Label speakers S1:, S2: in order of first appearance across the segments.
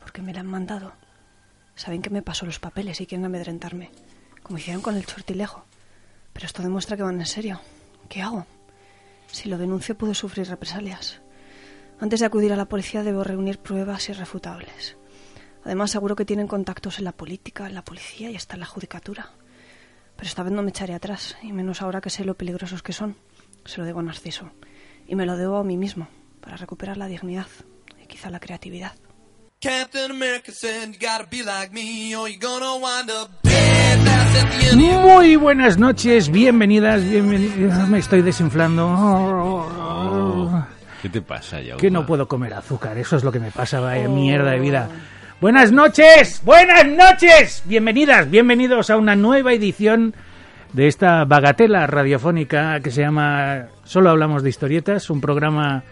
S1: Porque me la han mandado. Saben que me paso los papeles y quieren amedrentarme, como hicieron con el chortilejo. Pero esto demuestra que van en serio. ¿Qué hago? Si lo denuncio puedo sufrir represalias. Antes de acudir a la policía debo reunir pruebas irrefutables. Además seguro que tienen contactos en la política, en la policía y hasta en la judicatura. Pero esta vez no me echaré atrás, y menos ahora que sé lo peligrosos que son. Se lo debo a Narciso. Y me lo debo a mí mismo, para recuperar la dignidad y quizá la creatividad.
S2: Captain America said you gotta be like me or you're gonna wind up badass at the end.
S3: Muy buenas noches, bienvenidas, bienvenidas. Me estoy desinflando.
S4: ¿Qué te pasa, ya?
S3: Que no puedo comer azúcar, eso es lo que me pasa, vaya mierda de vida. Buenas noches, buenas noches, bienvenidas, bienvenidos a una nueva edición de esta bagatela radiofónica que se llama Solo hablamos de historietas, un programa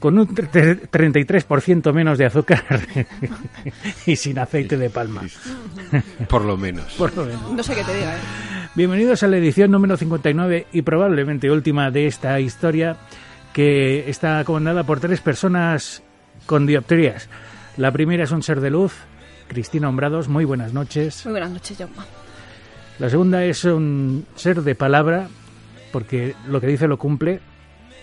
S3: con un tre- tre- 33% menos de azúcar y sin aceite de palma.
S4: Por lo menos.
S3: Por lo menos.
S1: No sé qué te diga, ¿eh?
S3: Bienvenidos a la edición número 59 y probablemente última de esta historia que está comandada por tres personas con dioptrías. La primera es un ser de luz, Cristina Hombrados, muy buenas noches.
S1: Muy buenas noches, Jaume.
S3: La segunda es un ser de palabra, porque lo que dice lo cumple,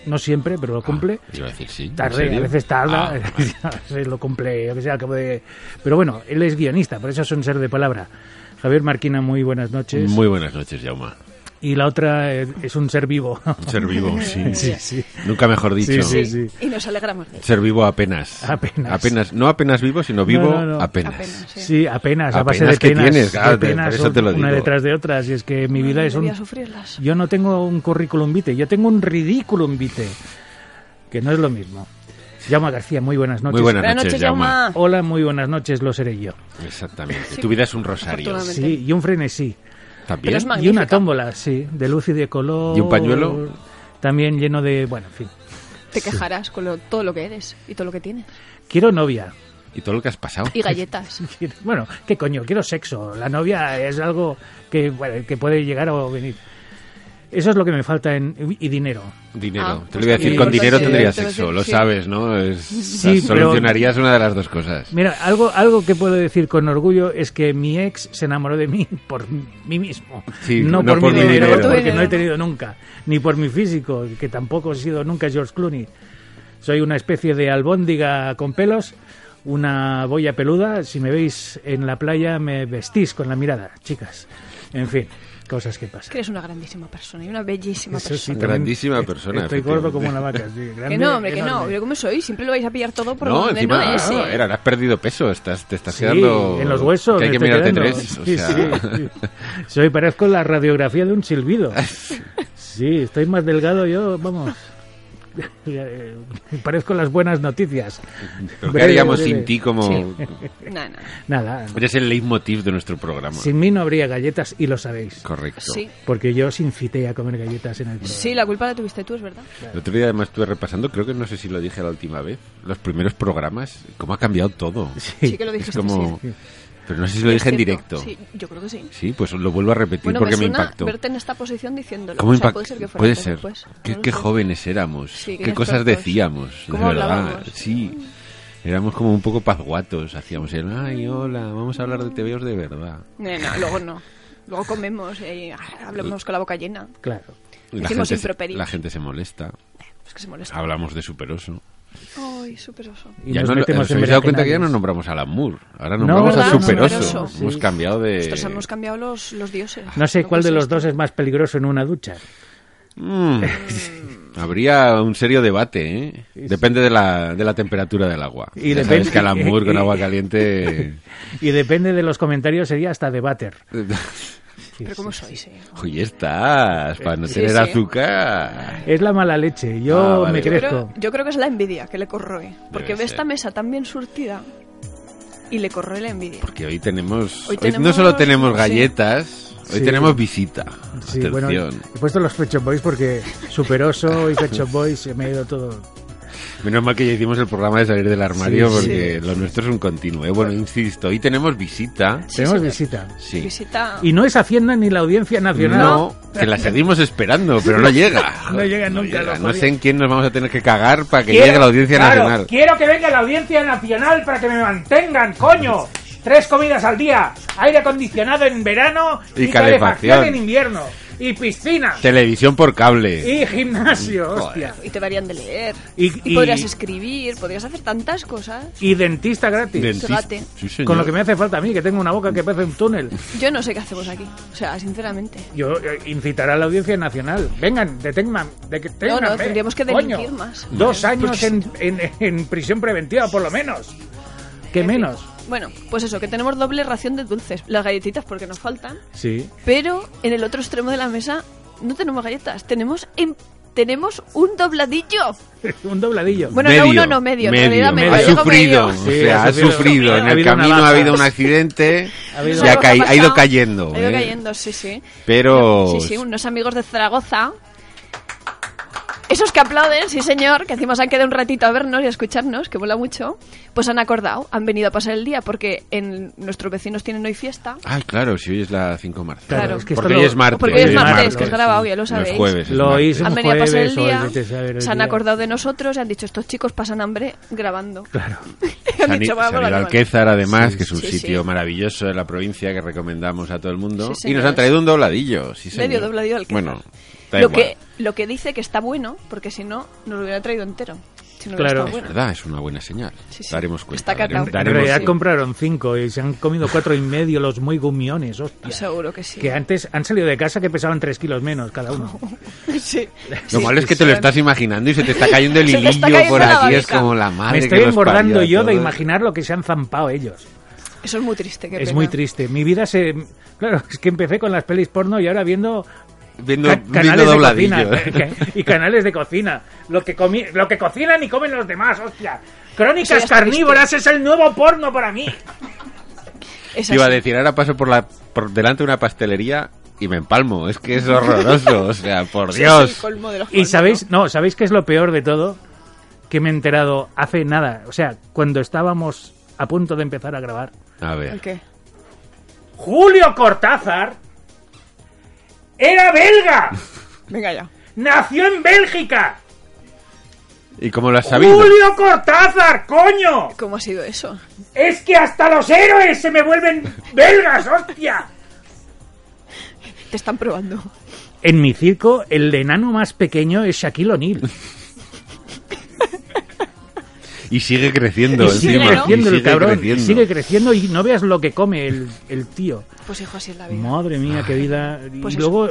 S3: no siempre, pero lo cumple.
S4: Ah, iba a decir sí. ¿en
S3: Tarde,
S4: serio?
S3: a veces tarda,
S4: Ah,
S3: a veces lo cumple, yo que sea, acabo de... Pero bueno, él es guionista, por eso es un ser de palabra. Javier Marquina, muy buenas noches.
S4: Muy buenas noches, Yauma.
S3: Y la otra es, es un ser vivo.
S4: Un ser vivo, sí.
S3: Sí, sí.
S4: Nunca mejor dicho.
S1: Y nos alegramos de ello.
S4: Ser vivo apenas.
S3: Apenas.
S4: No apenas vivo, sino vivo
S3: No, no, no.
S4: apenas.
S1: Apenas, sí.
S3: Sí, apenas, a base
S4: Apenas
S3: de
S4: que
S3: penas,
S4: tienes,
S3: de
S4: claro, te-
S3: penas,
S4: por eso te lo
S3: una
S4: digo.
S3: detrás de otra, y es que mi vida es
S1: Debía
S3: un...
S1: sufrirlas.
S3: Yo no tengo un currículum vitae, yo tengo un ridículum vitae, que no es lo mismo. Llama García, muy buenas noches.
S4: Muy buenas
S1: Buenas
S4: noches,
S1: noches,
S4: Yauma.
S1: Jaume.
S3: Hola, muy buenas noches, lo seré yo.
S4: Exactamente. Tu vida es un rosario.
S1: Afortunadamente.
S3: Sí, y un frenesí.
S4: También.
S1: Pero es
S3: Y una
S1: Magnífica.
S3: tómbola, sí, de luz y de color.
S4: ¿Y un pañuelo?
S3: También lleno de... Bueno, en fin.
S1: Te quejarás con lo- todo lo que eres y todo lo que tienes.
S3: Quiero novia.
S4: Y todo lo que has pasado.
S1: Y galletas.
S3: Quiero- Bueno, ¿qué coño? Quiero sexo. La novia es algo que, bueno, que puede llegar o venir. Eso es lo que me falta en... y dinero.
S4: Dinero.
S1: Ah, pues
S4: te lo voy a
S1: sí,
S4: decir, con
S1: importante.
S4: dinero tendrías
S1: Sí,
S4: sexo.
S1: sí,
S4: Lo
S1: sí.
S4: sabes, ¿no? Es,
S3: Sí, pero-
S4: solucionarías una de las dos cosas.
S3: Mira, algo, algo que puedo decir con orgullo es que mi ex se enamoró de mí por mí mismo.
S4: Sí,
S3: no,
S4: no
S3: por,
S4: por
S3: mi
S4: mi
S3: dinero,
S4: dinero.
S3: porque
S1: Dinero.
S3: no he tenido nunca. Ni por mi físico, que tampoco he sido nunca George Clooney. Soy una especie de albóndiga con pelos, una boya peluda. Si me veis en la playa, me vestís con la mirada, chicas. En fin, cosas que pasan.
S1: Que eres una grandísima persona y una bellísima
S3: Eso sí,
S1: persona.
S3: también
S4: Grandísima persona,
S3: Estoy gordo
S4: efectivamente.
S3: como una vaca. sí, grande,
S1: Que no, hombre, que no.
S3: enorme.
S1: Pero ¿cómo sois? Siempre lo vais a pillar todo por
S4: No,
S1: donde
S4: encima,
S1: no es.
S4: no,
S1: ¿eh?
S4: era, has perdido peso, estás, te estás
S3: Sí,
S4: quedando...
S3: en los huesos.
S4: que hay
S3: me
S4: que
S3: estoy
S4: mirarte
S3: quedando.
S4: tres. o
S3: Sí,
S4: sea,
S3: sí, sí. Soy parezco la radiografía de un silbido. Sí, estoy más delgado yo, vamos. Eh, parezco las buenas noticias.
S4: ¿Pero qué
S3: Breve,
S4: haríamos
S3: breve.
S4: sin ti como...
S1: Nah, nah.
S3: Nada,
S4: Eres el leitmotiv de nuestro programa.
S3: sin mí no habría galletas y lo sabéis.
S4: Correcto.
S1: Sí.
S3: Porque yo os incité a comer galletas en el programa.
S1: Sí, la culpa la tuviste tú, es verdad.
S4: El otro día además estuve repasando, creo que no sé si lo dije la última vez, los primeros programas, cómo ha cambiado todo.
S1: Sí, que lo
S4: Es
S1: dijiste.
S4: como...
S1: sí.
S4: Pero no sé si lo dije en
S1: Es
S4: directo.
S1: cierto. Sí, yo creo que sí.
S4: Sí, pues lo vuelvo a repetir
S1: Bueno,
S4: porque
S1: me
S4: me,
S1: suena
S4: impactó.
S1: verte en esta posición diciéndolo.
S4: ¿Cómo
S1: o sea,
S4: impact-
S1: puede ser que fuera
S4: Puede
S1: antes,
S4: ser.
S1: después, no
S4: Qué,
S1: lo
S4: qué
S1: sé.
S4: jóvenes éramos.
S1: Sí,
S4: qué
S1: qué
S4: cosas
S1: expertos.
S4: decíamos.
S1: ¿Cómo
S4: de verdad.
S1: hablábamos?
S4: Sí. Éramos como un poco pazguatos. Hacíamos el, ay, hola, vamos a hablar de tebeos de verdad.
S1: No, no, luego no. Luego comemos y ah, hablamos con la boca llena.
S3: Claro.
S1: Decimos
S4: Y
S1: Pues
S4: gente, se-
S1: improperios.
S4: la gente se molesta.
S1: Es que se molesta.
S4: Hablamos de Superoso.
S1: Ay, súper oso.
S3: Y
S4: ya
S3: nos
S4: no, lo-
S3: metemos
S4: ¿os
S3: en
S4: habéis dado cuenta que ya no
S3: berenjenales.
S4: nombramos al Amur. Ahora nombramos
S3: ¿verdad?
S4: a Superoso.
S1: Superoso,
S3: sí.
S4: Hemos cambiado de...
S1: Nosotros hemos cambiado los, los dioses.
S3: No sé
S1: Lo
S3: cuál
S1: que
S3: de
S1: es
S3: los
S1: esto.
S3: dos es más peligroso en una ducha.
S4: Mm. Habría un serio debate, ¿eh? Depende de la, de la temperatura del agua.
S3: Y
S4: Y ya
S3: depende-
S4: sabes que al amor con agua caliente...
S3: Y depende de los comentarios, sería hasta debater.
S1: Pero ¿cómo sois, eh?
S4: Hoy estás, para no
S1: Sí,
S4: tener
S1: sí.
S4: azúcar.
S3: Es la mala leche, yo
S4: Ah, vale.
S3: me
S1: Yo
S3: crezco.
S1: creo, yo creo que es la envidia que le corroe. Porque
S4: Debe
S1: ve esta
S4: ser.
S1: mesa tan bien surtida y le corroe la envidia.
S4: Porque hoy tenemos...
S1: Hoy
S4: Hoy no
S1: tenemos-
S4: solo tenemos
S1: sí.
S4: galletas, hoy
S3: Sí.
S4: tenemos visita.
S3: Sí,
S4: Atención.
S3: bueno, he puesto los Pet Shop Boys porque Superoso y Pet Shop Boys me ha ido todo.
S4: Menos mal que ya hicimos el programa de salir del armario
S3: Sí,
S4: porque lo nuestro es un continuo. ¿eh? Bueno, insisto, hoy tenemos visita.
S1: Sí,
S3: Tenemos
S1: señor.
S3: visita.
S4: Sí.
S1: Visita.
S3: Y no es Hacienda ni la Audiencia Nacional.
S4: No, que la seguimos esperando, pero no llega.
S3: No llega nunca, lo
S4: No
S3: jodido.
S4: sé en quién nos vamos a tener que cagar para que llegue la Audiencia
S3: claro,
S4: Nacional.
S3: Quiero que venga la Audiencia Nacional para que me mantengan, coño. Tres comidas al día, aire acondicionado en verano
S4: Y
S3: y,
S4: calefacción.
S3: calefacción en invierno. Y piscina.
S4: Televisión por cable.
S3: Y gimnasio,
S4: Joder.
S3: hostia.
S1: Y te darían de leer.
S3: Y-
S1: Y,
S3: y-
S1: podrías escribir, podrías hacer tantas cosas.
S3: Y dentista gratis.
S4: Dentista.
S1: Fíjate.
S4: Sí, señor.
S3: Con lo que me hace falta a mí, que tengo una boca que parece un túnel.
S1: Yo no sé qué hacemos aquí. O sea, sinceramente.
S3: Yo eh, incitaré a la audiencia nacional. Vengan, detengan. De que
S1: No, no,
S3: ténganme,
S1: tendríamos que
S3: coño.
S1: delinquir más.
S3: Dos
S1: Vale.
S3: años en,
S4: Pues-
S3: en- en prisión preventiva, por lo menos. ¿Qué
S1: En fin.
S3: menos?
S1: Bueno, pues eso, que tenemos doble ración de dulces. Las galletitas porque nos faltan.
S3: Sí.
S1: Pero en el otro extremo de la mesa no tenemos galletas, tenemos em- tenemos un dobladillo.
S3: un dobladillo.
S1: Bueno, no uno, no medio, en realidad medio.
S4: Ha
S3: Yo digo
S1: medio.
S4: sufrido, o
S3: Sí,
S4: sea,
S3: ha
S4: ha
S3: sufrido.
S4: sufrido. En
S3: Ha
S4: el
S3: habido una
S4: camino ha
S3: baja.
S4: habido un accidente
S3: Ha habido-
S4: y ha,
S1: Algo
S4: caí- ha ido
S1: pasado.
S4: cayendo.
S1: Ha ido
S4: ¿eh?
S1: cayendo, sí, sí.
S4: Pero-
S1: Sí, sí, unos amigos de Zaragoza. Esos que aplauden, sí señor, que encima se han quedado un ratito a vernos y a escucharnos, que mola mucho, pues han acordado, han venido a pasar el día porque en nuestros vecinos tienen hoy fiesta.
S4: Ay, claro, si hoy es la 5 de marzo.
S3: Claro,
S1: Claro.
S3: es que
S4: Porque
S3: esto
S4: hoy
S3: lo-
S4: es martes.
S1: Porque hoy es
S3: Hoy es
S1: martes,
S3: martes,
S1: que es grabado, ya lo
S4: No es
S1: sabéis.
S4: jueves. es
S3: Lo
S4: martes.
S3: hizo-
S1: Han venido a pasar el
S3: Jueves o
S1: día,
S3: el de saber el
S1: se han
S3: día.
S1: acordado de nosotros y han dicho, estos chicos pasan hambre grabando.
S3: Claro.
S1: han
S4: San-
S1: dicho, "Vamos,
S4: San
S1: vale, vale".
S4: Alcázar, además, que es un
S1: sí,
S4: sitio
S1: sí.
S4: maravilloso de la provincia que recomendamos a todo el mundo.
S1: Sí,
S4: y nos
S1: señor.
S4: han traído un dobladillo. Sí, señor.
S1: Medio dobladillo al que
S4: Bueno, da
S1: lo
S4: igual.
S1: que, lo que dice que está bueno, porque si no, nos lo hubiera traído entero. Si no hubiera
S3: Claro.
S1: estado
S4: Es
S1: bueno.
S4: verdad, es una buena señal.
S1: Sí, sí.
S4: Daremos cuenta.
S1: Está catado.
S4: daremos-
S3: En
S4: daremos-
S3: realidad
S1: sí.
S3: compraron cinco y se han comido cuatro y medio los muy gumiones, hostia.
S1: Seguro que sí.
S3: Que antes han salido de casa que pesaban tres kilos menos cada uno.
S1: Sí.
S4: Lo
S1: Sí,
S4: malo es que te lo
S1: sí.
S4: estás imaginando y se te está cayendo el
S1: Se te
S4: hilillo
S1: está cayendo
S4: por
S1: la
S4: aquí. Es
S1: babica.
S4: como la madre
S3: Me estoy
S4: que los
S3: engordando
S4: parió a
S3: yo de
S4: todos.
S3: imaginar lo que se han zampado ellos.
S1: Eso es muy triste. qué
S3: Es
S1: pena.
S3: muy triste. Mi vida se... Claro, es que empecé con las pelis porno y ahora viendo
S4: Viendo,
S3: ca-
S4: viendo
S3: canales de cocina.
S4: dobladillo.
S3: ca- y canales de cocina. Lo que, comi- lo que cocinan y comen los demás, hostia.
S1: Eso ya
S3: Crónicas
S1: es
S3: carnívoras es el nuevo porno para mí.
S1: Es
S4: Te Iba a
S1: así.
S4: decir, ahora paso por la por delante de una pastelería y me empalmo. Es que es horroroso. O sea, por
S1: Sí,
S4: Dios.
S1: sí, el colmo de los
S3: Y
S1: colmos,
S3: sabéis, no, ¿sabéis qué es lo peor de todo? Que me he enterado hace nada, o sea, cuando estábamos a punto de empezar a grabar.
S1: ¿no?
S4: A
S1: ¿El
S4: ver.
S1: qué?
S3: Julio Cortázar era belga,
S1: Venga ya.
S3: nació en Bélgica.
S4: ¿Y cómo lo has sabido?
S3: Julio Cortázar, coño.
S1: ¿Cómo ha sido eso?
S3: Es que hasta los héroes se me vuelven belgas, hostia.
S1: Te están probando.
S3: En mi circo, el enano más pequeño es Shaquille O'Neal.
S4: Y sigue creciendo
S3: Y sigue
S4: encima.
S3: creciendo
S4: Y
S3: el cabrón,
S4: creciendo.
S3: sigue creciendo y no veas lo que come el, el tío.
S1: Pues hijo, así es la vida.
S3: Madre mía, qué vida. Y
S1: Pues eso.
S3: luego,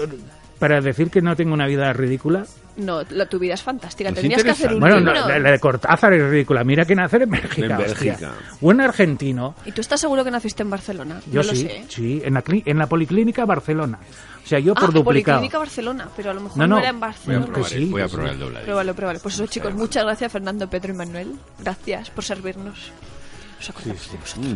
S3: para decir que no tengo una vida ridícula.
S1: No, la, tu vida es fantástica.
S4: Pues
S1: Tendrías que hacer un
S3: Bueno, no,
S1: libro.
S3: la, la de Cortázar es ridícula. Mira que nacer en Bélgica.
S4: En
S3: hostia.
S4: Bélgica.
S3: Un argentino.
S1: ¿Y tú estás seguro que naciste en Barcelona?
S3: Yo
S1: no
S3: sí,
S1: lo sé. ¿eh?
S3: sí, en la, cli- en la Policlínica Barcelona. O sea, yo
S1: Ah,
S3: por duplicado.
S1: Policlínica Barcelona, pero a lo mejor
S3: No,
S1: no,
S3: no.
S1: era en
S4: Voy a
S1: Barcelona.
S3: Que
S4: probar,
S3: sí,
S4: voy a
S3: que
S4: probar el dobladillo.
S1: Pruébalo, pruébalo. Pues eso, chicos, muchas gracias, Fernando, Pedro y Manuel. Gracias por servirnos. Os acordamos de vosotros.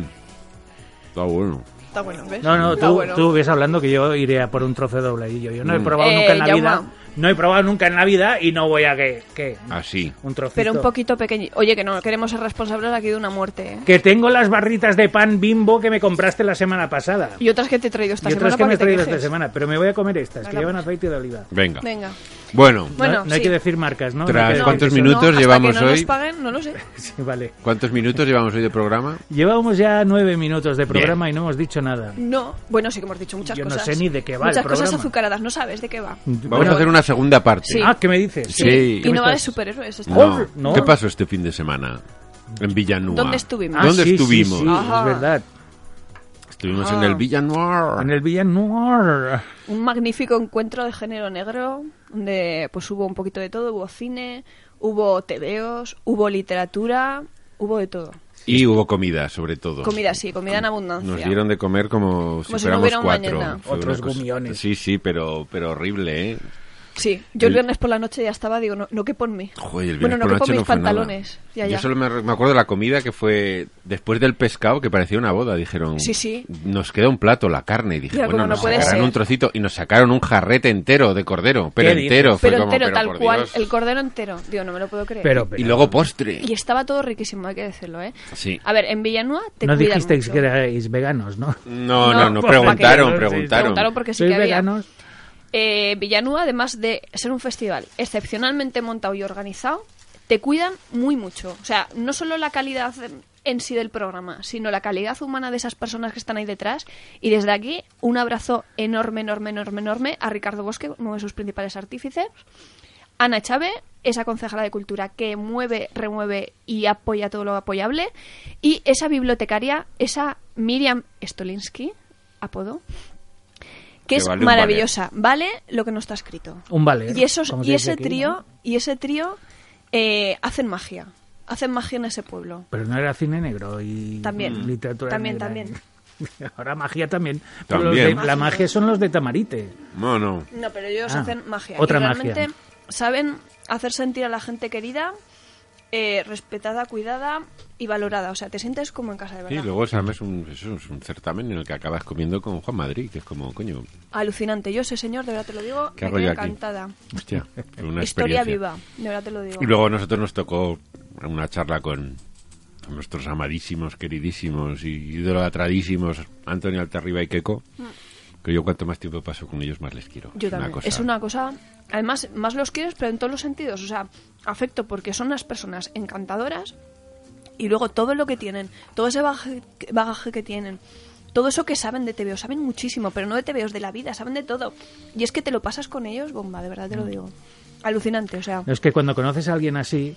S4: Está Ah, bueno.
S1: Está bueno, ¿ves?
S3: No, no,
S1: Está
S3: tú,
S1: Ah, bueno.
S3: tú ves hablando que yo iré a por un trozo de dobladillo. Yo no
S4: Mm.
S3: he probado
S1: Eh,
S3: nunca en la
S1: Jaume.
S3: vida. No he probado nunca en la vida y no voy a que. que
S4: Así.
S3: un trocito.
S1: Pero un poquito pequeño. Oye, que no queremos ser responsables aquí de una muerte, ¿eh?
S3: Que tengo las barritas de pan bimbo que me compraste la semana pasada.
S1: Y otras que te he traído esta
S3: y
S1: semana
S3: otras que
S1: para
S3: me he
S1: te
S3: traído esta
S1: quejes.
S3: semana. Pero me voy a comer estas, que
S1: Venga,
S3: llevan
S1: pues.
S3: aceite de oliva.
S4: Venga.
S1: Venga.
S4: Bueno,
S1: Bueno,
S3: no no hay
S1: sí.
S3: que decir marcas, ¿no? No hay
S4: Tras
S3: que decir
S4: cuántos
S3: eso.
S4: minutos-
S1: No, hasta
S4: llevamos
S1: que no
S4: hoy?
S1: nos paguen, no lo sé.
S3: Sí, vale.
S4: ¿cuántos minutos llevamos hoy de programa?
S3: Llevábamos ya nueve minutos de programa y no hemos dicho nada.
S1: No. Bueno, sí que hemos dicho muchas
S3: Yo no
S1: cosas.
S3: sé ni de qué va el
S1: Muchas cosas
S3: programa.
S1: azucaradas, no sabes de qué va.
S4: Vamos a hacer una segunda parte.
S1: Sí.
S3: Ah, ¿qué me dices?
S4: Sí. Sí.
S3: ¿Qué
S1: Y
S3: me
S1: no va de
S3: estás-
S1: superhéroes. esto.
S4: No.
S3: Ah, No.
S4: ¿Qué pasó este fin de semana? En Villanueva.
S1: ¿Dónde estuvimos?
S3: Ah,
S4: ¿Dónde
S3: sí, sí,
S4: estuvimos?
S3: sí,
S1: Ajá.
S3: es verdad.
S4: Estuvimos
S1: Ah.
S4: en el Villanueva.
S3: En el Villanuar.
S1: Un magnífico encuentro de género negro, donde pues hubo un poquito de todo, hubo cine, hubo tebeos, hubo literatura, hubo de todo.
S4: Y hubo comida, sobre todo.
S1: Comida, sí, comida en abundancia.
S4: Nos dieron de comer como,
S1: Como si
S4: si
S1: no
S4: fuéramos
S1: hubiera un
S4: cuatro.
S1: mañana.
S4: Fue una
S3: Otros
S4: cosa-
S3: gumiones.
S4: Sí, sí, pero, pero horrible, ¿eh?
S1: Sí, yo el
S4: El-
S1: viernes por la noche ya estaba, digo, no, no quepo en mí.
S4: Joder, el
S1: bueno,
S4: viernes
S1: no
S4: por la
S1: quepo
S4: noche
S1: en
S4: no
S1: mis
S4: fue nada.
S1: pantalones. Ya, ya.
S4: Yo solo me, re- me acuerdo de la comida que fue después del pescado, que parecía una boda. Dijeron,
S1: Sí, sí.
S4: nos queda un plato, la carne. Y dije,
S1: Ya,
S4: bueno,
S1: como no
S4: nos
S1: puede
S4: sacarán
S1: ser.
S4: un trocito. Y nos sacaron un jarrete entero de cordero, pero
S3: dices?
S4: entero. Fue
S1: Pero
S4: como,
S1: entero,
S4: pero
S1: tal
S4: por
S1: cual,
S4: Dios.
S1: el cordero entero. Digo, no me lo puedo creer.
S3: Pero, pero
S4: Y luego postre.
S1: Y estaba todo riquísimo, hay que decirlo, ¿eh?
S4: Sí.
S1: A ver, en Villanueva te
S3: no
S1: cuidan
S3: dijisteis
S1: mucho.
S3: que erais veganos, ¿no?
S4: No, no,
S1: pues,
S3: No,
S4: no,
S3: porque-
S4: preguntaron,
S3: Sí,
S4: preguntaron.
S1: Preguntaron porque sí
S3: ¿Sois
S1: que había.
S3: veganos?
S1: Eh, Villanueva, además de ser un festival excepcionalmente montado y organizado, te cuidan muy mucho. O sea, no solo la calidad en sí del programa, sino la calidad humana de esas personas que están ahí detrás. Y desde aquí, un abrazo enorme, enorme, enorme, enorme a Ricardo Bosque, uno de sus principales artífices. Ana Chávez, esa concejala de cultura que mueve, remueve y apoya todo lo apoyable. Y esa bibliotecaria, esa Miriam Stolinsky, apodo, que
S4: Que
S1: es
S4: vale un
S1: maravillosa. Vale. lo que no está escrito.
S3: Un valer,
S1: Y, esos,
S3: como se
S1: y
S3: dice
S1: ese
S3: aquí,
S1: trío,
S3: ¿no?
S1: y ese trío eh, hacen magia. Hacen magia en ese pueblo.
S3: Pero no era cine negro y Mm.
S1: También.
S3: literatura
S1: También,
S3: negra. ¿eh?
S1: también.
S3: Ahora magia también. Pero los
S4: También.
S3: de- la magia son los de Tamarite.
S4: No, no.
S1: No, pero ellos
S3: Ah,
S1: hacen magia.
S3: otra
S1: y realmente
S3: magia.
S1: saben hacer sentir a la gente querida, eh, respetada, cuidada y valorada. O sea, te sientes como en casa de
S4: Sí,
S1: verdad.
S4: luego además es un, eso es un certamen en el que acabas comiendo con Juan Madrid, que es como, coño,
S1: Alucinante. Yo ese señor, de verdad te lo digo,
S4: ¿qué
S1: me
S4: hago
S1: quedé
S4: yo aquí?
S1: encantada.
S4: Hostia, fue una
S1: Historia
S4: experiencia.
S1: viva, de verdad te lo digo.
S4: Y luego a nosotros nos tocó una charla con nuestros amadísimos, queridísimos y idolatradísimos Antonio Altarriba y Keiko, que yo cuanto más tiempo paso con ellos más les quiero.
S1: Ah. Yo también.
S4: cosa-
S1: Es una cosa. Además, más los quieres, pero en todos los sentidos. O sea, afecto porque son unas personas encantadoras y luego todo lo que tienen, todo ese bagaje, bagaje que tienen, todo eso que saben de TVO, saben muchísimo, pero no de TVOs, de la vida, saben de todo. Y es que te lo pasas con ellos, bomba, de verdad te lo digo. Alucinante, o sea.
S3: Es que cuando conoces a alguien así,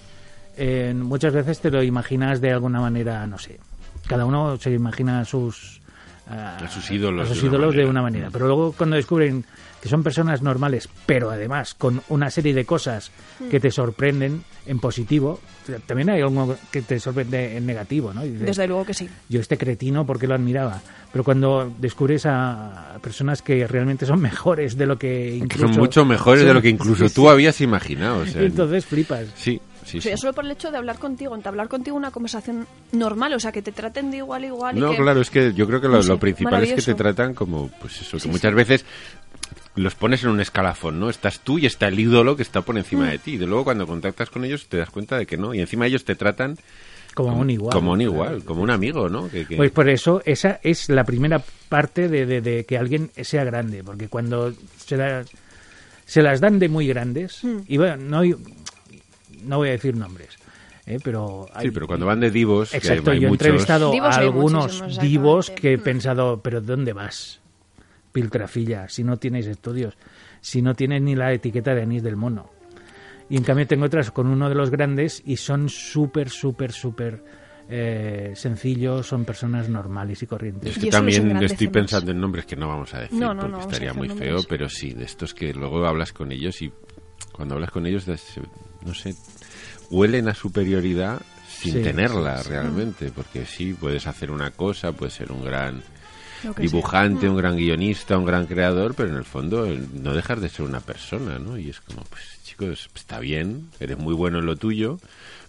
S3: eh, muchas veces te lo imaginas de alguna manera, no sé. Cada uno se imagina a sus, ah,
S4: A sus ídolos
S3: a sus
S4: de una
S3: ídolos de
S4: manera.
S3: una manera. Pero luego cuando descubren que son personas normales, pero además con una serie de cosas
S1: Mm.
S3: que te sorprenden en positivo, también hay algo que te sorprende en negativo, ¿no? Y dices,
S1: Desde luego que sí.
S3: yo este cretino porque lo admiraba. Pero cuando descubres a personas que realmente son mejores de lo que
S4: que
S3: incluso...
S4: son mucho mejores de
S3: Sí,
S4: lo que incluso
S3: sí,
S4: tú
S3: sí.
S4: habías imaginado. o sea,
S3: Entonces flipas.
S4: sí, sí,
S1: O sea,
S4: sí.
S1: ya solo por el hecho de hablar contigo, entablar contigo una conversación normal, o sea, que te traten de igual a igual. y
S4: No,
S1: que-
S4: claro, es que yo creo que lo,
S1: No sé,
S4: lo principal es que te
S1: maravilloso.
S4: tratan como, pues eso, que
S1: Sí,
S4: muchas veces los pones en un escalafón, ¿no? Estás tú y está el ídolo que está por
S1: Mm.
S4: encima de ti. Y de luego cuando contactas con ellos te das cuenta de que no. Y encima ellos te tratan
S3: Como un igual.
S4: como un igual, como un amigo, ¿no? Que- que-
S3: Pues por eso esa es la primera parte de, de- de que alguien sea grande, porque cuando se, la- se las dan de muy grandes, y bueno, no, hay- no voy a decir nombres, ¿eh? pero...
S4: sí,
S3: hay-
S4: pero cuando van de divos, que
S3: Exacto,
S4: hay
S3: yo he
S4: muchos,
S3: entrevistado
S1: Divos
S3: a
S1: hay
S3: algunos
S1: muchísimos,
S3: divos
S1: exactamente.
S3: que he pensado, pero ¿dónde vas? Piltrafilla, si no tienes estudios, si no tienes ni la etiqueta de anís del mono. Y en cambio tengo otras con uno de los grandes y son súper, súper, súper eh, sencillos, son personas normales y corrientes.
S4: Es
S1: Y
S4: que
S1: eso nos
S4: también
S1: engrandece
S4: estoy
S1: más.
S4: pensando en nombres que no vamos a decir
S1: No, no,
S4: porque
S1: no vamos a
S4: estaría
S1: decir
S4: muy
S1: nombres.
S4: feo, pero sí, de estos que luego hablas con ellos y cuando hablas con ellos, das- no sé, huelen a superioridad sin
S3: Sí,
S4: tenerla realmente, porque sí, puedes hacer una cosa, puedes ser un gran
S1: lo que sea. Mm.
S4: dibujante, un gran guionista, un gran creador, pero en el fondo eh, no dejas de ser una persona, ¿no? Y es como, pues chicos, está bien, eres muy bueno en lo tuyo,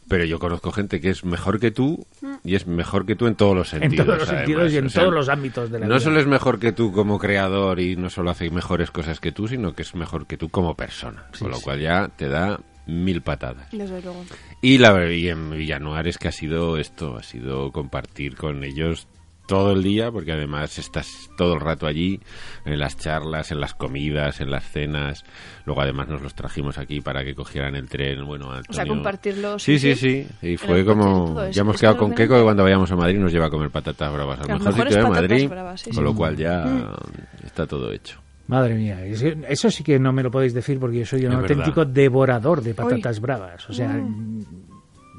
S4: pero yo conozco gente que es mejor que tú
S1: Mm.
S4: y es mejor que tú en todos los
S3: En
S4: sentidos.
S3: todos los
S4: además.
S3: sentidos y en
S4: O sea,
S3: todos los ámbitos de la
S4: No
S3: vida.
S4: solo es mejor que tú como creador y no solo hace mejores cosas que tú, sino que es mejor que tú como persona,
S3: Sí,
S4: con lo
S3: sí.
S4: cual ya te da mil patadas.
S1: Desde luego.
S4: Y, la, y en Villanuar es que ha sido esto, ha sido compartir con ellos todo el día, porque además estás todo el rato allí, en las charlas, en las comidas, en las cenas. Luego además nos los trajimos aquí para que cogieran el tren, bueno, Antonio...
S1: O sea, compartirlos.
S4: Sí, sí, sí. Y fue
S1: el coche,
S4: como...
S1: todo eso.
S4: ya hemos
S1: Es
S4: quedado
S1: que
S4: con
S1: realmente-
S4: Keiko que cuando vayamos a Madrid nos lleva a comer patatas bravas al
S1: Las
S4: mejor
S1: mejores
S4: sitio de
S1: patatas
S4: Madrid,
S1: bravas, sí, Mm.
S4: con
S1: sí.
S4: lo cual ya está todo hecho.
S3: Madre mía, eso, eso sí que no me lo podéis decir porque yo soy un
S4: Es
S3: auténtico
S4: verdad.
S3: devorador de patatas bravas. O sea, mm,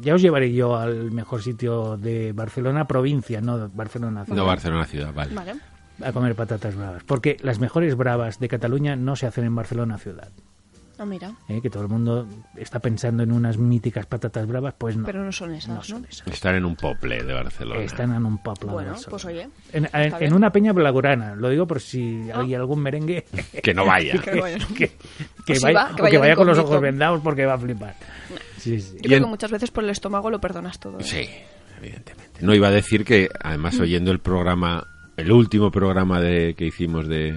S3: Ya os llevaré yo al mejor sitio de Barcelona, provincia, no Barcelona ciudad,
S4: No Barcelona ciudad, vale.
S1: Vale.
S3: a comer patatas bravas. Porque las mejores bravas de Cataluña no se hacen en Barcelona ciudad.
S1: No, Ah, mira.
S3: ¿eh? Que todo el mundo está pensando en unas míticas patatas bravas, pues no.
S1: Pero no son esas,
S3: No son
S1: ¿no?
S3: esas.
S4: Están en un pople de Barcelona.
S3: Están en un pub
S1: Bueno,
S3: lagoso.
S1: pues oye,
S3: En, en- en
S1: bien. Ah.
S3: una peña blagurana, lo digo por si hay algún merengue
S4: Que no vaya.
S1: Que vaya, ¿no?
S3: que, que
S1: si
S3: vaya,
S1: Pues va, que
S3: o
S1: vaya
S3: que vaya con los
S1: incógnito.
S3: ojos vendados porque va a flipar. Sí, sí.
S1: Creo
S4: en-
S1: que muchas veces por el estómago lo perdonas todo. ¿eh?
S4: Sí, evidentemente. No iba a decir que, además, oyendo el programa, el último programa de, que hicimos de,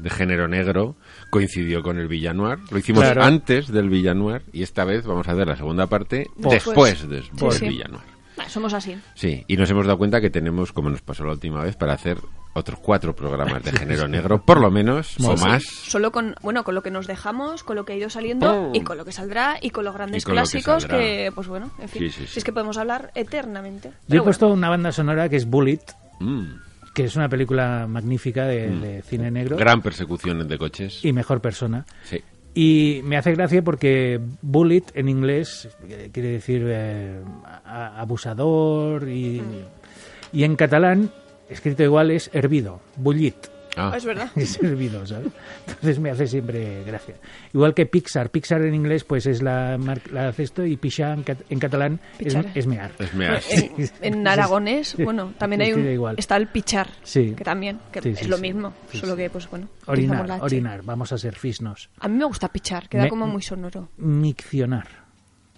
S4: de género negro, coincidió con el Villanuar. Lo hicimos
S3: Claro.
S4: antes del Villanuar y esta vez vamos a hacer la segunda parte
S1: Después.
S4: después, des-
S1: Sí,
S4: del
S1: sí.
S4: Villanuar.
S1: Bueno, somos así.
S4: Sí, y nos hemos dado cuenta que tenemos, como nos pasó la última vez, para hacer otros cuatro programas de género negro, por lo menos, o más.
S1: Solo con, bueno, con lo que nos dejamos, con lo que ha ido saliendo
S4: Oh.
S1: y con lo que saldrá y con los grandes
S4: Y con lo que
S1: clásicos
S4: saldrá.
S1: que, pues bueno, en fin.
S4: Sí, sí, sí.
S1: Si es que podemos hablar eternamente.
S3: Yo he
S1: Pero bueno,
S3: puesto una banda sonora que es Bullet,
S4: Mm,
S3: que es una película magnífica de, de cine negro
S4: gran persecución de coches.
S3: y mejor persona.
S4: Sí.
S3: Y me hace gracia porque bullet en inglés eh, quiere decir eh, a- abusador
S1: Mm.
S3: y, y en catalán, escrito igual, es hervido, bullit.
S4: Ah,
S1: Es verdad.
S3: Es hervido, ¿sabes? Entonces me hace siempre gracia. Igual que Pixar. Pixar en inglés pues es la, mar- la hace esto y Pixar en, cat- en catalán es,
S1: Pichar.
S3: es mear.
S4: es mea.
S1: En, en aragonés, bueno, también hay un,
S3: Escribe igual.
S1: está el pichar,
S3: Sí.
S1: que también, que
S3: Sí,
S1: es
S3: sí,
S1: lo
S3: sí.
S1: mismo,
S3: Sí,
S1: solo
S3: sí.
S1: que, pues bueno, utilizamos la
S3: Orinar,
S1: H.
S3: orinar. Vamos a ser fisnos.
S1: A mí me gusta pichar, queda
S3: Me-
S1: como muy sonoro.
S3: Miccionar.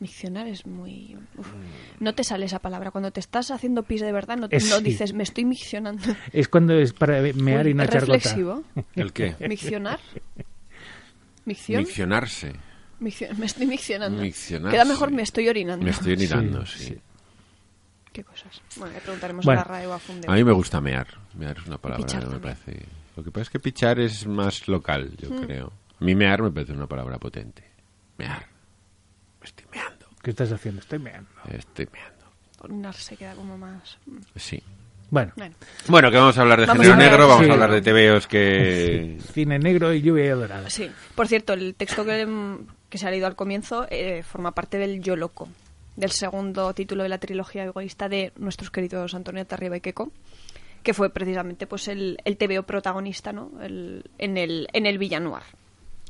S1: Miccionar es muy... uf.
S4: Mm.
S1: No te sale esa palabra. Cuando te estás haciendo pis de verdad,
S4: Eh,
S1: no,
S3: Es-
S1: no
S3: sí.
S1: dices, me estoy miccionando.
S3: Es cuando es para mear
S1: Uy,
S3: y no echar gota.
S1: reflexivo.
S4: ¿El qué?
S1: Miccionar. Micción.
S4: Miccionarse.
S1: Miccio- Me estoy miccionando.
S4: Miccionar,
S1: Queda mejor,
S4: sí.
S1: me estoy orinando.
S4: Me estoy orinando,
S3: Sí,
S4: sí.
S3: sí.
S1: Qué cosas. Bueno, le preguntaremos
S3: Bueno.
S1: a la radio a Funde.
S4: A mí me gusta mear. Mear es una palabra
S1: pichar
S4: que me
S1: también. Mm.
S4: parece. Lo que pasa es que pichar es más local, yo creo. A mí mear me parece una palabra potente. Mear. Me estoy meando.
S3: ¿Qué estás haciendo? Estoy meando.
S4: Estoy meando.
S1: Orinarse queda como más... mm,
S4: Sí.
S3: Bueno,
S1: Bueno.
S4: Bueno, que vamos a hablar de
S1: Vamos
S4: género
S1: a hablar-
S4: negro, vamos
S3: sí.
S4: a hablar de TVOs que.
S3: cine negro y lluvia dorada.
S1: Sí. Por cierto, el texto que, mm, que se ha leído al comienzo eh, forma parte del Yo Loco, del segundo título de la trilogía egoísta de nuestros queridos Antonio Tarriba y Queco, que fue precisamente pues el, el TVO protagonista ¿no? El- en, el, en el Villanuar.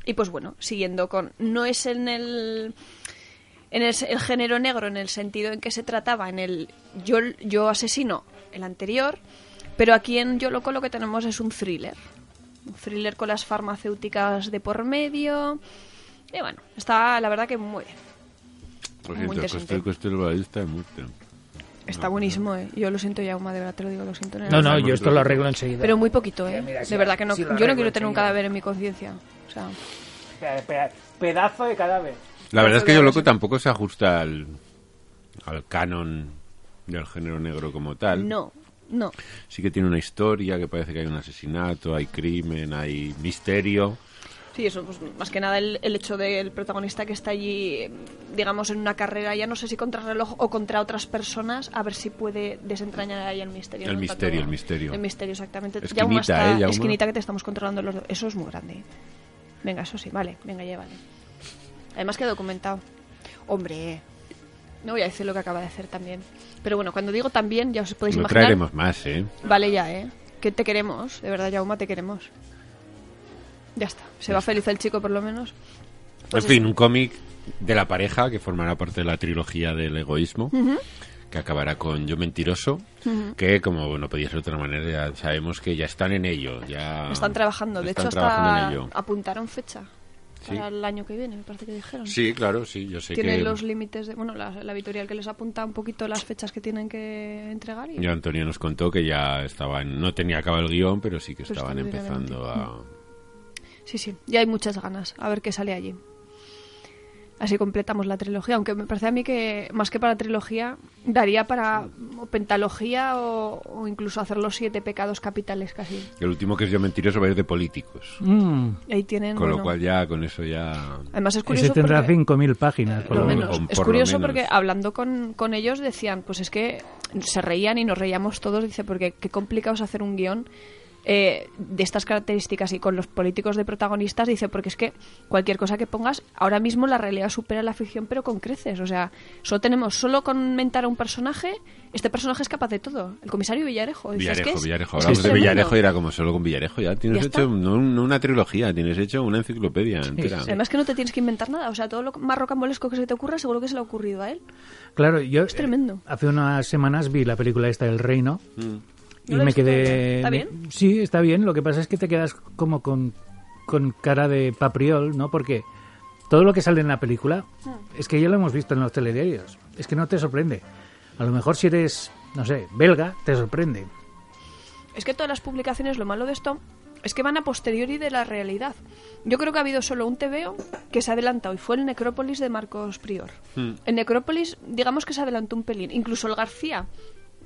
S1: Y pues bueno, siguiendo con... No es en el... En el, el género negro, en el sentido en que se trataba en el yo, yo asesino, el anterior, pero aquí en Yo Loco lo que tenemos es un thriller un thriller con las farmacéuticas de por medio. Y bueno, está la verdad que muy bien.
S4: Lo
S1: Muy interesante.
S4: costé el balista de mucho.
S3: Ah,
S1: Está buenísimo, ¿eh? Yo lo siento, Yauma, de verdad te lo digo, lo siento. en el
S3: No, no,
S1: alma.
S3: yo esto lo arreglo enseguida.
S1: Pero muy poquito, ¿eh?
S3: mira, si
S1: de
S3: lo-
S1: verdad que no.
S3: si lo
S1: yo no
S3: arreglo
S1: quiero tener un
S3: enseguida.
S1: cadáver en mi conciencia. O sea,
S3: Pedazo de cadáver.
S4: La verdad es que Yo Loco tampoco se ajusta al, al canon del género negro como tal.
S1: no, no.
S4: Sí que tiene una historia, que parece que hay un asesinato, hay crimen, hay misterio.
S1: Sí, eso, pues más que nada el, el hecho del protagonista que está allí, digamos, en una carrera, ya no sé si contra reloj o contra otras personas, a ver si puede desentrañar ahí el misterio.
S4: El
S1: ¿no?
S4: misterio, el misterio.
S1: El misterio, exactamente.
S4: Esquinita,
S1: Yauma está-
S4: ¿eh, Yauma?
S1: Esquinita que te estamos controlando los dos. Eso es muy grande. Venga, eso sí, vale, venga, llévale. Además queda documentado. Hombre, no voy a decir lo que acaba de hacer también. Pero bueno, cuando digo también, ya os podéis
S4: No
S1: imaginar.
S4: traeremos más, ¿eh?
S1: Vale ya, ¿eh? Que te queremos, de verdad, Yauma, te queremos. Ya está, se va feliz el chico por lo menos. Pues
S4: en fin, un cómic de la pareja que formará parte de la trilogía del egoísmo, que acabará con Yo Mentiroso, que como no podía ser de otra manera, ya sabemos que ya están en ello. Ya
S1: Están trabajando, de
S4: Ah, están
S1: hecho
S4: trabajando
S1: hasta Ah.
S4: en ello.
S1: apuntaron fecha
S4: Sí.
S1: para el año que viene, me parece que dijeron.
S4: Sí, claro, sí, yo sé
S1: Tienen
S4: que...
S1: los límites de, bueno, la, la editorial que les apunta un poquito las fechas que tienen que entregar y
S4: Ya Antonio nos contó que ya estaban, no tenía acabado el guión, pero sí que
S1: Pero
S4: estaban
S1: están
S4: empezando a...
S1: sí, sí, ya hay muchas ganas a ver qué sale allí. Así completamos la trilogía, aunque me parece a mí que más que para trilogía daría para o pentalogía o, o incluso hacer los siete pecados capitales casi.
S4: El último que es Yo Mentiroso va a ir de políticos,
S1: Ahí tienen.
S4: con
S1: bueno,
S4: lo cual ya, con eso ya...
S1: Además es curioso
S3: Ese tendrá
S1: porque-
S3: 5.000 páginas, por
S1: lo
S3: lo
S4: Por
S1: menos.
S3: menos.
S4: menos.
S1: Es
S4: Por lo
S1: curioso
S4: menos.
S1: porque hablando con, con ellos decían, pues es que se reían y nos reíamos todos, dice, porque qué complicado es hacer un guión eh, de estas características y con los políticos de protagonistas, dice, porque es que cualquier cosa que pongas, ahora mismo la realidad supera la ficción, pero con creces. O sea, solo tenemos, solo con mentar a un personaje, este personaje es capaz de todo. El comisario Villarejo. dice, es que es-
S4: Villarejo, Villarejo.
S1: es
S4: Hablamos de
S1: tremendo.
S4: Villarejo y era como solo con Villarejo. Ya tienes
S1: Ya está.
S4: hecho no, no una trilogía, tienes hecho una enciclopedia entera.
S1: Además que no te tienes que inventar nada, o sea, todo lo más rocambolesco que se te ocurra seguro que se le ha ocurrido a él.
S3: Claro, yo
S1: Es tremendo.
S3: eh, hace unas semanas vi la película esta del reino
S4: Mm.
S3: y
S1: No la he
S3: me
S1: visto
S3: quedé.
S1: todavía. ¿Está
S3: me-
S1: bien?
S3: Sí, está bien. Lo que pasa es que te quedas como con, con cara de papriol, ¿no? Porque todo lo que sale en la película
S1: Ah.
S3: es que ya lo hemos visto en los telediarios. Es que no te sorprende. A lo mejor si eres, no sé, belga, te sorprende.
S1: Es que todas las publicaciones, lo malo de esto es que van a posteriori de la realidad. Yo creo que ha habido solo un TVO que se ha adelantado y fue el Necrópolis de Marcos Prior.
S4: Hmm.
S1: El Necrópolis, digamos que se adelantó un pelín. Incluso el García.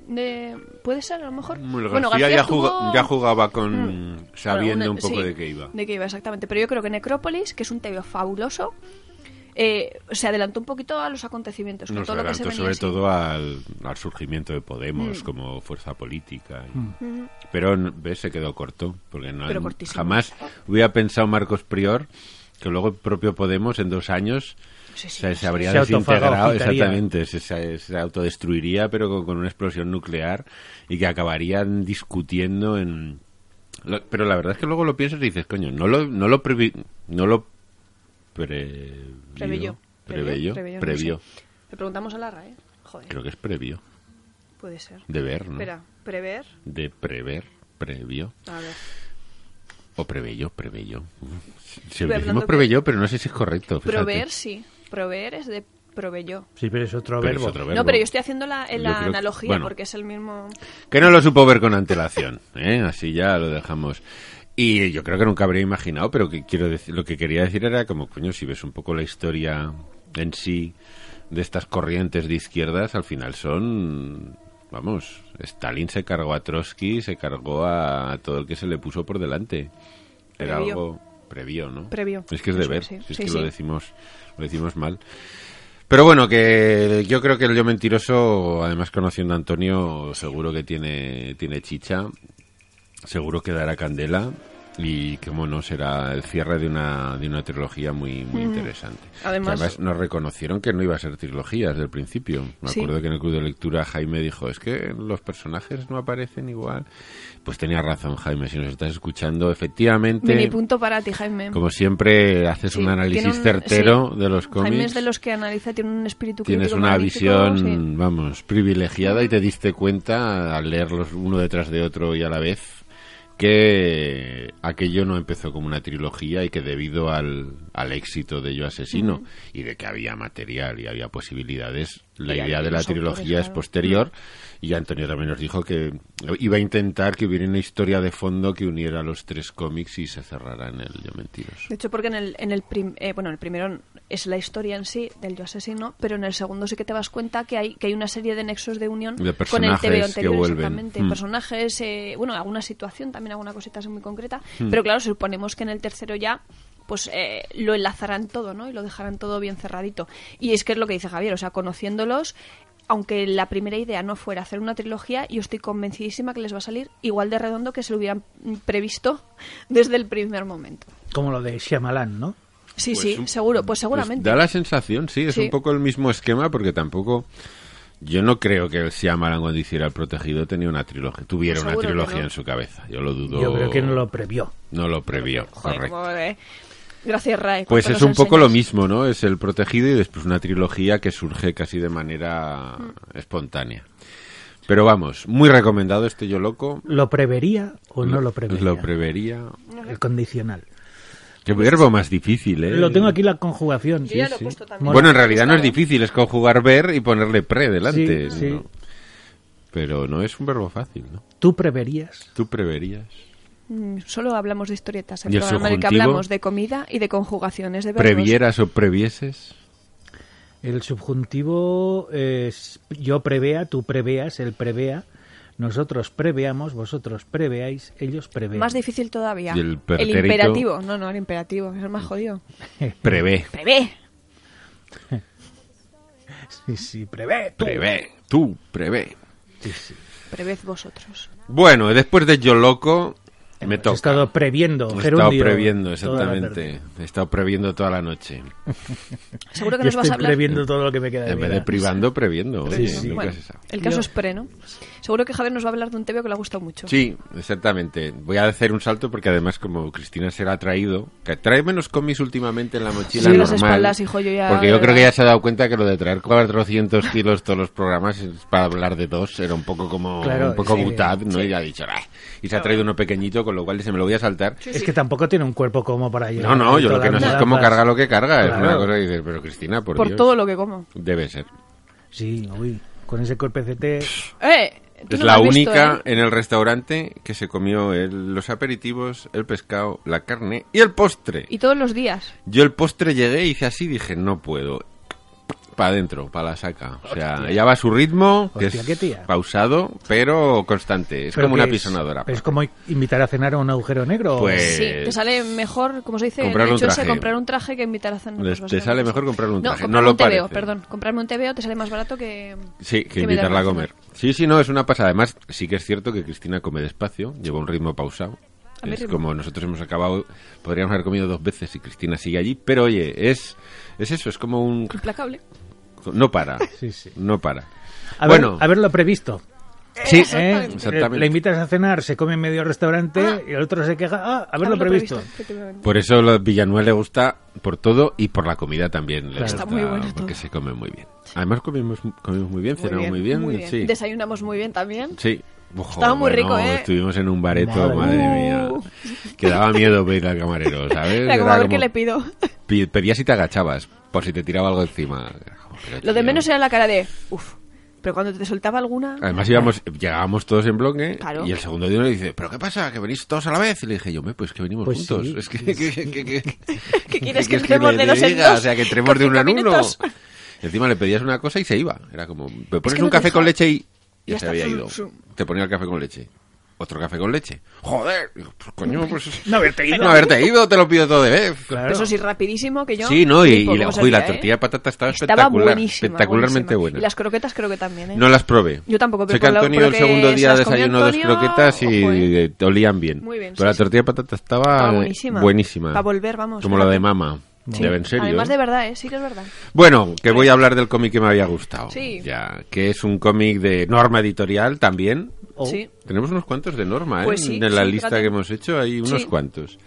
S1: De... ¿Puede ser a lo mejor?
S4: Bueno, García,
S1: Bueno,
S4: ya,
S1: estuvo-
S4: juga- ya jugaba con
S1: Bueno,
S4: sabiendo
S1: una-
S4: un poco
S1: sí,
S4: de qué iba.
S1: De qué iba, exactamente. Pero yo creo que Necrópolis, que es un TVO fabuloso, eh, se adelantó un poquito a los acontecimientos. con
S4: Nos
S1: todo lo que se
S4: adelantó
S1: venía Mm.
S4: sobre
S1: así.
S4: todo al, al surgimiento de Podemos como fuerza política. y- Pero, n- ¿ves? Se quedó corto. Porque no
S1: Pero cortísimo.
S4: jamás hubiera pensado Marcos Prior que luego el propio Podemos en dos años
S1: Sí, sí,
S4: se, se habría
S3: Se
S4: desintegrado.
S3: autofagocitaría.
S4: Exactamente, se, se- se autodestruiría, pero con, con una explosión nuclear y que acabarían discutiendo en. lo- pero la verdad es que luego lo piensas y dices, coño, no lo, no lo, previ- no lo pre-
S1: Preveyó.
S4: Preveyó.
S1: no
S4: Previó.
S1: sé. Le preguntamos a Lara, ¿eh? Joder,
S4: Creo que es previo.
S1: puede ser.
S4: De ver, ¿no?
S1: Espera, prever.
S4: De prever, previo.
S1: A ver.
S4: O preveyó, preveyó. Se
S1: Estoy hablando
S4: decimos
S1: que-
S4: preveyó, pero no sé si es correcto. fíjate.
S1: Proveer, sí. Proveer es de proveyó.
S3: Sí, pero es otro
S4: Pero es
S3: verbo.
S4: otro verbo.
S1: No, pero yo estoy haciendo la,
S4: Yo
S1: en la
S4: creo que-
S1: analogía
S4: bueno.
S1: porque es el mismo.
S4: Que no lo supo ver con antelación, ¿eh? así ya lo dejamos. Y yo creo que nunca habría imaginado, pero que quiero decir, lo que quería decir era como, coño, si ves un poco la historia en sí de estas corrientes de izquierdas, al final son, vamos, Stalin se cargó a Trotsky, se cargó a todo el que se le puso por delante. Era
S1: Previo.
S4: algo previo, ¿no?
S1: Previo.
S4: Es que es de
S1: Eso,
S4: ver,
S1: sí.
S4: si es
S1: Sí,
S4: que
S1: sí.
S4: lo decimos, lo decimos mal. Pero bueno, que yo creo que el yo mentiroso, además conociendo a Antonio, seguro que tiene, tiene chicha, seguro que dará candela y que bueno, será el cierre de una, de una trilogía muy, muy interesante.
S1: Además-
S4: Que nos reconocieron que no iba a ser trilogía desde el principio. Me
S1: Sí.
S4: acuerdo que en el club de lectura Jaime dijo, es que los personajes no aparecen igual. Pues tenía razón Jaime, si nos estás escuchando, efectivamente...
S1: Mini punto para ti, Jaime.
S4: este Como siempre, haces
S1: Sí,
S4: un análisis
S1: tiene un-
S4: certero
S1: sí.
S4: de los cómics.
S1: Jaime es de los que analiza, tiene un espíritu
S4: Tienes
S1: crítico
S4: una
S1: magnífico,
S4: visión,
S1: sí.
S4: vamos, privilegiada y te diste cuenta al leerlos uno detrás de otro y a la vez que aquello no empezó como una trilogía y que debido al, al éxito de Yo Asesino y de que había material y había posibilidades, la
S1: Y
S4: idea
S1: había
S4: de la
S1: los autores,
S4: trilogía es
S1: claro.
S4: posterior y Antonio también nos dijo que iba a intentar que hubiera una historia de fondo que uniera los tres cómics y se cerrara en el Yo Mentiroso.
S1: De hecho, porque en el, en el prim- eh, bueno, el primero es la historia en sí del yo asesino, pero en el segundo sí que te das cuenta que hay que hay una serie de nexos de unión
S4: De
S1: con el
S4: personajes
S1: TVO
S4: que
S1: anterior,
S4: vuelven.
S1: exactamente.
S4: Mm.
S1: Personajes, eh, bueno, alguna situación, también alguna cosita así muy concreta.
S4: Hmm.
S1: Pero claro, suponemos que en el tercero ya pues eh, lo enlazarán todo, ¿no? Y lo dejarán todo bien cerradito. Y es que es lo que dice Javier, o sea, conociéndolos, aunque la primera idea no fuera hacer una trilogía, yo estoy convencidísima que les va a salir igual de redondo que se lo hubieran mm, previsto desde el primer momento.
S3: Como lo de Shyamalan, ¿no?
S1: Sí,
S4: Pues
S1: sí,
S4: un-
S1: seguro, pues seguramente.
S4: Pues da la sensación, sí, es
S1: Sí.
S4: un poco el mismo esquema porque tampoco... Yo no creo que el Shyamalan cuando hiciera El Protegido tenía una trilogía, tuviera
S1: Pues
S4: una
S1: seguro que
S4: trilogía
S1: no.
S4: en su cabeza. Yo lo dudo.
S3: Yo creo que no lo previó.
S4: no lo previó,
S1: Joder,
S4: correcto.
S1: como de- Gracias, Rae.
S4: Pues
S1: cuánto
S4: es
S1: nos
S4: un poco lo
S1: enseñas.
S4: mismo, ¿no? Es El Protegido y después una trilogía que surge casi de manera
S1: Mm.
S4: espontánea. Pero vamos, muy recomendado este Yo Loco.
S3: ¿Lo prevería o Pues no lo prevería?
S4: Lo prevería.
S3: El condicional.
S4: Qué verbo más difícil, ¿eh?
S3: Lo tengo aquí la conjugación.
S1: Yo ya lo he puesto también.
S4: Bueno, en realidad no es
S1: Estaba.
S4: difícil, es conjugar ver y ponerle pre delante.
S3: Sí, sí.
S4: ¿no? Pero no es un verbo fácil, ¿no?
S3: ¿Tú preverías?
S4: Tú preverías.
S1: Mm, Solo hablamos de historietas. El
S4: ¿Y el
S1: programa en el que
S4: subjuntivo?
S1: hablamos de comida y de conjugaciones de verbos.
S4: ¿Previeras o previeses?
S3: El subjuntivo es yo prevea, tú preveas, él prevea, nosotros preveamos, vosotros preveáis, ellos prevean.
S1: Más difícil todavía.
S4: ¿Y el pretérito?
S1: imperativo. No, no, el imperativo. Es el más jodido.
S4: Prevé.
S1: ¡Prevé!
S3: Sí, sí, prevé, tú.
S4: Prevé. Tú, prevé.
S3: Sí, sí.
S1: Preved vosotros.
S4: Bueno, después de Yo Loco, Me
S3: He
S4: toca.
S3: estado previendo.
S4: He estado
S3: gerundio,
S4: previendo,
S3: toda la tarde.
S4: exactamente. He estado previendo toda la noche.
S5: Seguro que
S3: Yo
S5: nos vas a
S3: estoy
S5: hablar.
S3: previendo todo lo que me queda de
S4: En vez
S3: vida.
S4: de privando, previendo. oye,
S3: este sí.
S4: nunca
S5: Bueno,
S4: se sabe.
S5: el caso es pre, ¿no? Seguro que Javier nos va a hablar de un tebeo que le ha gustado mucho.
S4: Sí, exactamente. Voy a hacer un salto porque además como Cristina se la ha traído, que trae menos cómics últimamente en la mochila
S5: Sí,
S4: normal.
S5: las espaldas, hijo, yo ya-
S4: Porque yo creo que ya se ha dado cuenta que lo de traer 400 kilos todos los programas es para hablar de dos era un poco como
S3: Claro,
S4: un poco
S3: sí,
S4: butad, ¿no? Y ya ha dicho, "Ah", y se ha traído uno pequeñito, con lo cual se me lo voy a saltar.
S3: Es que tampoco tiene un cuerpo como para llevar.
S4: No, no, yo lo
S3: todas
S4: que no sé
S3: las
S4: es cómo
S3: lapas.
S4: carga lo que carga. Es una
S3: Claro.
S4: cosa que dices, pero Cristina, por,
S5: por
S4: Dios,
S5: todo lo que como.
S4: Debe ser.
S3: Sí, uy, con ese corpecete.
S5: ¡Eh! Tú
S4: Es
S5: no
S4: la
S5: lo has visto,
S4: única
S5: ¿eh?
S4: en el restaurante que se comió el- los aperitivos, el pescado, la carne y el postre.
S5: Y todos los días.
S4: Yo el postre llegué y hice así, dije, no puedo. Para adentro, para la saca. O sea, ella va a su ritmo, que
S3: Hostia,
S4: es
S3: qué tía.
S4: pausado, pero constante. Es
S3: ¿pero
S4: como
S3: qué
S4: una pisonadora.
S3: Es como invitar a cenar a un agujero negro.
S4: Pues- Eh,
S5: Sí, te sale mejor, como se dice,
S4: comprar
S5: el
S4: un
S5: hecho ese,
S4: traje.
S5: comprar un traje que invitar a cenar.
S4: Les- te sale mejor comprar un traje,
S5: No,
S4: no
S5: comprar
S4: lo
S5: un tebeo,
S4: parece.
S5: perdón. Comprarme un tebeo te sale más barato que...
S4: Sí, que
S5: que me da
S4: invitarla a
S5: razón.
S4: comer. Sí, sí, no, es una pasada. Además, sí que es cierto que Cristina come despacio, lleva un ritmo pausado.
S5: A mi
S4: Es
S5: ritmo.
S4: como nosotros hemos acabado, podríamos haber comido dos veces y Cristina sigue allí. Pero oye, es, es eso, es como un...
S5: Implacable.
S4: No para,
S3: Sí, sí.
S4: no para.
S3: Haber-
S4: bueno,
S3: haberlo previsto.
S4: sí,
S3: ¿eh?
S4: exactamente.
S3: Le invitas a cenar, se come en medio restaurante y el otro se queja. Ah, haberlo previsto.
S5: efectivamente.
S4: Por eso a Villanueva le gusta por todo y por la comida también. Le
S3: Claro.
S4: gusta,
S3: Está
S5: muy bueno todo.
S4: Porque se come muy bien. Además comimos, comimos muy bien, cenamos muy bien. Sí.
S5: Desayunamos muy bien también.
S4: Sí. Ojo,
S5: Estaba muy rico, ¿eh?
S4: Estuvimos en un
S3: Madre
S4: bareto, madre, mía.
S5: Uh.
S4: Que daba miedo pedir al camarero, ¿sabes?
S5: Era como a ver qué le pido.
S4: pi- Pedías y te agachabas, por si te tiraba algo encima. Era como, pero,
S5: Lo de
S4: tío.
S5: menos era la cara de... Uf. Pero cuando te soltaba alguna...
S4: Además íbamos, llegábamos todos en bloque
S5: Claro.
S4: y el segundo día le dice, ¿pero qué pasa? ¿Que venís todos a la vez? Y le dije yo, "Me, pues que venimos
S3: Pues
S4: juntos.
S3: sí,
S4: Es que, que- que- que-
S5: ¿Qué quieres que
S4: es
S5: entremos
S4: le-
S5: de
S4: le
S5: dos en
S4: diga?
S5: dos?
S4: O sea, que entremos de
S5: Con
S4: uno en
S5: cinco
S4: uno.
S5: minutos.
S4: Y encima le pedías una cosa y se iba. Era como, me pones
S5: que no
S4: un
S5: te
S4: café con
S5: dejaba.
S4: leche y ya,
S5: Ya
S4: se
S5: está,
S4: había
S5: fum,
S4: ido.
S5: fum.
S4: Te ponía el café con leche. Otro café con leche. Joder, Digo, pues, coño, pues
S3: No haberte ido.
S4: no haberte ido, te lo pido todo de vez.
S3: Claro.
S5: Pero Pues eso sí, rapidísimo, que yo...
S4: Sí, no, y,
S5: flipo
S4: y la,
S5: cómo se
S4: ojo, y la
S5: hacía, ¿eh?
S4: tortilla de patata estaba,
S5: Estaba
S4: espectacular,
S5: buenísima,
S4: espectacularmente
S5: buenísima.
S4: buena.
S5: Y las croquetas creo que también, ¿eh?
S4: No las probé.
S5: Yo tampoco, pero
S4: Sé que
S5: por lo-
S4: Antonio
S5: por
S4: el
S5: lo que
S4: segundo
S5: se
S4: día
S5: las comió
S4: desayunó dos
S5: Antonio,
S4: croquetas y
S5: ojo, eh.
S4: eh, olían bien.
S5: Muy bien,
S4: Pero
S5: sí,
S4: la
S5: sí.
S4: tortilla de patata estaba,
S5: Estaba buenísima.
S4: buenísima.
S5: Pa' volver, vamos,
S4: Como la
S5: fíjate.
S4: de mama.
S5: Sí.
S4: De en serio.
S5: Además,
S4: ¿eh?
S5: de verdad, ¿eh? Sí que es verdad.
S4: Bueno, que voy a hablar del cómic que me había gustado.
S5: Sí.
S4: Ya, que es un cómic de norma editorial también.
S3: Oh.
S5: Sí.
S4: Tenemos unos cuantos de norma, ¿eh?
S5: Pues sí,
S4: en la
S5: sí,
S4: lista
S5: fíjate.
S4: que hemos hecho hay unos
S5: Sí.
S4: cuantos.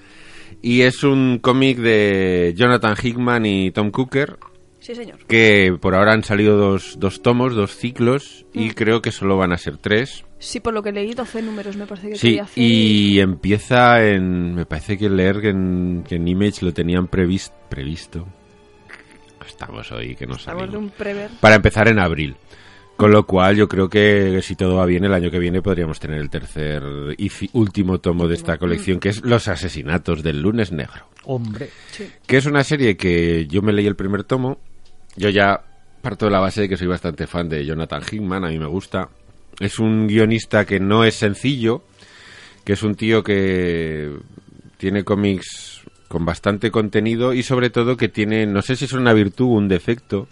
S4: Y es un cómic de Jonathan Hickman y Tom Cooker,
S5: Sí, señor.
S4: que por ahora han salido dos, dos tomos, dos ciclos, y
S5: Mm.
S4: creo que solo van a ser tres.
S5: Sí, por lo que leí, 12 números me parece que
S4: Sí,
S5: quería hacer.
S4: y empieza en... Me parece que leer que en, que en Image lo tenían previs- previsto. Estamos hoy, que no
S5: Estamos
S4: salimos.
S5: de un prever.
S4: para empezar en abril. Con lo cual, yo creo que si todo va bien, el año que viene podríamos tener el tercer y fi- último tomo de esta colección, que es Los asesinatos del lunes negro.
S3: Hombre.
S4: Que es una serie que yo me leí el primer tomo. Yo ya parto de la base de que soy bastante fan de Jonathan Hickman, a mí me gusta. Es un guionista que no es sencillo, que es un tío que tiene cómics con bastante contenido y sobre todo que tiene, no sé si es una virtud o un defecto,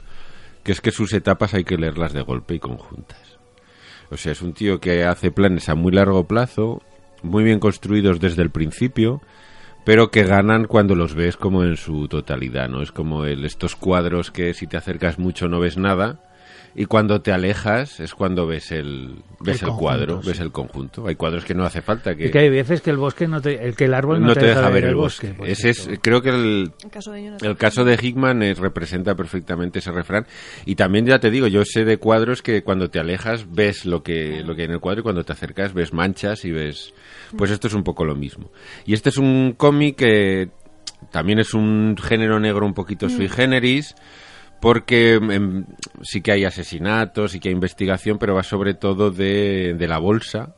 S4: que es que sus etapas hay que leerlas de golpe y conjuntas. O sea, es un tío que hace planes a muy largo plazo, muy bien construidos desde el principio, pero que ganan cuando los ves como en su totalidad, ¿no? Es como el, estos cuadros que si te acercas mucho no ves nada y cuando te alejas es cuando ves el ves el,
S3: El conjunto,
S4: cuadro,
S3: sí.
S4: ves el conjunto. Hay cuadros que no hace falta
S3: Y que hay veces que el bosque no te, el que el árbol no,
S4: no te deja ver el bosque.
S3: por
S4: Ese es,
S3: ejemplo.
S4: creo que el,
S5: En caso de Jonathan.
S4: el caso de Hickman eh, representa perfectamente ese refrán. Y también ya te digo, yo sé de cuadros que cuando te alejas ves lo que, lo que hay en el cuadro y cuando te acercas ves manchas y ves... Pues esto es un poco lo mismo. Y este es un cómic que también es un género negro un poquito sui generis. Porque em, sí que hay asesinatos, sí que hay investigación, pero va sobre todo de, de la bolsa,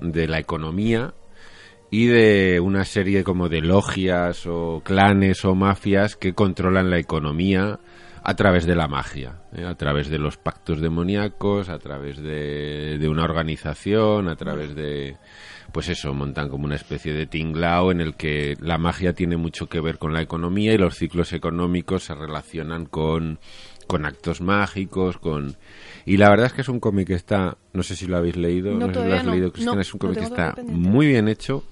S4: de la economía y de una serie como de logias o clanes o mafias que controlan la economía a través de la magia, ¿eh? a través de los pactos demoníacos, a través de, de una organización, a través de... Pues eso, montan como una especie de tinglao en el que la magia tiene mucho que ver con la economía y los ciclos económicos se relacionan con, con actos mágicos, con... Y la verdad es que es un cómic que está, no sé si lo habéis leído,
S5: No,
S4: no, sé si lo
S5: todavía
S4: has
S5: no.
S4: leído, Cristina,
S5: No,
S4: es un cómic
S5: lo
S4: que
S5: tengo
S4: está
S5: pendiente.
S4: muy bien hecho,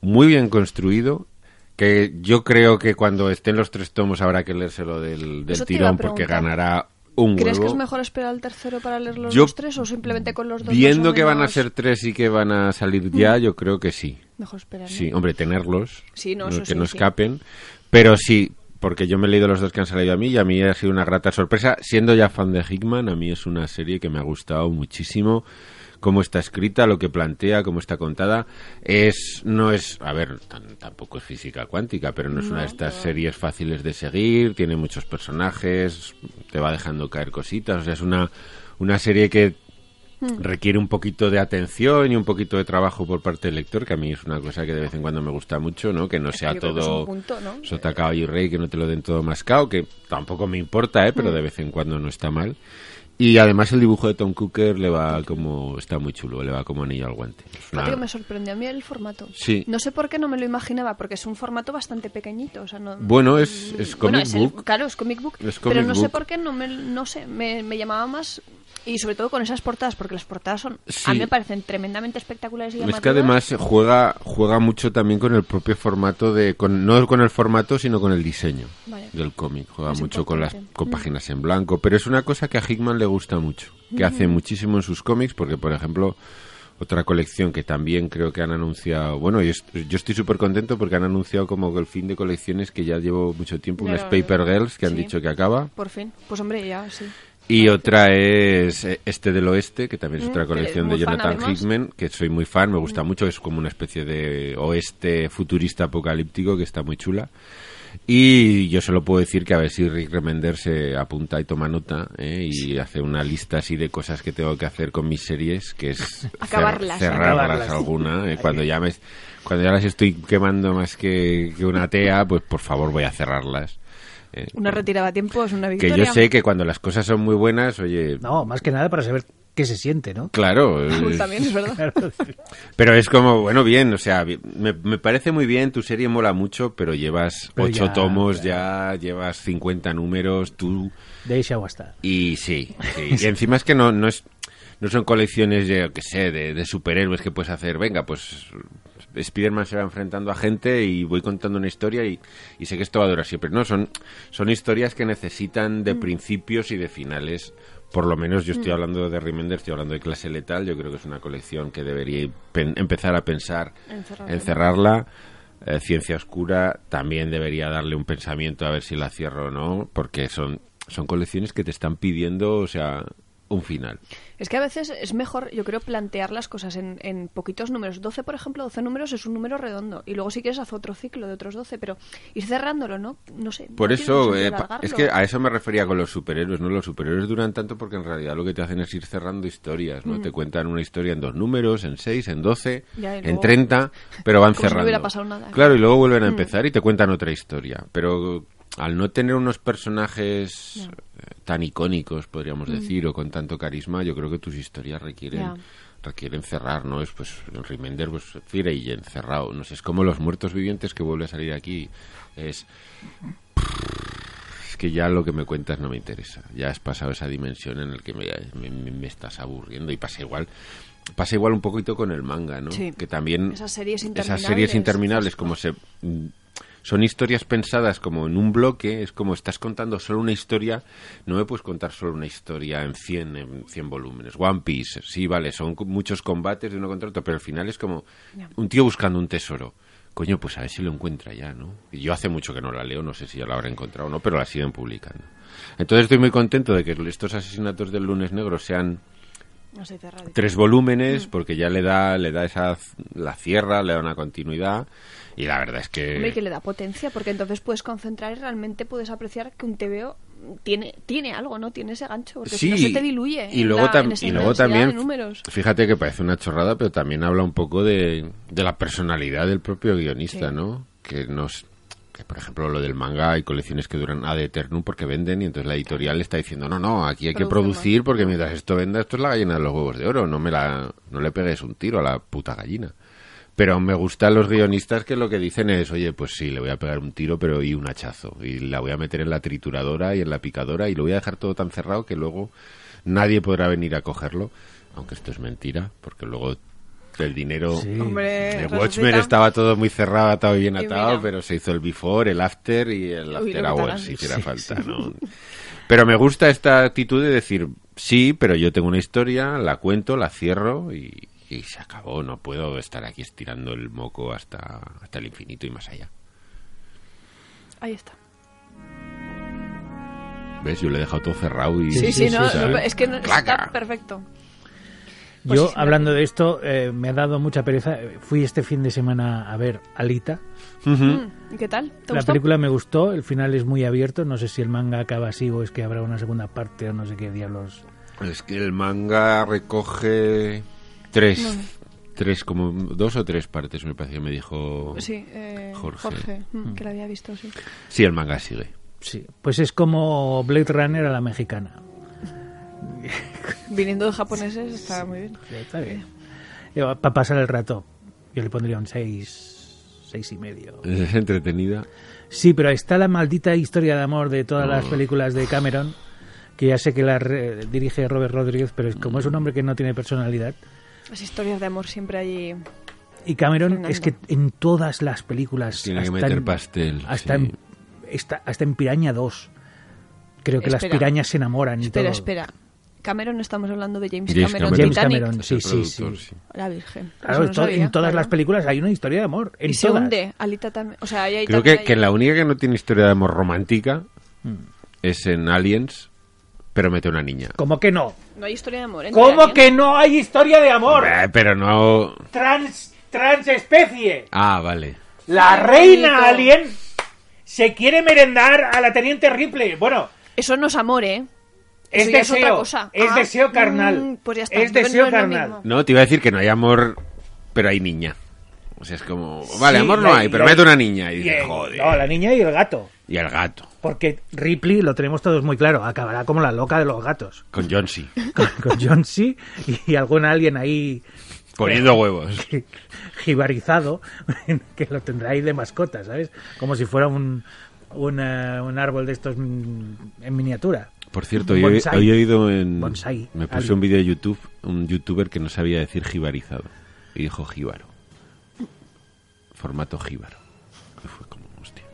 S4: muy bien construido, que yo creo que cuando estén los tres tomos habrá que leérselo del, del
S5: Eso te iba a
S4: tirón porque
S5: preguntar.
S4: ganará un
S5: ¿Crees que
S4: huevo.
S5: es mejor esperar al tercero para leer los
S4: Yo-
S5: dos tres o simplemente con los dos? más
S4: Viendo
S5: o
S4: que van a
S5: menos-
S4: ser tres y que van a salir ya, yo creo que sí.
S5: Mejor esperar. ¿no?
S4: Sí, hombre, tenerlos.
S5: Sí, no,
S4: no,
S5: eso
S4: que
S5: sí,
S4: no
S5: sí.
S4: escapen. Pero sí, porque yo me he leído los dos que han salido a mí y a mí ha sido una grata sorpresa. Siendo ya fan de Hickman, a mí es una serie que me ha gustado muchísimo. Cómo está escrita, lo que plantea, cómo está contada. Es, no es, a ver, tan- tampoco es física cuántica, pero no es una de estas series fáciles de seguir. Tiene muchos personajes, te va dejando caer cositas. O sea, es una, una serie que
S5: Hmm.
S4: requiere un poquito de atención y un poquito de trabajo por parte del lector, que a mí es una cosa que de vez en cuando me gusta mucho, ¿no? Que no sea
S5: yo creo que es
S4: todo
S5: un punto, ¿no?
S4: sota, caballo y rey, que no te lo den todo mascado, que tampoco me importa, ¿eh? Pero
S5: Hmm.
S4: de vez en cuando no está mal. Y además el dibujo de Tom Cooker le va como... está muy chulo, le va como anillo al guante. Es
S5: Ah,
S4: una-
S5: tío, me sorprendió a mí el formato.
S4: Sí.
S5: No sé por qué no me lo imaginaba, porque es un formato bastante pequeñito. O sea, no...
S4: Bueno, es, es
S5: Bueno,
S4: comic
S5: es el-
S4: book.
S5: claro, es comic book.
S4: Es
S5: pero
S4: comic
S5: no
S4: book.
S5: sé por qué no me, no sé, me, me llamaba más. Y sobre todo con esas portadas, porque las portadas son.
S4: Sí.
S5: A mí me parecen tremendamente espectaculares y
S4: Es
S5: llamativas.
S4: que además se juega, juega mucho también con el propio formato de, con, no con el formato, sino con el diseño
S5: Vale.
S4: del cómic. Juega
S5: Es
S4: mucho con las
S5: importante. Mm.
S4: con páginas en blanco, pero es una cosa que a Hickman le gusta mucho,
S5: Mm.
S4: que hace muchísimo en sus cómics, porque por ejemplo otra colección que también creo que han anunciado, bueno, yo, est- yo estoy súper contento porque han anunciado como el fin de colecciones que ya llevo mucho tiempo,
S5: Ya
S4: unas
S5: lo-
S4: Paper Girls que han
S5: sí.
S4: dicho que acaba.
S5: Por fin. Pues hombre, ya, sí.
S4: Y otra es eh, Este del Oeste, que también es
S5: Mm,
S4: otra
S5: que
S4: colección de
S5: muy fan,
S4: Jonathan
S5: además. Mm.
S4: Hickman, que soy muy fan, me gusta mucho, es como una especie de oeste futurista apocalíptico que está muy chula. Y yo solo puedo decir que a ver si Rick Remender se apunta y toma nota ¿eh? y hace una lista así de cosas que tengo que hacer con mis series, que es cer-
S5: Acabarlas.
S4: cerrarlas
S3: Acabarlas.
S4: alguna. ¿eh? Cuando, ya me, cuando ya las estoy quemando más que, que una tea, pues por favor voy a cerrarlas. ¿eh?
S5: Una retirada a tiempo es una
S4: Que
S5: victoria.
S4: yo sé que cuando las cosas son muy buenas, oye,
S3: No, más que nada para saber qué se siente, ¿no?
S4: Claro, es-
S5: Pues También es verdad.
S4: pero es como, bueno, bien, o sea, bi- me, me parece muy bien, tu serie mola mucho, pero llevas
S3: Pero
S4: ocho
S3: ya,
S4: tomos, ya llevas 50 números, tú...
S3: De ahí se aguasta.
S4: Y sí, sí. y encima es que no, no es... No son colecciones, de, yo qué sé, de, de superhéroes que puedes hacer. Venga, pues Spider-Man se va enfrentando a gente y voy contando una historia y, y sé que esto va a durar siempre. No, son, son historias que necesitan de principios y de finales. Por lo menos yo estoy hablando de Remender, estoy hablando de clase letal. Yo creo que es una colección que debería pen- empezar a pensar
S5: En cerrarla.
S4: en cerrarla. Eh, Ciencia Oscura también debería darle un pensamiento a ver si la cierro o no, porque son, son colecciones que te están pidiendo, o sea, un final.
S5: Es que a veces es mejor, yo creo, plantear las cosas en, en poquitos números. 12, por ejemplo, 12 números es un número redondo. Y luego, si quieres, haz otro ciclo de otros 12, pero ir cerrándolo, ¿no? No sé.
S4: Por
S5: no tiene
S4: eso,
S5: sentido
S4: eh, pa-
S5: alargarlo.
S4: es que a eso me refería con los superhéroes, ¿no? Los superhéroes duran tanto porque en realidad lo que te hacen es ir cerrando historias, ¿no? Te cuentan una historia en dos números, en seis, en doce,
S5: Mm. Ya, y
S4: en
S5: luego-
S4: treinta, pero van
S5: Como si no
S4: cerrando.
S5: hubiera pasado nada. Mm.
S4: Claro, y luego vuelven a empezar y te cuentan otra historia. Pero al no tener unos personajes eh, tan icónicos, podríamos decir, o con tanto carisma, yo creo que tus historias requieren...
S5: Mm. Ya.
S4: requieren cerrar, ¿no? Es pues el Remender, pues Fira y encerrado, no sé, es como los muertos vivientes que vuelve a salir aquí, es es que ya lo que me cuentas no me interesa. Ya has pasado esa dimensión en la que me, me- me- me estás aburriendo y pasa igual. Pasa igual un poquito con el manga, ¿no?
S5: Sí.
S4: Que también
S5: Esas series
S4: esas
S5: interminables.
S4: series interminables como se mm, son historias pensadas como en un bloque, es como estás contando solo una historia, no me puedes contar solo una historia en 100 en 100 volúmenes. One Piece, sí, vale, son co- muchos combates de uno contra otro, pero al final es como un tío buscando un tesoro. Coño, pues a ver si lo encuentra ya, ¿no? Yo hace mucho que no la leo, no sé si ya la habrá encontrado o no, pero la siguen publicando. Entonces estoy muy contento de que estos asesinatos del lunes negro sean
S5: No sé, cerrar.
S4: tres
S5: Mm.
S4: volúmenes porque ya le da le da esa la cierra le da una continuidad y la verdad es
S5: Hombre, que
S4: que
S5: le da potencia, porque entonces puedes concentrar y realmente puedes apreciar que un TVO tiene, tiene algo, ¿no? Tiene ese gancho, porque si no se te diluye.
S4: y
S5: en
S4: luego,
S5: la-
S4: tam-
S5: en esa
S4: y luego
S5: intensidad de
S4: también
S5: números.
S4: fíjate que parece una chorrada pero también habla un poco de, de la personalidad del propio guionista
S5: Sí.
S4: no que nos que por ejemplo lo del manga hay colecciones que duran ad eternum porque venden y entonces la editorial está diciendo no no aquí hay que
S5: Produce más".
S4: producir porque mientras esto venda esto es la gallina de los huevos de oro no me la no le pegues un tiro a la puta gallina Pero me gustan los guionistas que lo que dicen es, oye, pues sí, le voy a pegar un tiro, pero y un hachazo. Y la voy a meter en la trituradora y en la picadora y lo voy a dejar todo tan cerrado que luego nadie podrá venir a cogerlo. Aunque esto es mentira, porque luego el dinero.
S3: Sí.
S5: Hombre,
S4: De Watchmen
S5: resucita.
S4: estaba todo muy cerrado, atado y bien
S5: Y
S4: atado,
S5: mira.
S4: pero se hizo el before, el after y el
S5: lo
S4: after
S5: que
S4: hour
S5: tardan.
S4: si hiciera falta, ¿no? Pero me gusta esta actitud de decir, sí, pero yo tengo una historia, la cuento, la cierro y, y se acabó. No puedo estar aquí estirando el moco hasta, hasta el infinito y más allá.
S5: Ahí está.
S4: ¿Ves? Yo lo he dejado todo cerrado y...
S5: Sí, sí,
S3: sí,
S5: no,
S3: sí,
S5: no,
S4: ¿sabes?
S5: es que no, está
S4: Placa.
S5: perfecto. Pues
S3: Yo,
S5: sí, sí,
S3: hablando de esto, eh, me ha dado mucha pereza. Fui este fin de semana a ver Alita.
S4: Ujú.
S5: Mm, ¿Y qué tal? ¿Te
S3: La
S5: gustó?
S3: película me gustó, el final es muy abierto. No sé si el manga acaba así o es que habrá una segunda parte o no sé qué diablos.
S4: Es que el manga recoge tres, tres como dos o tres partes, me parece que me dijo...
S5: Sí, eh, Jorge,
S4: Jorge.
S5: mm, que la había visto, sí.
S4: Sí, el manga sigue.
S3: Sí, pues es como Blade Runner a la mexicana.
S5: Viniendo de japoneses está muy bien.
S3: Ya Está bien. Para pasar el rato, yo le pondría un 6, 6 y medio.
S4: Es entretenida.
S3: Sí, pero está la maldita historia de amor de todas
S4: Mm.
S3: las películas de Cameron, que ya sé que la re- dirige Robert Rodríguez, pero es- como es un hombre que no tiene personalidad,
S5: Las historias de amor siempre allí.
S3: Y Cameron
S5: Fernando.
S3: es que en todas las películas.
S4: Tiene que
S3: hasta
S4: meter
S3: en-
S4: pastel,
S3: Hasta,
S4: sí.
S3: en, esta- hasta en Piraña 2. Creo que las
S5: Espera.
S3: pirañas se enamoran y
S5: Espera,
S3: todo.
S5: espera. Cameron, estamos hablando de James,
S4: James
S5: Cameron,
S4: Cameron.
S3: James
S5: Titanic.
S3: Cameron,
S4: Es el
S3: sí, sí, sí.
S4: productor, sí.
S5: La Virgen.
S3: Claro,
S5: Eso no
S3: to- en
S5: sabía,
S3: todas
S5: claro.
S3: las películas hay una historia de amor. En
S5: Y se
S3: todas.
S5: hunde. Alita también. O sea, ahí hay
S4: Creo
S5: también
S4: que,
S5: hay-
S4: que la única que no tiene historia de amor romántica es en Aliens, pero mete una niña.
S3: ¿Cómo que no?
S5: No hay historia de amor. ¿eh?
S3: ¿Cómo
S5: Nadie.
S3: que no hay historia de amor?
S4: Eh, Pero no.
S3: Trans, transespecie.
S4: Ah, vale.
S3: La
S5: bonito.
S3: reina alien se quiere merendar a la teniente Ripley. Bueno,
S5: Eso no es amor, ¿eh?
S3: es
S5: Eso ya es
S3: deseo.
S5: otra cosa.
S3: Es
S5: Ah,
S3: deseo carnal.
S5: mm, pues ya está,
S3: Es
S5: no- no
S3: deseo
S5: es lo
S3: carnal.
S5: mismo.
S4: No, te iba a decir que no hay amor, pero hay niña. O sea, es como. Vale,
S3: Sí,
S4: amor no
S3: la-
S4: hay, pero
S3: la-
S4: mete una niña. Y
S3: y
S4: dices,
S3: el-
S4: joder.
S3: No, la niña y el gato.
S4: Y el gato.
S3: Porque Ripley, lo tenemos todos muy claro, acabará como la loca de los gatos.
S4: Con John C.
S3: Con, con John C. y algún alien ahí
S4: Poniendo huevos.
S3: que- jibarizado que lo tendrá ahí de mascota, ¿sabes? Como si fuera un, una- un árbol de estos mm, en miniatura.
S4: Por cierto, hoy,
S3: Bonsai.
S4: hoy he oído en.
S3: Bonsai.
S4: Me
S3: Alguien.
S4: puso un vídeo de YouTube, un youtuber que no sabía decir jibarizado. Y dijo jíbaro. Formato jíbaro. Y fue como, hostia.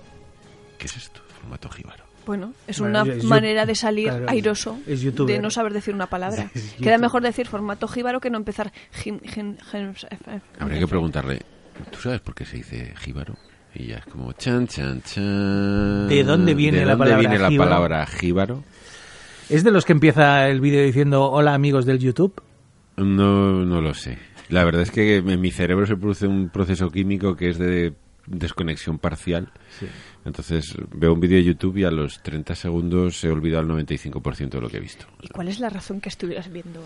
S4: ¿Qué es esto? Formato jíbaro.
S5: Bueno, es
S3: Bueno,
S5: una
S3: es- es
S5: manera
S3: yo-
S5: de salir
S3: claro, es-
S5: airoso
S3: es youtuber.
S5: de no saber decir una palabra.
S3: Es youtuber.
S5: Queda mejor decir formato jíbaro que no empezar. jim- jim- jim-
S4: Habría que preguntarle, ¿tú sabes por qué se dice jíbaro? Y ya es como chan, chan, chan.
S3: ¿De dónde viene la palabra
S4: viene la
S3: jíbaro?
S4: palabra jíbaro?
S3: ¿Es de los que empieza el vídeo diciendo hola amigos del YouTube?
S4: No, no lo sé. La verdad es que en mi cerebro se produce un proceso químico que es de desconexión parcial. Entonces veo un vídeo de YouTube y a los 30 segundos he olvidado el 95% de lo que he visto.
S5: ¿Y cuál es la razón que estuvieras viendo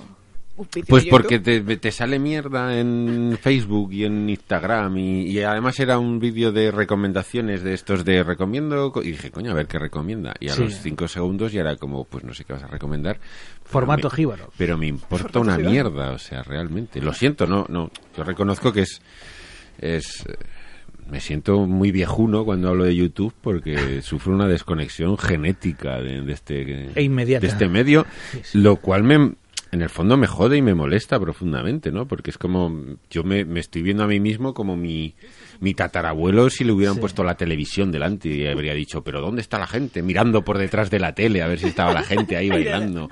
S5: un vídeo
S4: Pues
S5: de
S4: porque
S5: YouTube?
S4: te, te sale mierda en Facebook y en Instagram y, y además era un vídeo de recomendaciones de estos de recomiendo co- y dije, coño, a ver qué recomienda. Y a
S3: Sí.
S4: los cinco segundos ya era como, pues no sé qué vas a recomendar. Pero
S3: Formato
S4: me-
S3: jíbaro.
S4: Pero me importa una mierda, o sea, realmente. Lo siento, no, no. Yo reconozco que es... es eh, me siento muy viejuno cuando hablo de YouTube porque sufro una desconexión genética de, de este
S3: E inmediata.
S4: de este medio, lo cual me en el fondo me jode y me molesta profundamente, ¿no? Porque es como yo me, me estoy viendo a mí mismo como mi mi tatarabuelo si le hubieran puesto la televisión delante y habría dicho, pero ¿dónde está la gente? Mirando por detrás de la tele a ver si estaba la gente ahí bailando.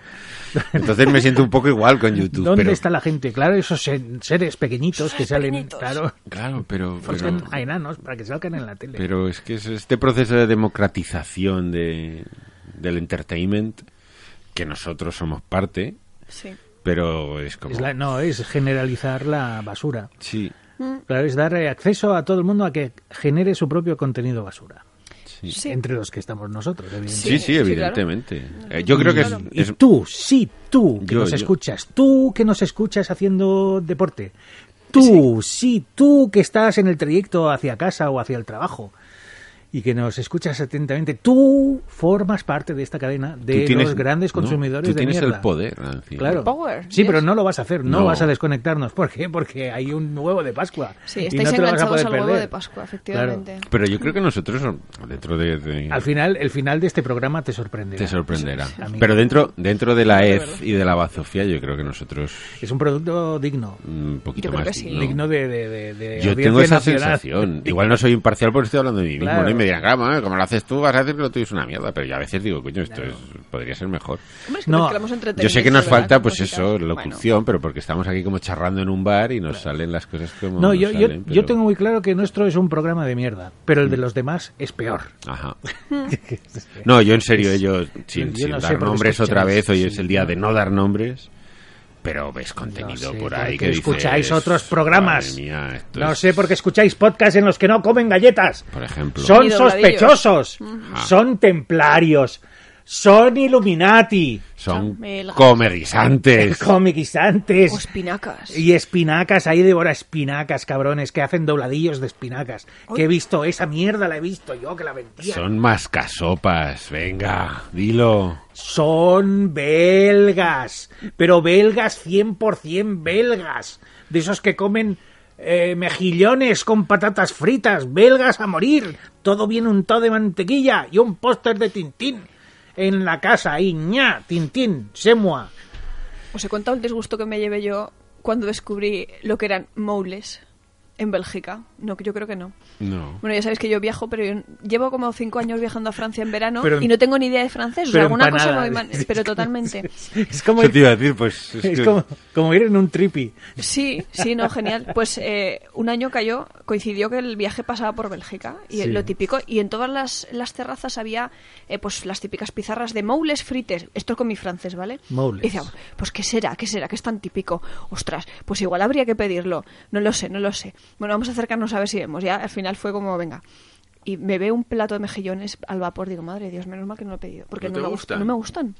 S4: Entonces me siento un poco igual con YouTube,
S3: ¿Dónde
S4: pero
S3: está la gente? Claro, esos se- seres pequeñitos que salen, claro,
S4: claro, pero, pero
S3: buscan a enanos para que salgan en la tele.
S4: Pero es que es este proceso de democratización de, del entertainment, que nosotros somos parte,
S5: Sí.
S4: pero es como...
S3: Es la- no, es generalizar la basura.
S4: Sí,
S3: Claro, es dar eh, acceso a todo el mundo a que genere su propio contenido basura.
S4: sí.
S5: Sí.
S3: Entre los que estamos nosotros, evidentemente.
S4: Sí, sí,
S5: sí,
S4: evidentemente. Eh, yo creo que es...
S3: Y
S4: es-
S3: tú, sí, tú que
S4: Yo-
S3: nos
S4: yo.
S3: escuchas, tú que nos escuchas haciendo deporte, tú, sí. tú que estás en el trayecto hacia casa o hacia el trabajo y que nos escuchas atentamente, tú formas parte de esta cadena de los grandes
S4: no,
S3: consumidores
S4: tú
S3: de
S4: tienes
S3: mierda.
S4: el poder, Nancy.
S3: Claro.
S1: power,
S3: sí,
S1: yes.
S3: pero no lo vas a hacer, no,
S4: No.
S3: vas a desconectarnos. ¿Por qué? Porque hay un huevo de Pascua.
S1: Sí,
S3: y
S1: estáis
S3: no te lo vas a
S1: enganchados
S3: poder
S1: al huevo
S3: perder.
S1: de Pascua, efectivamente.
S4: Pero yo creo que nosotros, dentro de... de-
S3: Al final, el final de este programa te sorprende.
S4: Te sorprenderá.
S3: A mí-
S4: Pero dentro, dentro de la EZ y de la bazofía, yo creo que nosotros
S3: Es un producto digno,
S4: un poquito
S1: Yo creo
S4: más...
S1: que sí.
S4: digno.
S3: digno de, de, de- de
S4: Yo
S3: audiencia
S4: tengo esa
S3: nacional.
S4: sensación. Igual no soy imparcial porque estoy hablando de mí mismo.
S3: Claro.
S4: ¿no? Y me dirán, "Gama, como lo haces tú, vas a decir que lo tuyo es una mierda. Pero yo a veces digo, coño, esto es- podría ser mejor.
S1: Hombre, es que
S3: No,
S1: mezclamos
S4: Yo sé que
S1: entretenimiento,
S4: nos
S1: ¿verdad?
S4: falta,
S1: Con
S4: pues
S1: cositas.
S4: eso,
S1: ¿eh? Bueno.
S4: locución, pero porque estamos aquí como charrando en un bar y nos salen las cosas como.
S3: No,
S4: nos
S3: yo, yo,
S4: salen,
S3: yo
S4: pero- Mm.
S3: tengo muy claro que nuestro es un programa de mierda, pero el de los demás es peor.
S4: Ajá. No, yo en serio, yo, sin,
S3: yo
S4: sin
S3: no sé
S4: dar
S3: por qué
S4: nombres otra
S3: escucháis,
S4: vez, hoy
S3: sí.
S4: es el día de no dar nombres, pero ves contenido
S3: No sé
S4: por
S3: por
S4: ahí
S3: qué
S4: que dices,
S3: escucháis otros programas.
S4: "Madre mía, esto
S3: No
S4: es-".
S3: sé por qué escucháis podcasts en los que no comen galletas.
S4: Por ejemplo.
S3: Son
S1: Y dobladillos.
S3: sospechosos. Son templarios. Son illuminati.
S4: Son
S1: Melga.
S4: comedisantes.
S3: Comiquisantes.
S1: O espinacas.
S3: Y espinacas, ahí devora espinacas, cabrones, que hacen dobladillos de espinacas. Que he visto, esa mierda la he visto yo, que la vendía.
S4: Son mascasopas, venga, dilo.
S3: Son belgas, pero belgas 100% belgas, de esos que comen eh, mejillones con patatas fritas, belgas a morir, todo bien untado de mantequilla y un póster de Tintín en la casa, y ña, Tintín, semua.
S1: Os he contado el disgusto que me llevé yo cuando descubrí lo que eran moules en Bélgica. No, yo creo que no.
S4: No.
S1: Bueno, ya sabéis que yo viajo, pero yo llevo como cinco años viajando a Francia en verano
S3: Pero-
S1: y no tengo ni idea de francés. O sea,
S3: pero
S1: alguna cosa
S3: empanada.
S1: muy mal. Pero totalmente.
S3: Es como
S4: Yo te
S3: ir,
S4: iba a decir, pues. es
S3: es
S4: que-
S3: como, como ir en un tripi.
S1: Sí, sí, no, genial. Pues eh, un año cayó, coincidió que el viaje pasaba por Bélgica, y
S3: Sí.
S1: lo típico, y en todas las, las terrazas había eh, pues las típicas pizarras de moules frites. Esto con mi francés, ¿vale?
S3: Moules.
S1: Y decía, pues ¿qué será? ¿Qué será? ¿Qué es tan típico? Ostras, pues igual habría que pedirlo. No lo sé, no lo sé. Bueno, vamos a acercarnos a ver si vemos. Ya al final fue como, venga. Y me veo un plato de mejillones al vapor, digo, madre Dios, menos mal que no lo he pedido, porque no,
S4: ¿No te
S1: me, gust-
S4: gustan?
S1: no me gustan.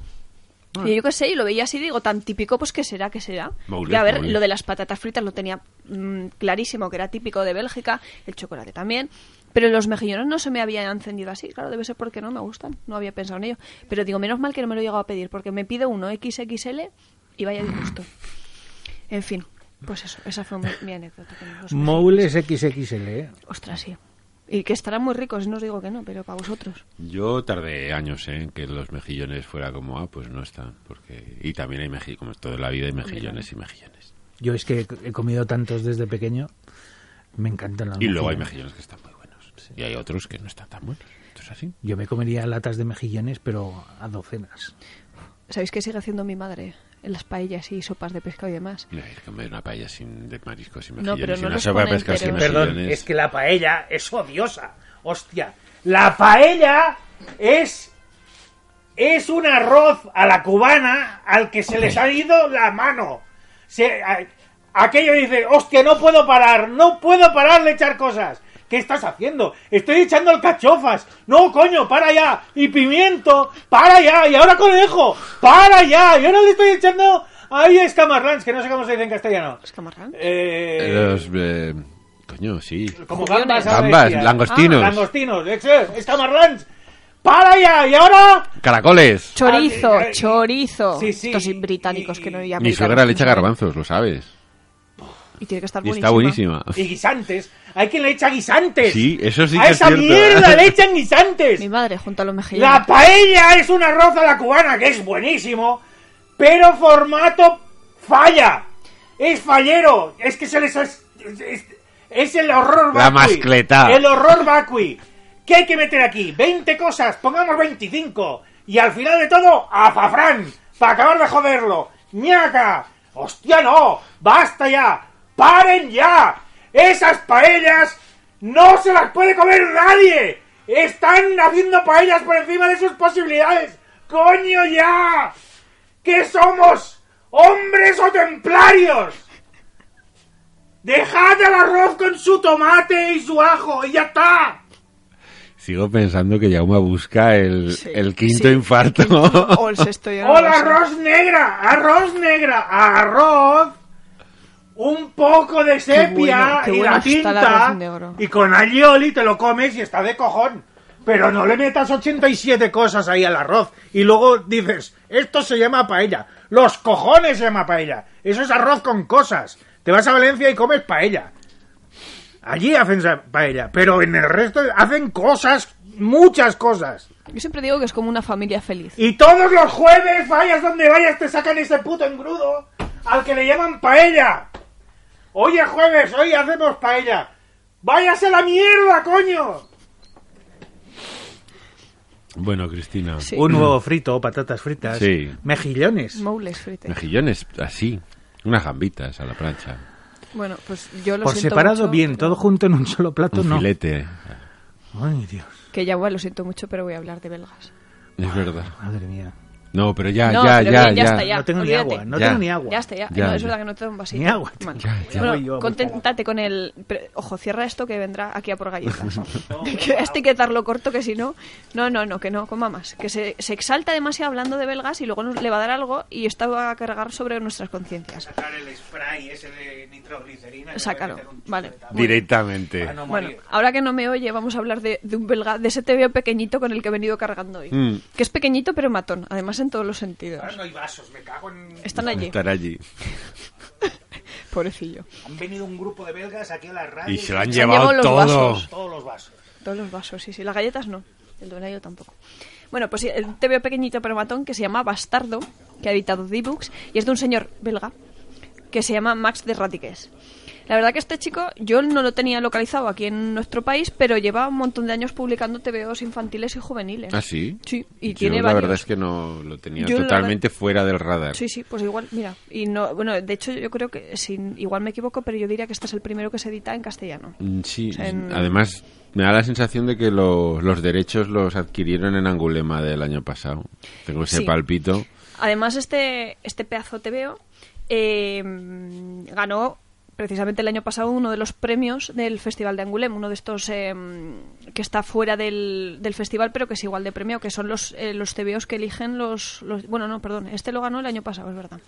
S1: Y yo qué sé, y lo veía así, digo, tan típico, pues ¿qué será? ¿Qué será?
S4: Moules,
S1: y a ver,
S4: moules.
S1: lo de las patatas fritas lo tenía mm, clarísimo, que era típico de Bélgica, el chocolate también. Pero los mejillones no se me habían encendido así, claro, debe ser porque no me gustan, no había pensado en ello. Pero digo, menos mal que no me lo he llegado a pedir, porque me pido uno XXL y vaya disgusto. En fin, pues eso, esa fue mi, mi anécdota. con los
S3: Moules XXL. ¿eh?
S1: mejillones. Ostras, sí. Y que estarán muy ricos, no os digo que no, pero para vosotros.
S4: Yo tardé años ¿eh? en que los mejillones fuera como, ah, pues no están. porque Y también hay mejillones, como toda la vida hay mejillones y mejillones.
S3: Yo es que he comido tantos desde pequeño, me encantan los
S4: Y luego hay
S3: mejillones.
S4: mejillones que están muy buenos. Y hay otros que no están tan buenos. Esto es así.
S3: Yo me comería latas de mejillones, pero a docenas.
S1: ¿Sabéis qué sigue haciendo mi madre? En las paellas y sopas de pescado y demás.
S4: No hay que comer una paella sin de mariscos y
S1: No,
S4: mejillones.
S1: pero no
S4: y una
S1: los
S4: sopa de
S1: ponen
S4: pescado sin
S1: enteros.
S3: Perdón,
S4: mejillones.
S3: es que la paella es odiosa. Hostia, la paella es es un arroz a la cubana al que se les ha ido la mano. Se- a- aquello dice, hostia, no puedo parar, no puedo parar de echar cosas. ¿Qué estás haciendo? Estoy echando alcachofas. No, coño, para ya. Y pimiento, para ya. Y ahora conejo, para ya. Y ahora le estoy echando ahí escamarrans, que no sé cómo se dice en castellano.
S1: Escamarrán.
S3: Eh,
S4: Los, eh, Coño, sí.
S3: como gambas, ahora
S4: Gambas,
S3: decía.
S4: langostinos.
S3: Ah, langostinos, exes, escamarrans. ¡Para ya! ¿Y ahora?
S4: ¡Caracoles!
S1: Chorizo,
S3: Ah, eh, eh,
S1: chorizo.
S3: sí, sí,
S1: Estos británicos
S3: y-
S1: que no
S3: y-
S1: ya
S4: Mi suegra le echa garbanzos, lo sabes.
S1: Y tiene que estar
S4: Y
S1: buenísima.
S4: está buenísima.
S3: Y guisantes. Hay quien le echa guisantes.
S4: Pues Sí, eso sí
S3: A
S4: que es
S3: esa
S4: cierto.
S3: mierda le echan guisantes.
S1: Mi madre junto a los mejillones.
S3: La paella es un arroz a la cubana que es buenísimo, pero formato falla. Es fallero. Es que se les has- es, es- es el horror
S4: La
S3: vacui.
S4: mascletá.
S3: El horror vacui. ¿Qué hay que meter aquí? 20 cosas, pongamos 25. Y al final de todo, azafrán. Para acabar de joderlo. ¡Ñaca! ¡Hostia no! ¡Basta ya! ¡Paren ya! Esas paellas no se las puede comer nadie. Están haciendo paellas por encima de sus posibilidades. ¡Coño ya! ¿Qué somos? ¿Hombres o templarios? ¡Dejad el arroz con su tomate y su ajo y ya está!
S4: Sigo pensando que Yauma busca el,
S1: Sí,
S4: el
S1: sí,
S4: quinto infarto.
S1: O el sexto yo no
S3: ¡Hola,
S1: lo sé.
S3: arroz negra! ¡Arroz negra! ¡Arroz! Un poco de sepia
S1: bueno, qué
S3: y
S1: bueno
S3: la
S1: está el
S3: tinta.
S1: arroz negro.
S3: Y con alioli te lo comes y está de cojón.
S6: Pero no le metas 87 cosas ahí al arroz y luego dices, esto se llama paella. Los cojones se llama paella. Eso es arroz con cosas. Te vas a Valencia y comes paella. Allí hacen esa paella, pero en el resto hacen cosas, muchas cosas.
S1: Yo siempre digo que es como una familia feliz.
S6: Y todos los jueves, vayas donde vayas, te sacan ese puto engrudo al que le llaman paella. Oye, jueves, hoy hacemos paella. ¡Váyase a la mierda, coño!
S4: Bueno, Cristina.
S1: Sí.
S3: Un huevo frito, patatas fritas,
S4: Sí.
S3: mejillones.
S1: Moules frites.
S4: Mejillones así. Unas gambitas a la plancha.
S1: Bueno, pues yo lo
S3: Por
S1: siento
S3: separado,
S1: mucho,
S3: bien, todo junto en un solo plato,
S4: Un
S3: no.
S4: filete.
S3: Ay, Dios,
S1: Que ya, bueno, lo siento mucho, pero voy a hablar de belgas.
S4: Es verdad.
S3: madre mía.
S4: No, pero ya,
S1: No,
S4: Ah, ya,
S1: pero
S4: ya,
S1: bien, ya
S4: ya.
S1: está, ya.
S3: no tengo
S1: olvídate.
S3: ni agua, no
S4: Ya.
S3: tengo ni agua.
S1: Ya está, ya.
S4: Ya,
S1: No, es
S4: ya.
S1: verdad que no te doy un vasito.
S3: Ni agua.
S1: Vale.
S4: Ya, ya.
S1: Bueno,
S3: Voy yo a
S1: conténtate con el... pero, ojo, cierra esto que vendrá aquí a por galletas. que este hay que darlo corto, que si no... No, no, no, que no, coma más. Que se, se exalta demasiado hablando de belgas y luego nos, le va a dar algo y esto va a cargar sobre nuestras conciencias.
S6: Sacar el spray ese de nitroglicerina.
S1: Sácalo, vale.
S4: Directamente.
S1: Bueno, ahora que Ah, no me oye, vamos a hablar de, de un belga, de ese TVO pequeñito con el que he venido cargando hoy.
S4: Mm.
S1: Que es pequeñito pero matón, además en todos los sentidos.
S6: Ah, no hay vasos, me cago en...
S1: Están allí,
S4: Estar allí.
S1: pobrecillo.
S6: Han venido un grupo de belgas aquí a la radio
S4: Y se lo han
S1: Ah, Se han llevado
S4: llevado
S1: los
S4: todo.
S1: vasos.
S6: todos los vasos.
S1: Todos los vasos, sí, sí. Las galletas no. El duenello tampoco. Bueno, pues sí, el TVO pequeñito pero matón que se llama Bastardo, que ha editado D-Books, y es de un señor belga que se llama Max de Ratiques. La verdad que este chico yo no lo tenía localizado aquí en nuestro país, pero lleva un montón de años publicando TVOs infantiles y juveniles.
S4: ¿Ah, sí?
S1: Sí, y
S4: Yo
S1: tiene
S4: la
S1: varios.
S4: verdad es que no lo tenía
S1: Yo la
S4: totalmente fuera del radar.
S1: Sí, sí, pues igual, mira, y no, bueno, de hecho yo creo que, sin, igual me equivoco, pero yo diría que este es el primero que se edita en castellano.
S4: Mm, Sí,
S1: O sea, en-
S4: además me da la sensación de que lo- los derechos los adquirieron en Angulema del año pasado. Tengo ese
S1: Sí.
S4: palpito.
S1: Además, este, este pedazo te veo eh, ganó precisamente el año pasado uno de los premios del Festival de Angoulême, uno de estos eh, que está fuera del, del festival pero que es igual de premio, que son los, eh, los TVOs que eligen los, los- Bueno, no, perdón, este lo ganó el año pasado, es verdad.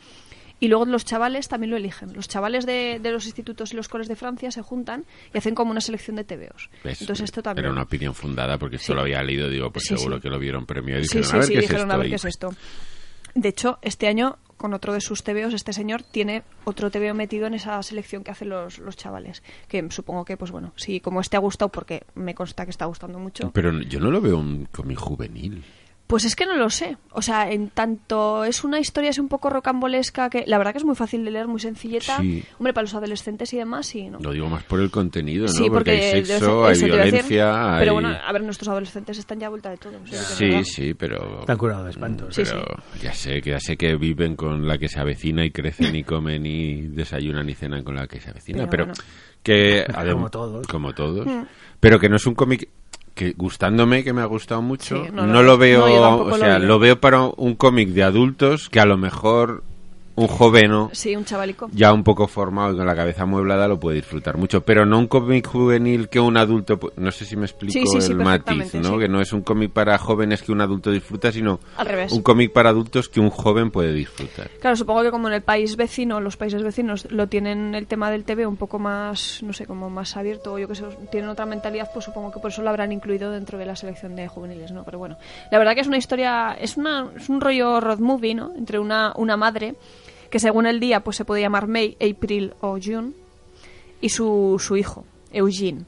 S1: Y luego los chavales también lo eligen. Los chavales de, de los institutos y los coles de Francia se juntan y hacen como una selección de TVOs.
S4: Es-
S1: Entonces esto también...
S4: Pues, Era una opinión fundada porque esto
S1: Sí.
S4: lo había leído, digo, pues
S1: Sí,
S4: seguro
S1: sí.
S4: que lo vieron premio y
S1: Sí,
S4: dijeron,
S1: sí,
S4: a ver
S1: sí,
S4: qué es
S1: dijeron
S4: esto.
S1: a ver
S4: Y,
S1: qué es esto. De hecho, este año, con otro de sus tebeos, este señor tiene otro tebeo metido en esa selección que hacen los, los chavales. Que supongo que, pues bueno, si como este ha gustado, porque me consta que está gustando mucho,
S4: Pero yo no lo veo un cómic juvenil.
S1: pues es que no lo sé. O sea, en tanto es una historia es un poco rocambolesca, que la verdad que es muy fácil de leer, muy sencilleta.
S4: Sí.
S1: Hombre, para los adolescentes y demás, sí, ¿no?
S4: Lo digo más por el contenido, ¿no?
S1: Sí, porque,
S4: hay
S1: debe ser-
S4: sexo, hay
S1: eso te iba a decir.
S4: violencia,
S1: Pero
S4: hay-
S1: bueno, a ver, nuestros adolescentes están ya a vuelta de todo. o sea, que es
S4: Sí,
S1: verdad.
S4: sí, pero...
S3: Están curados de espantos.
S1: Sí,
S4: pero ya sé que ya sé que viven con la que se avecina y crecen y comen y desayunan y cenan con la que se avecina,
S1: Pero
S4: pero,
S1: bueno. Mm.
S4: que
S3: Como todos.
S4: como todos. pero que no es un cómic que gustándome que me ha gustado mucho,
S1: Sí, no
S4: no,
S1: lo-
S4: lo veo,
S1: no, yo tampoco
S4: o
S1: lo
S4: sea,
S1: veo.
S4: lo, veo para un cómic de adultos que a lo mejor un joveno
S1: Sí, un chavalico.
S4: ya un poco formado y con la cabeza amueblada lo puede disfrutar mucho, pero no un cómic juvenil que un adulto, pu- no sé si me explico
S1: Sí, sí, sí,
S4: el matiz,
S1: perfectamente,
S4: ¿no?
S1: sí.
S4: Que no es un cómic para jóvenes que un adulto disfruta, sino
S1: Al revés.
S4: un cómic para adultos que un joven puede disfrutar.
S1: Claro, supongo que como en el país vecino, los países vecinos lo tienen el tema del TV un poco más, no sé, como más abierto, o yo que sé, tienen otra mentalidad, pues supongo que por eso lo habrán incluido dentro de la selección de juveniles, ¿no? Pero bueno, la verdad que es una historia, es, una, es un rollo road movie, ¿no? Entre una, una madre, que según el día, pues se puede llamar May, April o June, y su, su hijo, Eugene.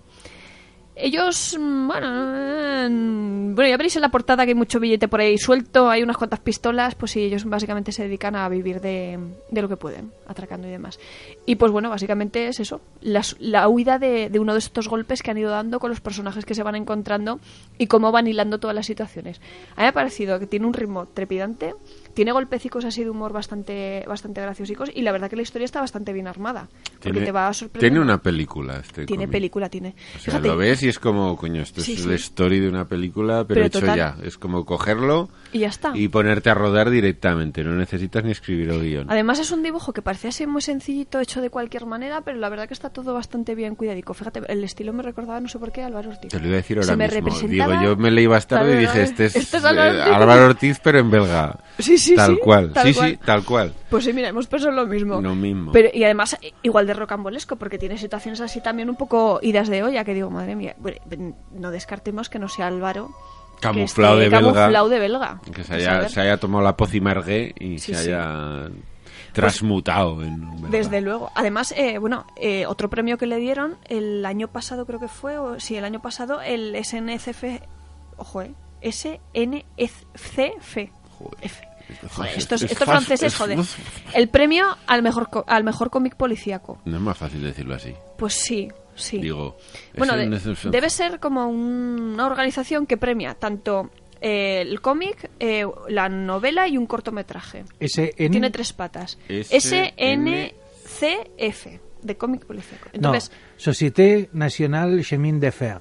S1: Ellos, mm, bueno, mm, bueno, ya veréis en la portada que hay mucho billete por ahí suelto, hay unas cuantas pistolas, pues sí, ellos básicamente se dedican a vivir de, de lo que pueden, atracando y demás. Y pues bueno, básicamente es eso, la, s- la huida de, de uno de estos golpes que han ido dando con los personajes que se van encontrando y cómo van hilando todas las situaciones. A mí me ha parecido que tiene un ritmo trepidante, tiene golpecicos así de humor bastante, bastante graciosicos y la verdad que la historia está bastante bien armada, porque te va a sorprender.
S4: tiene una película este
S1: Tiene
S4: cómic.
S1: película, tiene.
S4: O sea,
S1: Fíjate,
S4: lo ves y es como, coño, esto
S1: Sí,
S4: es
S1: sí.
S4: la story de una película, pero,
S1: Pero
S4: hecho
S1: total. Ah.
S4: ya. Es como cogerlo
S1: Y ya está.
S4: y ponerte a rodar directamente. No necesitas ni escribir el guión.
S1: Además es un dibujo que parecía así muy sencillito, hecho de cualquier manera, pero la verdad que está todo bastante bien cuidadico. Fíjate, el estilo me recordaba, no sé por qué, a Álvaro Ortiz.
S4: Te lo iba a decir
S1: Se
S4: ahora
S1: me
S4: mismo.
S1: representaba-
S4: Digo, yo me leí bastardo y
S1: Claro,
S4: dije, este es,
S1: este es
S4: eh,
S1: Álvaro Ortiz.
S4: Álvaro Ortiz, pero en belga.
S1: Sí, sí,
S4: tal
S1: sí,
S4: Cual.
S1: tal
S4: sí,
S1: cual.
S4: sí, tal cual.
S1: Pues sí, mira, hemos pensado lo mismo.
S4: Lo mismo.
S1: Pero, y además, eh, igual de rocambolesco, porque tiene situaciones así también un poco idas de olla, que digo, madre mía, bueno, no descartemos que no sea Álvaro. que
S4: Camuflado
S1: esté
S4: de belga.
S1: camuflado de belga. Pues
S4: Que se
S1: Hay que
S4: haya,
S1: saber.
S4: se haya tomado la poz y margué y
S1: Sí,
S4: se
S1: sí.
S4: haya transmutado en un belga.
S1: Desde luego. Además, eh, bueno, eh, otro premio que le dieron el año pasado, creo que fue, o sí, el año pasado, el SNCF. Ojo, eh. SNCF.
S4: Joder.
S1: F.
S4: Esto-
S1: Joder, estos,
S4: es
S1: estos
S4: fácil,
S1: franceses,
S4: es-
S1: joder.
S4: no-
S1: El premio al mejor, co- al mejor cómic policíaco.
S4: No es más fácil decirlo así.
S1: Pues sí, sí.
S4: Digo, es
S1: Bueno,
S4: un-
S1: de-
S4: es un-
S1: debe ser como un- una organización que premia tanto eh, el cómic, eh, la novela y un cortometraje.
S3: Ese
S1: Tiene tres patas.
S4: S-
S1: SNCF, de cómic policíaco. Entonces,
S3: No, Société Nationale Chemin de Fer.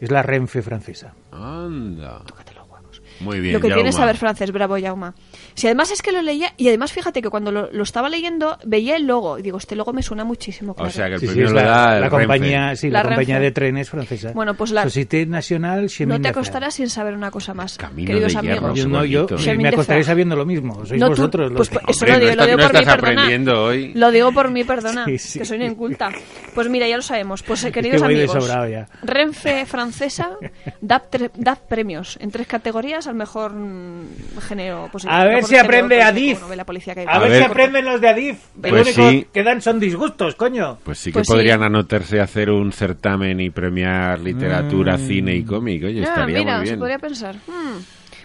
S3: Es la Renfe francesa.
S4: Anda.
S1: tócate los huevos.
S4: Muy bien.
S1: lo que tiene es
S4: Jaume.
S1: saber francés, bravo Yauma. Si además es que lo leía, y además fíjate que cuando lo, lo estaba leyendo veía el logo, y digo, este logo me suena muchísimo. Claro.
S4: O sea que el
S3: Sí, sí,
S4: premio
S3: es
S4: lo
S3: la,
S4: da el
S3: la
S4: Renfe.
S3: compañía, sí, la
S1: La
S3: compañía
S1: Renfe.
S3: de trenes francesa.
S1: Bueno, pues la-
S3: Société Nationale Chemin
S1: no te
S3: de Fer.
S1: acostarás sin saber una cosa más,
S4: Camino
S1: queridos
S4: de hierro,
S1: amigos.
S3: Yo, no, yo
S4: Bonito.
S1: Chemin
S3: me
S1: de
S3: acostaré
S1: Fer.
S3: sabiendo lo mismo. Sois
S1: No, tú-
S3: vosotros los
S1: pues,
S3: que-
S1: pues, eso
S4: Hombre,
S1: lo digo,
S4: no
S1: lo
S4: estás-
S1: digo
S4: no
S1: por
S4: estás
S1: mi perdona.
S4: aprendiendo hoy.
S1: Lo digo por mí, perdona,
S3: Sí, sí.
S1: que soy una inculta. Pues mira, ya lo sabemos. Pues eh, queridos
S3: voy de
S1: amigos,
S3: sobrado ya.
S1: Renfe francesa da, tre- da premios en tres categorías al mejor mm, género posible.
S3: A ver si aprende Adif. A
S1: eh,
S4: A
S3: ver si
S4: ver.
S3: aprenden los de Adif.
S4: Pues
S3: lo único
S4: sí.
S3: que dan son disgustos, coño.
S4: Pues sí que
S1: Pues sí.
S4: podrían anotarse a hacer un certamen y premiar literatura, cine y cómic. Oye,
S1: Mm. Ah,
S4: estaría
S1: mira,
S4: muy
S1: se
S4: bien.
S1: podría pensar. Hmm.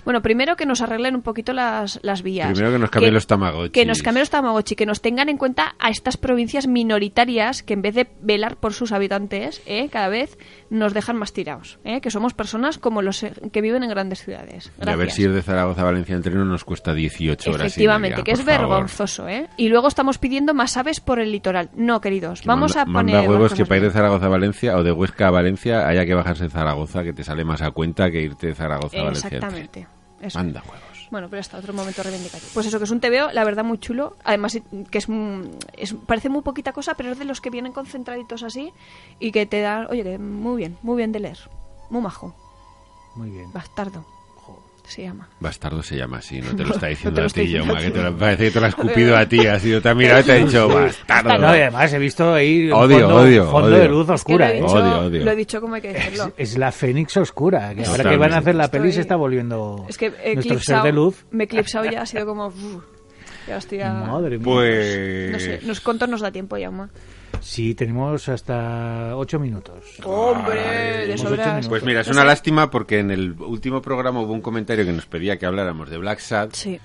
S1: Bueno, primero que nos arreglen un poquito las, las vías.
S4: Primero que nos cambien los Tamagotchis.
S1: Que nos cambien los Tamagotchi, que nos tengan en cuenta a estas provincias minoritarias que en vez de velar por sus habitantes, ¿eh? cada vez nos dejan más tirados. ¿eh? Que somos personas como los eh, que viven en grandes ciudades.
S4: Y a ver
S1: Gracias.
S4: si ir de Zaragoza a Valencia en tren no nos cuesta 18 horas. y
S1: Efectivamente,
S4: media,
S1: que es
S4: por favor.
S1: vergonzoso, ¿eh? Y luego estamos pidiendo más aves por el litoral. No, queridos,
S4: Que
S1: vamos
S4: manda-
S1: a poner...
S4: Manda
S1: las
S4: huevos
S1: cosas
S4: que para ir
S1: bien.
S4: de Zaragoza a Valencia o de Huesca a Valencia haya que bajarse en Zaragoza, que te sale más a cuenta que irte de Zaragoza a Valencia. en tren.
S1: Exactamente. Eso.
S4: Manda huevos.
S1: Bueno, pero hasta otro momento reivindicativo. Pues eso, que es un TVO, la verdad, muy chulo. Además, eh, que es, un- es- parece muy poquita cosa, pero es de los que vienen concentraditos así y que te dan... Oye, que muy bien, muy bien de leer. Muy majo.
S3: Muy bien.
S1: Bastardo. Se llama.
S4: Bastardo se llama así, no te lo está diciendo
S1: te lo
S4: a ti,
S1: estoy diciendo
S4: Yoma,
S1: a
S4: que
S1: ti.
S4: te lo, parece que te lo ha escupido a ti, así yo te ha mirado y te ha dicho, bastardo.
S3: No, y además he visto ahí un
S4: Odio,
S3: fondo,
S4: odio,
S3: fondo
S4: odio.
S3: de luz
S1: Es que lo
S3: oscura.
S1: he
S3: ¿eh?
S1: dicho,
S4: Odio, odio.
S1: Lo he dicho como hay que decirlo.
S3: Es, es la Fénix oscura. Que ahora que
S4: Totalmente.
S3: van a hacer la peli se
S1: Estoy-
S3: está volviendo
S1: Es que he
S3: nuestro ser
S1: eclipsado,
S3: de luz.
S1: me he eclipsado ya, ha sido como... "Uf". Y ahora estoy a-
S3: Madre mía.
S4: Pues...
S1: No sé, nos cuánto nos da tiempo ya, ma?
S3: Sí, tenemos hasta ocho minutos.
S1: ¡Hombre! De
S3: hemos
S1: sobras.
S3: hecho
S4: Pues mira, es una lástima porque en el último programa hubo un comentario que nos pedía que habláramos de Black Sad
S1: Sí,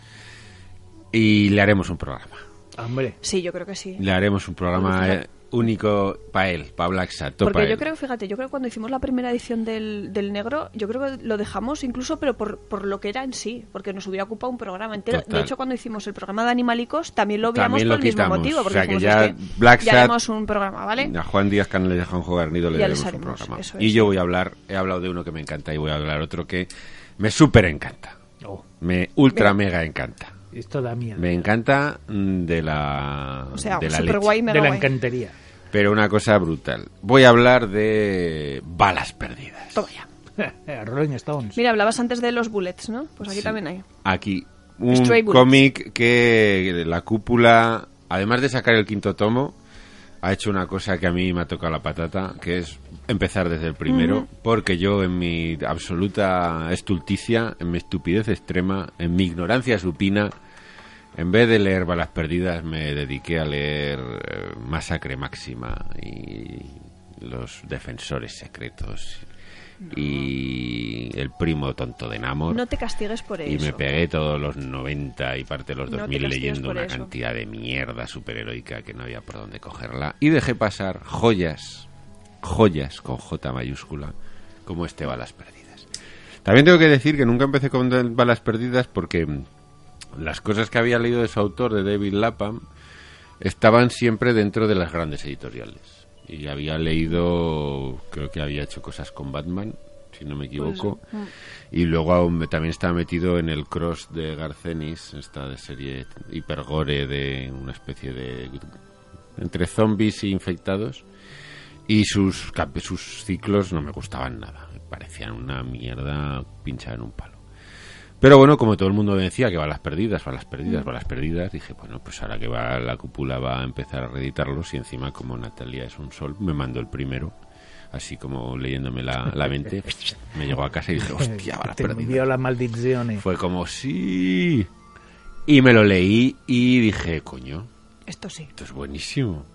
S4: y le haremos un programa.
S3: Hombre.
S1: sí, yo creo que sí.
S4: Le haremos un programa eh, único para él, para Black Sad. todo pa'
S1: Porque yo
S4: él.
S1: creo, fíjate, yo creo que cuando hicimos la primera edición del, del negro, yo creo que lo dejamos incluso, pero por, por lo que era en sí, porque nos hubiera ocupado un programa entero. De
S4: Total.
S1: hecho, cuando hicimos el programa de Animalicos, también lo obviamos
S4: También
S1: por
S4: lo
S1: el mismo
S4: quitamos.
S1: motivo, porque
S4: O sea, que
S1: dijimos,
S4: ya
S1: "Es que
S4: Black
S1: ya
S4: Sat-
S1: haremos un programa, ¿vale?
S4: A Juan Díaz Canales y a Juanjo Garnido le
S1: Ya
S4: daremos
S1: les
S4: un
S1: haremos,
S4: programa.
S1: eso
S4: Y
S1: es.
S4: yo voy a hablar, he hablado de uno que me encanta y voy a hablar otro que me súper encanta.
S3: Oh,
S4: Me ultra mega encanta.
S3: esto da miedo.
S4: Me encanta mm, de la,
S1: O sea,
S4: de la
S1: super
S4: leche.
S1: guay, mega
S3: de la
S1: guay.
S3: encantería.
S4: Pero una cosa brutal. Voy a hablar de balas perdidas.
S1: Toma ya.
S3: Rolling Stones.
S1: Mira, hablabas antes de los bullets, ¿no? Pues aquí
S4: Sí.
S1: también hay.
S4: Aquí, un
S1: Stray Bullets.
S4: cómic que la cúpula, además de sacar el quinto tomo, ha hecho una cosa que a mí me ha tocado la patata, que es empezar desde el primero, porque yo en mi absoluta estulticia, en mi estupidez extrema, en mi ignorancia supina, en vez de leer Balas Perdidas, me dediqué a leer eh, Masacre Máxima y Los Defensores Secretos y El Primo Tonto de Namor.
S1: No te castigues por eso.
S4: Y me pegué todos los 90 y parte de los
S1: No te
S4: 2000
S1: castigues
S4: leyendo
S1: por
S4: una
S1: eso.
S4: cantidad de mierda superheroica que no había por dónde cogerla. Y dejé pasar joyas, joyas con J mayúscula, como este Balas Perdidas. También tengo que decir que nunca empecé con del- Balas Perdidas porque mm, las cosas que había leído de su autor, de David Lapham, estaban siempre dentro de las grandes editoriales. Y había leído, creo que había hecho cosas con Batman, si no me
S1: Pues
S4: equivoco. Y luego aún me- también estaba metido en el cross de Garcenis, esta de serie hipergore de una especie de... entre zombies y infectados. Y sus, cap- sus ciclos no me gustaban nada. Me parecían una mierda pinchada en un palo. Pero bueno, como todo el mundo me decía que va a las perdidas, va a las perdidas, va a las perdidas, dije, bueno, pues ahora que va la cúpula va a empezar a reeditarlos y encima como Natalia es un sol, me mandó el primero, así como leyéndome la, la mente, me llegó a casa y dije, hostia, va a las
S6: Te
S4: perdidas.
S6: envió las maldiciones.
S4: Fue como, sí. Y me lo leí y dije, coño,
S7: Esto sí.
S4: esto es buenísimo.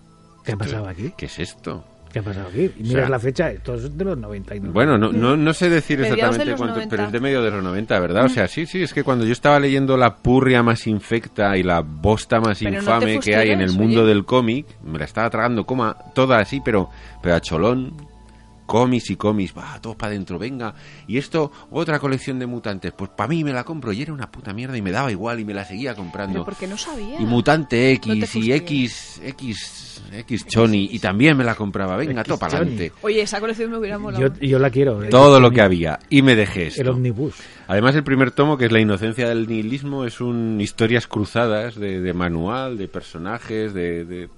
S6: ¿Qué ha
S4: Esto-
S6: pasado aquí?
S4: ¿Qué es esto?
S6: ¿Qué ha pasado aquí? Y miras
S4: sea-
S6: la fecha, esto es de los 99.
S4: Bueno, no, no, no sé decir
S1: Mediados de
S4: exactamente
S1: los Mm.
S4: cuánto,
S1: 90.
S4: pero es de medio de los 90, ¿verdad? O sea, sí, sí, es que cuando yo estaba leyendo la purria más infecta y la bosta más
S1: Pero no te
S4: infame que hay en el
S1: fustigabas,
S4: mundo
S1: oye.
S4: del cómic, me la estaba tragando coma, toda así, pero, pero a cholón, cómics y cómics, va, todos para adentro, venga. Y esto, otra colección de mutantes, pues para mí me la compro y era una puta mierda y me daba igual y me la seguía comprando.
S1: Pero porque no sabía.
S4: Y Mutante
S1: No te
S4: X y
S1: fustigues.
S4: X, X, X Choni, y también me la compraba, venga,
S6: X
S4: todo para
S6: Johnny.
S4: adelante.
S1: Oye, esa colección me hubiera molado.
S6: yo, yo la quiero. ¿eh?
S4: Todo lo que había, y me dejé
S6: El
S4: esto.
S6: omnibus.
S4: Además, el primer tomo, que es La inocencia del nihilismo, es un historias cruzadas de, de manual, de personajes, de, de-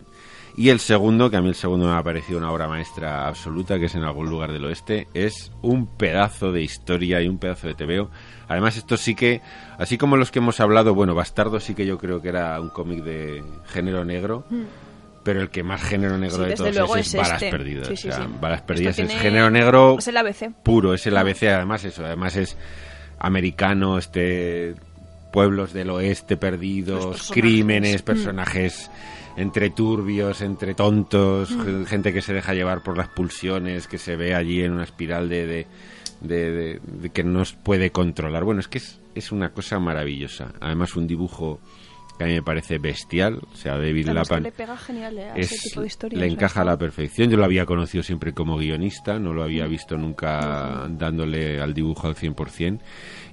S4: Y el segundo, que a mí el segundo me ha parecido una obra maestra absoluta, que es en algún lugar del oeste, es un pedazo de historia y un pedazo de tebeo. Además, esto sí que, así como los que hemos hablado, bueno, Bastardo sí que yo creo que era un cómic de género negro. Pero el que más género negro
S1: Mm. Sí,
S4: de
S1: desde
S4: todos
S1: luego
S4: es,
S1: es
S4: Balas
S1: este.
S4: Perdidas.
S1: Sí, sí,
S4: O sea,
S1: sí.
S4: Balas
S1: Esto
S4: Perdidas es
S1: tiene-
S4: género negro
S1: Es el ABC.
S4: puro, es el ABC, además eso, además es americano, este pueblos del oeste perdidos,
S1: Los personajes. Mm.
S4: crímenes, personajes entre turbios, entre tontos,
S1: Mm.
S4: gen- gente que se deja llevar por las pulsiones, que se ve allí en una espiral de, de, de- de- de que no se puede controlar. Bueno, es que es, es una cosa maravillosa. Además un dibujo que a mí me parece bestial, o sea, David
S1: Además, que
S4: Lapan
S1: le pega genial eh, a
S4: es-
S1: ese tipo de historias.
S4: le
S1: ¿no?
S4: encaja a la perfección. Yo lo había conocido siempre como guionista, no lo había visto nunca dándole al dibujo al 100%.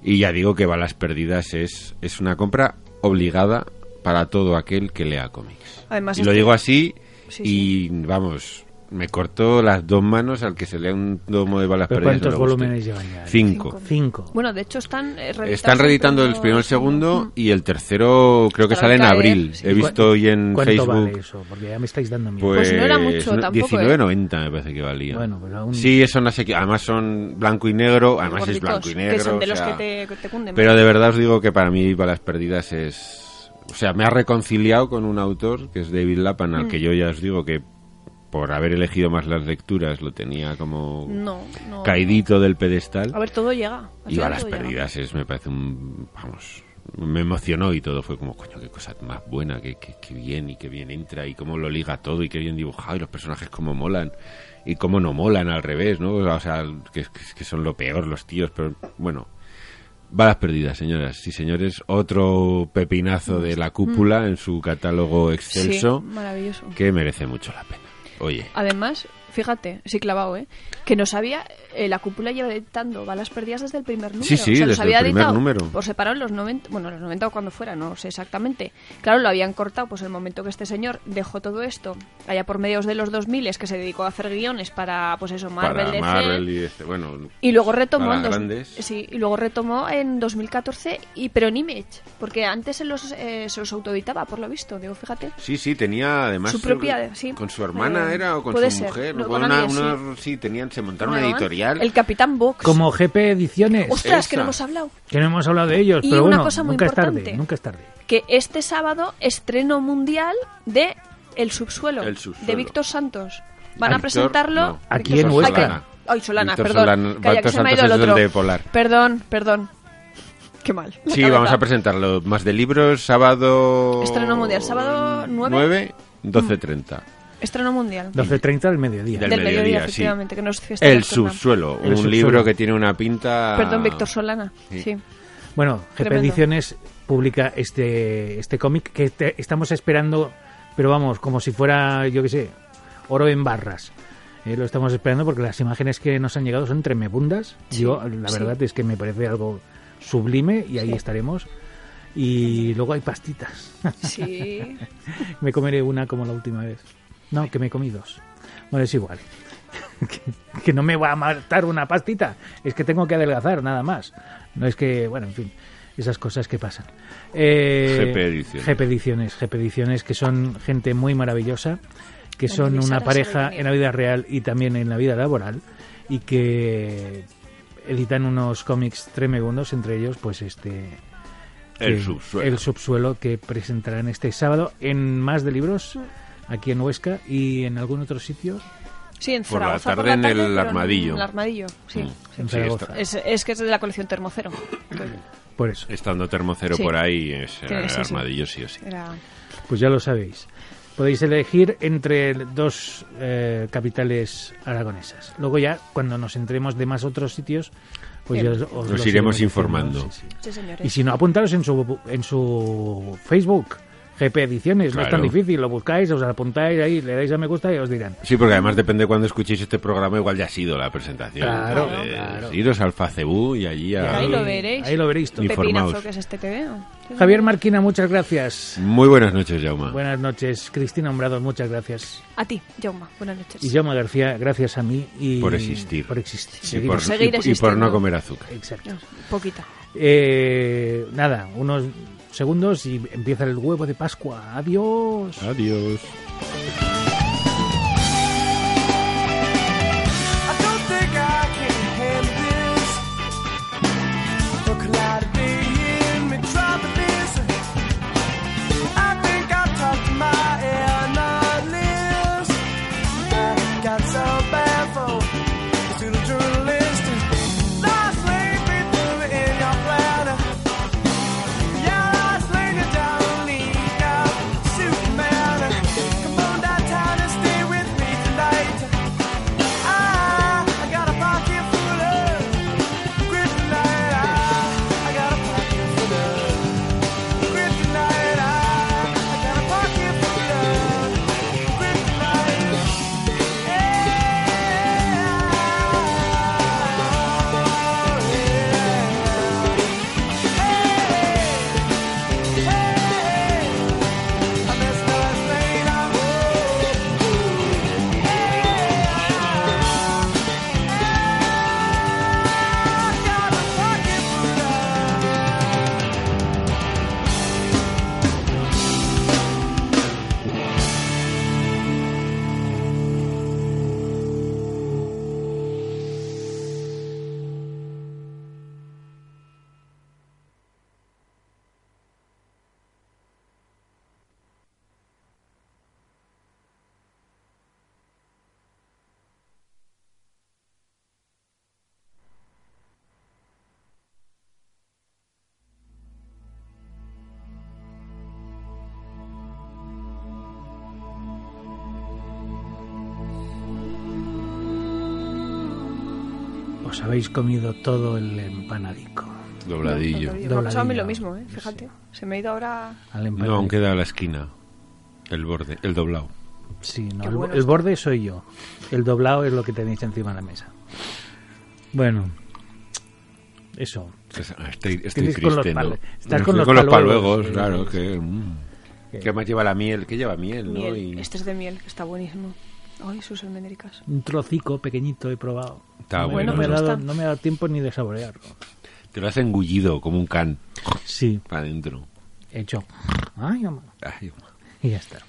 S4: Y ya digo que Balas Perdidas es, es una compra obligada para todo aquel que lea cómics.
S1: Además,
S4: y lo
S1: este-
S4: digo así
S1: Sí,
S4: y vamos, me corto las dos manos al que se lea un tomo de Balas
S6: ¿Pero
S4: Perdidas.
S6: cuántos
S4: no le guste.
S6: volúmenes llevan ya?
S4: Cinco.
S6: Cinco.
S1: Bueno, de hecho están eh, reeditando
S4: Están reeditando el primero y el segundo y el tercero creo que
S1: Para
S4: sale en
S1: caer,
S4: abril.
S1: sí.
S4: He visto hoy en
S6: ¿Cuánto
S4: Facebook.
S6: vale eso? Porque ya me estáis dando miedo.
S4: Pues,
S1: Pues no era mucho
S4: no,
S1: tampoco,
S4: 19.90 me parece que valía.
S6: Bueno, pero aún-
S4: Sí, eso no sé qué- Además son blanco y negro. Además es
S1: gorditos,
S4: blanco y
S1: que
S4: negro.
S1: son de
S4: o
S1: los
S4: sea,
S1: que te- que te cunden.
S4: Pero de verdad os digo que para mí Balas Perdidas es... O sea, me ha reconciliado con un autor que es David Lapan,
S1: Mm.
S4: al que yo ya os digo que por haber elegido más las lecturas lo tenía como
S1: No, no.
S4: caidito del pedestal.
S1: A ver, todo llega. Al
S4: Y
S1: final
S4: Balas
S1: todo llega.
S4: Perdidas es, me parece un... Vamos, me emocionó y todo fue como, coño, qué cosa más buena, qué, qué, qué bien y qué bien entra y cómo lo liga todo y qué bien dibujado y los personajes cómo molan y cómo no molan al revés, ¿no? O sea, que, que- que son lo peor los tíos, pero bueno. Balas perdidas, señoras y señores. Otro pepinazo de la cúpula en su catálogo excelso
S1: Mm. Sí, maravilloso.
S4: que merece mucho la pena. Oye,
S1: Además, fíjate, sí clavado, ¿eh? Que no sabía, eh, la cúpula lleva editando balas perdidas desde el primer número.
S4: Sí, sí,
S1: O sea, los
S4: desde el
S1: había
S4: primer
S1: editado
S4: número.
S1: Por separado en los 90, bueno, los 90 o cuando fuera, no sé exactamente. Claro, lo habían cortado, pues el momento que este señor dejó todo esto, allá por medios de los 2000, es que se dedicó a hacer guiones para, pues eso, Marvel,
S4: para
S1: DC,
S4: Marvel y este, bueno,
S1: Y luego retomó
S4: Para
S1: en dos-
S4: grandes.
S1: sí, y luego retomó en 2014 y pero en Image, porque antes se los eh, se los autoeditaba por lo visto, digo, fíjate.
S4: Sí, sí, tenía además
S1: Su propia, sí.
S4: con su hermana
S1: Eh,
S4: era o con
S1: puede
S4: su
S1: ser.
S4: mujer,
S1: No,
S4: con
S1: con
S4: una,
S1: alguien,
S4: una- sí, tenían se montaron una
S1: Nueva.
S4: editorial.
S1: El Capitán Box.
S6: Como GP Ediciones.
S1: Ostras, que
S4: Esa.
S1: no hemos hablado.
S6: Que no hemos hablado de ellos,
S1: Y
S6: pero
S1: una
S6: bueno,
S1: cosa muy
S6: nunca es tarde.
S1: importante.
S6: Nunca es tarde.
S1: Que este sábado estreno mundial de El subsuelo,
S4: El subsuelo.
S1: de Víctor Santos. Van a
S4: Víctor,
S1: presentarlo
S4: no.
S6: Aquí
S1: Víctor
S6: en
S1: Santos.
S6: Huesca.
S1: Ay, que- Ay, Solana,
S4: Víctor
S1: perdón.
S4: Solana-
S1: Calla, que
S4: Víctor
S1: se me ha ido
S4: Santos
S1: el
S4: es el
S1: otro.
S4: de Polar.
S1: Perdón, perdón. Qué mal.
S4: Sí,
S1: La
S4: vamos
S1: cabeza.
S4: a presentarlo. Más de libros, sábado.
S1: Estreno mundial, sábado nueve. Mm.
S4: 9, 12.30.
S1: Estreno mundial.
S6: 12.30 del mediodía.
S4: Del-
S1: del mediodía,
S4: mediodía, sí.
S1: efectivamente, que no es fiesta
S4: El
S1: nocturna.
S4: subsuelo,
S6: El
S4: un
S6: subsuelo.
S4: libro que tiene una pinta.
S1: Perdón, Víctor Solana.
S4: Sí.
S1: Sí.
S6: Bueno, GP
S1: Tremendo.
S6: Ediciones publica este, este cómic que te- estamos esperando, pero vamos, como si fuera, yo qué sé, oro en barras. Eh, lo estamos esperando porque las imágenes que nos han llegado son tremebundas. yo, la
S1: sí.
S6: verdad es que me parece algo sublime y ahí estaremos. Y luego hay pastitas.
S1: Sí.
S6: me comeré una como la última vez. No, que me comí dos. Bueno, es igual. que, que no me va a matar una pastita. Es que tengo que adelgazar, nada más. No es que, bueno, en fin, esas cosas que pasan. Eh,
S4: GP Ediciones.
S6: GP Ediciones, GP Ediciones, que son gente muy maravillosa, que
S1: Bueno,
S6: son
S1: Luis,
S6: una
S1: ahora
S6: pareja
S1: sabe
S6: en la vida real y también en la vida laboral, y que editan unos cómics tremendos, entre ellos, pues este...
S4: El
S6: que-
S4: subsuelo.
S6: El subsuelo que presentarán este sábado en Más de Libros, aquí en Huesca y en algún otro sitio.
S1: Sí, en
S4: Por la
S1: Zaragoza,
S4: tarde en el
S1: pero
S4: Armadillo.
S1: En el armadillo, sí.
S4: Mm.
S6: En
S4: Sí,
S6: Zaragoza.
S4: está-
S1: Es, es que es de la colección Termocero. Entonces,
S6: Por eso.
S4: estando termocero
S1: Sí.
S4: por ahí, es
S1: Tiene que
S4: el
S1: ser, sí.
S4: armadillo sí o sí.
S1: Era...
S6: Pues ya lo sabéis. Podéis elegir entre dos eh, capitales aragonesas. Luego ya, cuando nos entremos de más otros sitios, pues ya os, os los
S4: iremos informando.
S6: diciendo, sí, sí.
S1: Sí, señores.
S6: Y si no, apuntaros en su, en su Facebook, GP Ediciones. No es tan
S4: Claro.
S6: difícil, lo buscáis, os apuntáis ahí, le dais a me gusta y os dirán.
S4: Sí, porque además depende de cuando escuchéis este programa, igual ya ha sido la presentación.
S6: Claro,
S4: Entonces,
S6: claro.
S4: Iros al Facebook E y allí a...
S1: ahí lo veréis.
S6: Ahí lo veréis todo.
S1: Pepinazo
S4: Informaos.
S1: que es este TV. ¿no?
S6: Javier Marquina, muchas gracias.
S4: Muy buenas noches, Jauma.
S6: Buenas noches. Cristina Hombrados, muchas gracias.
S1: A ti, Jauma. Buenas noches.
S6: Y Jaume García, gracias a mí. Y
S4: Por existir.
S6: Por existir.
S4: y, por,
S6: Seguimos.
S1: Seguir
S4: y- y por
S1: existiendo.
S4: no comer azúcar.
S6: Exacto.
S1: No, poquita.
S6: Eh, nada, unos segundos y empieza el huevo de Pascua. Adiós.
S4: Ah. Adiós.
S8: I don't think I can handle this. The cloud being metropolis. I think I talked to my analyst. I got so bad for pseudojournalist. Lost lane people in your planet. Yeah, lost lane you don't need no Superman. Come on downtown and stay with me tonight. Ah, I got a pocket full of kryptonite. I got a pocket full of kryptonite. I got a pocket full of kryptonite. Hey, hey, hey, hey. I messed up, made I woke. I got a pocket full of
S6: Os habéis comido todo el empanadico.
S4: Dobladillo.
S1: Lo digo, Me ha pasado a mí
S6: Dobladillo.
S1: lo mismo, ¿eh? Fíjate. Se me ha ido ahora...
S6: Al
S4: No,
S6: empanadico.
S4: aún queda la esquina. El borde, el doblado.
S6: Sí, no,
S1: Qué
S6: el,
S1: bueno
S6: el
S1: está.
S6: borde soy yo. El doblado es lo que tenéis encima de la mesa. Bueno, eso.
S4: Estoy, estoy
S6: Tienes con los
S4: triste, ¿no?
S6: pal-
S4: Estoy
S6: estás con los
S4: paluegos,
S6: paluegos,
S4: claro.
S6: sí.
S4: Que, mm. ¿Qué más lleva la miel? ¿Qué lleva miel, no?
S1: miel.
S4: Y
S1: Este es de miel, que está buenísimo. Ay, sus almendricas.
S6: Un trocico pequeñito he probado.
S4: Está
S6: no, me-
S4: bueno,
S6: no me ha
S4: ¿no?
S6: dado,
S1: Está.
S6: no me ha dado tiempo ni de saborearlo.
S4: Te lo has engullido como un can
S6: Sí,
S4: para adentro.
S6: he hecho. Ay, mamá.
S4: Ay,
S6: y ya está.